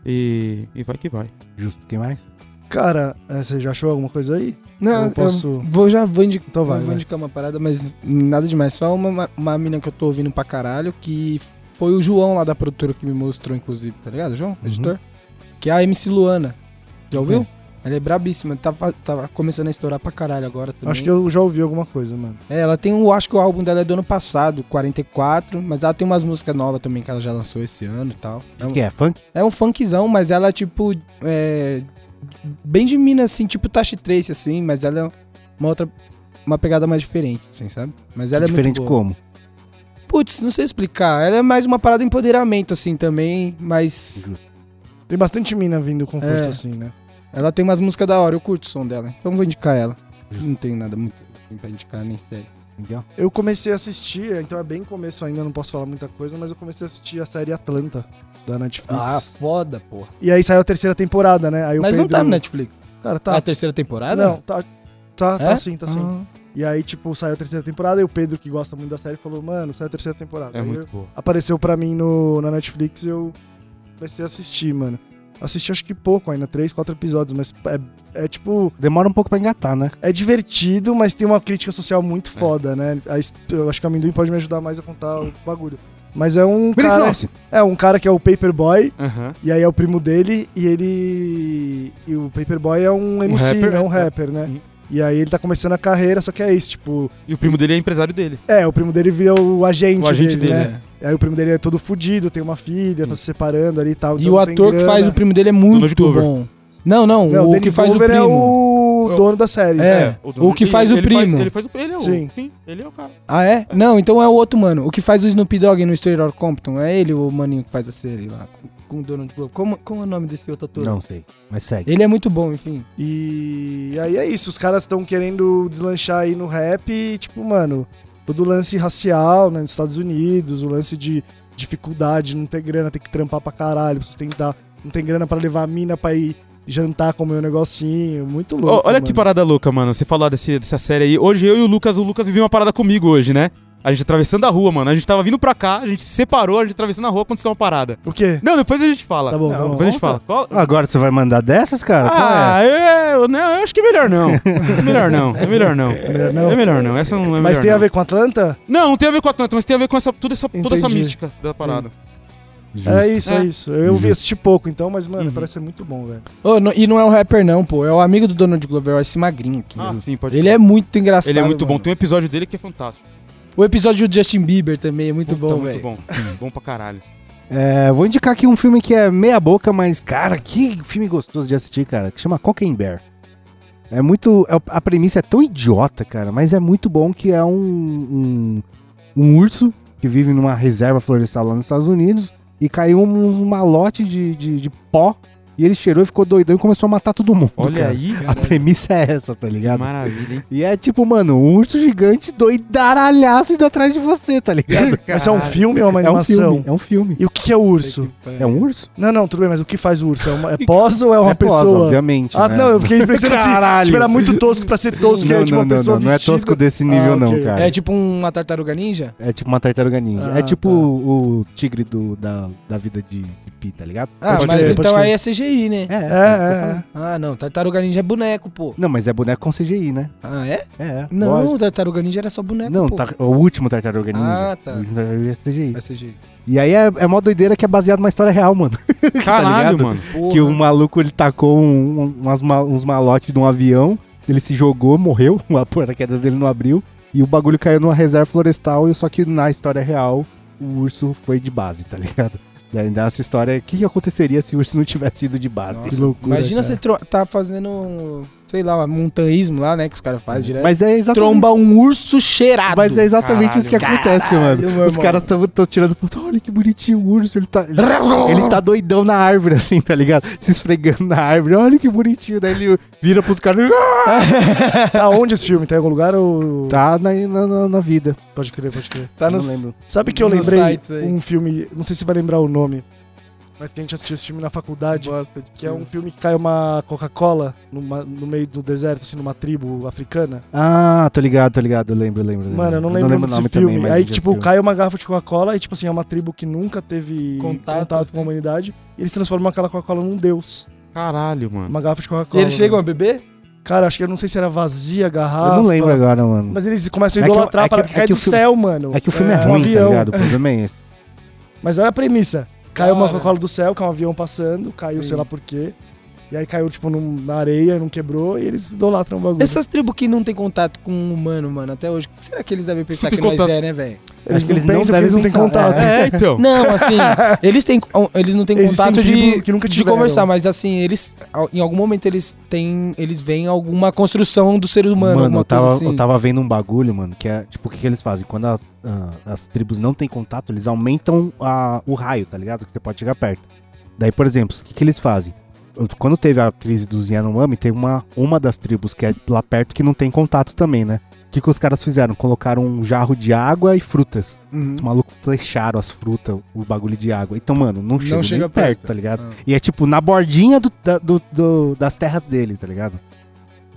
S2: E, e vai que vai.
S1: Justo. Quem mais?
S3: Cara, é, você já achou alguma coisa aí?
S4: Não,
S3: Eu
S4: eu
S3: posso-
S4: vou, já vou, indi-
S3: Então vai,
S4: eu vou
S3: vai.
S4: indicar uma parada, mas nada demais. Só uma, uma mina que eu tô ouvindo pra caralho, que foi o João lá da produtora que me mostrou, inclusive, tá ligado, João? Editor? Que é a MC Luana. Já ouviu? Ela é brabíssima, tá, fa- tá começando a estourar pra caralho agora também.
S3: Acho que eu já ouvi alguma coisa, mano.
S4: É, ela tem um, acho que o álbum dela é do ano passado, 44, mas ela tem umas músicas novas também que ela já lançou esse ano e tal. É um,
S1: Que é funk?
S4: é um funkzão, mas ela, tipo, é. Bem de mina, assim, tipo Tashi Trace, assim, mas ela é uma outra. Uma pegada mais diferente, assim, sabe? Mas ela é
S1: diferente
S4: muito boa.
S1: como?
S4: Putz, não sei explicar. Ela é mais uma parada de empoderamento, assim, também, mas.
S3: Tem bastante mina vindo com força
S4: É.
S3: assim, né?
S4: Ela tem umas músicas da hora, eu curto o som dela. Então eu vou indicar ela. Não tem nada muito assim, pra indicar, nem sério.
S1: Legal.
S3: Eu comecei a assistir, então é bem começo ainda, não posso falar muita coisa, mas eu comecei a assistir a série Atlanta da Netflix.
S1: Ah,
S4: foda, porra.
S3: E aí saiu a terceira temporada, né? Aí o
S4: Ah. Mas não
S3: Pedro-
S4: tá no Netflix.
S3: Cara,
S4: Tá.
S3: tá.
S4: a terceira temporada?
S3: não, tá. Tá, tá
S4: É?
S3: sim, tá sim.
S4: Ah.
S3: E aí, tipo, saiu a terceira temporada e o Pedro, que gosta muito da série, falou, mano, saiu a terceira temporada.
S2: É
S3: Aí
S2: muito
S3: eu-
S2: boa.
S3: apareceu pra mim no, na Netflix e eu comecei a assistir, mano. Assisti acho que pouco ainda, três, quatro episódios, mas é, é tipo.
S1: Demora um pouco pra engatar, né?
S3: É divertido, mas tem uma crítica social
S2: É.
S3: muito foda, né? A his- eu acho que o amendoim pode me ajudar mais a contar o bagulho. Mas é um cara.
S1: Belisauce.
S3: É um cara que é o Paperboy,
S2: Aham.
S3: e aí é o primo dele, e ele. E o Paperboy é um MC,
S2: rapper,
S3: não é um
S2: né?
S3: rapper, né?
S2: Uhum.
S3: E aí ele tá começando a carreira, só que é isso, tipo.
S2: E o primo dele é empresário dele.
S3: É, o primo dele vira o agente,
S2: O agente
S3: dele,
S2: dele,
S3: né? E Aí o primo dele é todo fudido, tem uma filha, tá se separando ali e tal.
S4: E
S3: então
S4: o
S3: não tem
S4: ator que faz o
S3: grana.
S4: primo dele é
S2: Donald
S4: muito
S2: Glover.
S4: bom. Não, não,
S3: Não,
S4: o
S3: Danny
S4: que faz o
S3: Glover
S4: primo.
S3: é o dono da série.
S4: É, o que
S2: ele-
S4: faz o
S2: ele
S4: primo.
S2: ele faz o ele é o.
S3: Sim.
S2: sim, ele é o cara.
S4: Ah, é? Não, então é o outro mano. O que faz o Snoop Dogg no Straight Outta Compton. É ele o maninho que faz a série lá. com- Com o Donald Glover. Como, como é o nome desse outro ator?
S1: Não sei. Mas segue.
S4: Ele é muito bom, enfim.
S3: E aí é isso, os caras estão querendo deslanchar aí no rap, e, tipo, mano, todo o lance racial, né, nos Estados Unidos, o lance de dificuldade, não ter grana, ter que trampar pra caralho, pra sustentar, não tem grana pra levar a mina pra ir jantar, comer um negocinho, muito
S2: Ó,
S3: louco.
S2: olha
S3: mano.
S2: que parada louca, mano. Você falou desse, dessa série aí. Hoje eu e o Lucas, o Lucas viveu uma parada comigo hoje, né? A gente atravessando a rua, mano. A gente tava vindo pra cá, a gente se separou, a gente atravessando a rua, aconteceu uma parada.
S3: O quê?
S2: Não, depois a gente fala.
S3: Tá bom, tá bom.
S2: Depois a gente fala. Qual-
S1: Agora você vai mandar dessas, cara? Qual é?
S2: Ah, eu, não, eu acho que é melhor não. É melhor não, é melhor não. É melhor
S3: não?
S2: É melhor não, essa não é
S3: Mas
S2: melhor
S3: tem a
S2: não.
S3: ver com Atlanta?
S2: Não, não tem a ver com a Atlanta, mas tem a ver com essa, toda, essa, toda essa
S3: Entendi.
S2: mística da parada.
S1: Justo.
S3: É isso, é,
S2: É.
S3: isso. Eu
S4: Uhum.
S3: vi assisti pouco, então, mas, mano,
S2: Uhum.
S3: parece ser muito bom, velho.
S4: Ô, não- e não é o rapper, não, pô. É o amigo do Donald Glover, é esse magrinho aqui.
S2: Ah, sim, pode
S4: ele
S2: ser.
S4: é muito engraçado.
S2: Ele é muito bom.
S4: mano.
S2: Tem um episódio dele que é fantástico.
S4: O episódio do Justin Bieber também é muito
S2: Puta,
S4: bom,
S2: Muito
S4: velho.
S2: bom. bom pra caralho.
S1: É, vou indicar aqui um filme que é meia boca, mas, cara, que filme gostoso de assistir, cara, que chama Cocaine Bear. É muito. é- A premissa é tão idiota, cara, mas é muito bom que é um, um, um urso que vive numa reserva florestal lá nos Estados Unidos e caiu um, um malote de, de, de pó e ele cheirou e ficou doidão e começou a matar todo mundo.
S2: Olha
S1: cara.
S2: aí,
S1: A premissa é essa, tá
S2: que
S1: ligado?
S2: maravilha, hein?
S1: E é tipo, mano, um urso gigante doidaralhaço indo atrás de você, tá ligado?
S3: Mas é um
S2: Caralho.
S3: filme ou uma
S1: É um
S3: animação?
S1: filme, é um filme.
S3: E o que que é o urso?
S1: É um urso?
S3: Não, não, tudo bem, mas o que faz o urso? É, uma, é pós ou é uma
S1: É pós,
S3: pessoa?
S1: obviamente.
S3: Ah,
S1: né?
S3: não, eu fiquei pensando assim,
S1: Caralho.
S3: tipo, era muito tosco pra ser tosco, que
S1: não,
S3: era tipo
S1: não,
S3: uma
S1: não,
S3: pessoa
S1: não, não é
S3: vestida.
S1: tosco desse nível,
S3: Ah, ok.
S1: não, cara.
S4: É
S1: É,
S4: tipo uma tartaruga ninja?
S1: tipo uma tartaruga ninja.
S3: Ah,
S1: é tipo
S3: tá.
S1: o, o tigre do, da, da vida de, de Pi, tá ligado?
S4: Ah,
S3: Pode
S4: mas
S3: crer, pode
S4: então
S3: crer.
S4: aí é CGI,
S1: É, é.
S4: né?
S1: isso que eu
S3: É, é,
S1: falei.
S3: é.
S4: Ah, não. Tartaruga ninja é boneco, pô.
S1: Não, mas é boneco com CGI, né?
S4: Ah, é?
S1: É. é,
S4: Não,
S1: lógico.
S4: Tartaruga Ninja era só boneco,
S1: Não,
S4: pô.
S1: tá- o último tartaruga ninja.
S4: Ah, tá.
S1: O último tartaruga ninja é CGI.
S4: É CGI.
S1: E aí é, é mó doideira que é baseado numa história real, mano.
S2: Caralho,
S1: ligado?
S2: mano.
S4: Porra.
S1: Que o maluco ele tacou um- um- umas ma- uns malotes de um avião, ele se jogou, morreu, a paraquedas dele não abriu, e o bagulho caiu numa reserva florestal, e só que na história real o urso foi de base, tá ligado? Daí dá essa história, o que, que aconteceria se o urso não tivesse ido de base?
S4: Nossa,
S1: Que loucura.
S4: Imagina
S1: cara.
S4: você tro- tá fazendo, sei lá, um montanhismo lá, né? Que os caras fazem direto.
S1: Mas é exatamente,
S4: Tromba um urso cheirado.
S1: mas é exatamente isso que
S4: Caralho,
S1: acontece, mano.
S4: meu
S1: Os tá
S4: irmão.
S1: caras estão tirando foto, olha que bonitinho o urso, ele tá, ele, ele tá doidão na árvore, assim, tá ligado? Se esfregando na árvore, olha que bonitinho. Daí ele vira pros caras, "Ah!"
S3: Tá onde esse filme? Tá em algum lugar ou...
S1: Tá na, na, na- na vida.
S3: Pode crer, pode crer.
S4: Tá
S1: não
S4: nos-
S1: lembro.
S3: Sabe que eu
S4: Nos
S3: lembrei
S4: sites aí.
S3: um filme, não sei se vai lembrar o nome, mas que a gente assistiu esse filme na faculdade,
S4: Bosta de
S3: que é um
S1: Hum.
S3: filme que cai uma Coca-Cola numa- no meio do deserto, assim, numa tribo africana.
S1: Ah, tô ligado, tô ligado. Eu lembro, eu lembro. eu
S3: Mano, eu não lembro, o nome desse
S1: também,
S3: filme.
S1: mas
S3: aí,
S1: eu já
S3: tipo,
S1: assisti.
S3: cai uma garrafa de Coca-Cola e, tipo assim, é uma tribo que nunca teve
S4: Contato,
S3: contato,
S4: assim.
S3: com a humanidade. E eles transformam aquela Coca-Cola num deus.
S2: Caralho, mano.
S3: Uma garrafa de
S4: E
S3: Coca-Cola.
S4: eles chegam
S3: né?
S4: a beber?
S3: Cara, acho que eu não sei se era vazia a garrafa.
S1: Eu não lembro agora, mano.
S3: Mas eles começam a
S1: É que o-
S3: idolatrar
S1: é que-
S3: para que,
S1: é
S3: cai
S1: que o
S3: do
S1: filme-
S3: céu, mano.
S1: É que o filme é,
S3: um
S1: ruim, tá
S3: avião.
S1: ligado? O problema é esse.
S3: Mas olha a premissa.
S4: Da
S3: Caiu uma
S4: hora.
S3: Coca-Cola do céu, caiu um avião passando, caiu
S4: Sim.
S3: sei lá por quê. E aí caiu, tipo, num- na areia, não quebrou, e eles idolatram o
S1: Hum.
S3: bagulho.
S4: Essas tribos que não tem contato com o humano, mano, até hoje, o que será que eles devem pensar
S2: tem
S4: que nós
S2: contato.
S4: é, né, velho?
S1: Acho que eles não
S3: pensam que eles não têm
S1: devem pensar,
S3: contato.
S2: É, então.
S4: Não, assim, eles, têm, eles não têm
S3: Existem
S4: contato de,
S3: tribos que nunca
S4: de
S3: tiveram.
S1: né,
S4: conversar, mas assim, eles em algum momento eles têm. Eles veem alguma construção do ser humano,
S1: Mano,
S4: alguma
S1: eu, tava,
S4: coisa assim.
S1: eu tava vendo um bagulho, mano, que é, tipo, o que, que eles fazem? Quando as, ah, as tribos não têm contato, eles aumentam a- o raio, tá ligado? Que você pode chegar perto. Daí, por exemplo, o que, que eles fazem? Eu- Quando teve a crise dos Yanomami, tem uma, uma das tribos que é lá perto que não tem contato também, né? O que, que os caras fizeram? Colocaram um jarro de água e frutas.
S4: Uhum.
S1: Os malucos flecharam as frutas, o bagulho de água. Então, mano, não chega,
S4: chega
S1: nem perto,
S4: perto.
S1: tá ligado?
S4: Ah.
S1: E é tipo na bordinha do, da- do- do- das terras deles, tá ligado?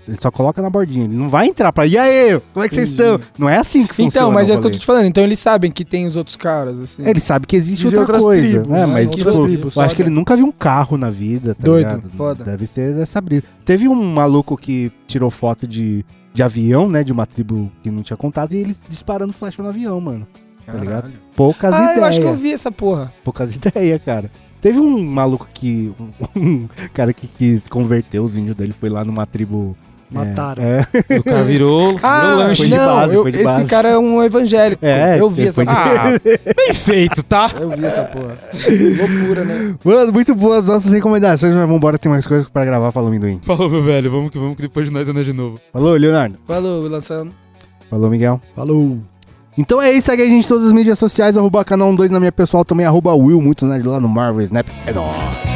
S1: Ele só coloca na bordinha. Ele não vai entrar pra. E aí, como é que vocês
S4: Entendi.
S1: estão? Não é assim que funciona.
S4: Então, mas é o que eu tô
S1: rolê.
S4: te falando. Então eles sabem que tem os outros caras, assim.
S1: Ele sabe que existe
S3: Dizem
S1: outra
S3: outras
S1: coisa.
S3: tribos,
S1: né?
S3: né?
S1: Mas,
S3: Outras
S1: tipo,
S3: tribos.
S1: eu acho que ele nunca viu um carro na vida, tá
S4: Doido,
S1: ligado?
S4: foda.
S1: Deve ser dessa brisa. Teve um maluco que tirou foto de, de avião, né? De uma tribo que não tinha contato, e eles disparando flecha no avião, mano. tá ligado?
S4: Caralho.
S1: Poucas
S4: Ah,
S1: ideias.
S4: eu acho que eu vi essa porra.
S1: poucas ideias, cara. Teve um maluco que. Um, um cara que quis converter os índios dele, foi lá numa tribo. é,
S3: Mataram.
S1: É,
S2: O cara virou,
S4: Ah,
S2: virou lanche.
S1: foi de
S4: não,
S1: base,
S4: eu-
S1: foi de
S4: esse
S1: base.
S4: cara é um evangélico.
S1: É,
S4: eu vi essa
S1: foi de-
S4: porra. Ah,
S2: Ah, bem feito, tá?
S4: Eu vi essa porra. Loucura, né?
S1: Mano, muito boas nossas recomendações, mas vambora, tem mais coisas pra gravar, falou amendoim.
S2: Falou, meu velho. Vamos que vamos, que depois de nós anda de novo.
S1: Falou, Leonardo.
S4: Falou, lançando.
S1: Falou, Miguel.
S3: Falou.
S1: Então é isso, segue a um gente em todas as mídias sociais, arroba canal 12 na minha pessoal, também arroba Will, muito nerd lá no Marvel Snap. É nóis.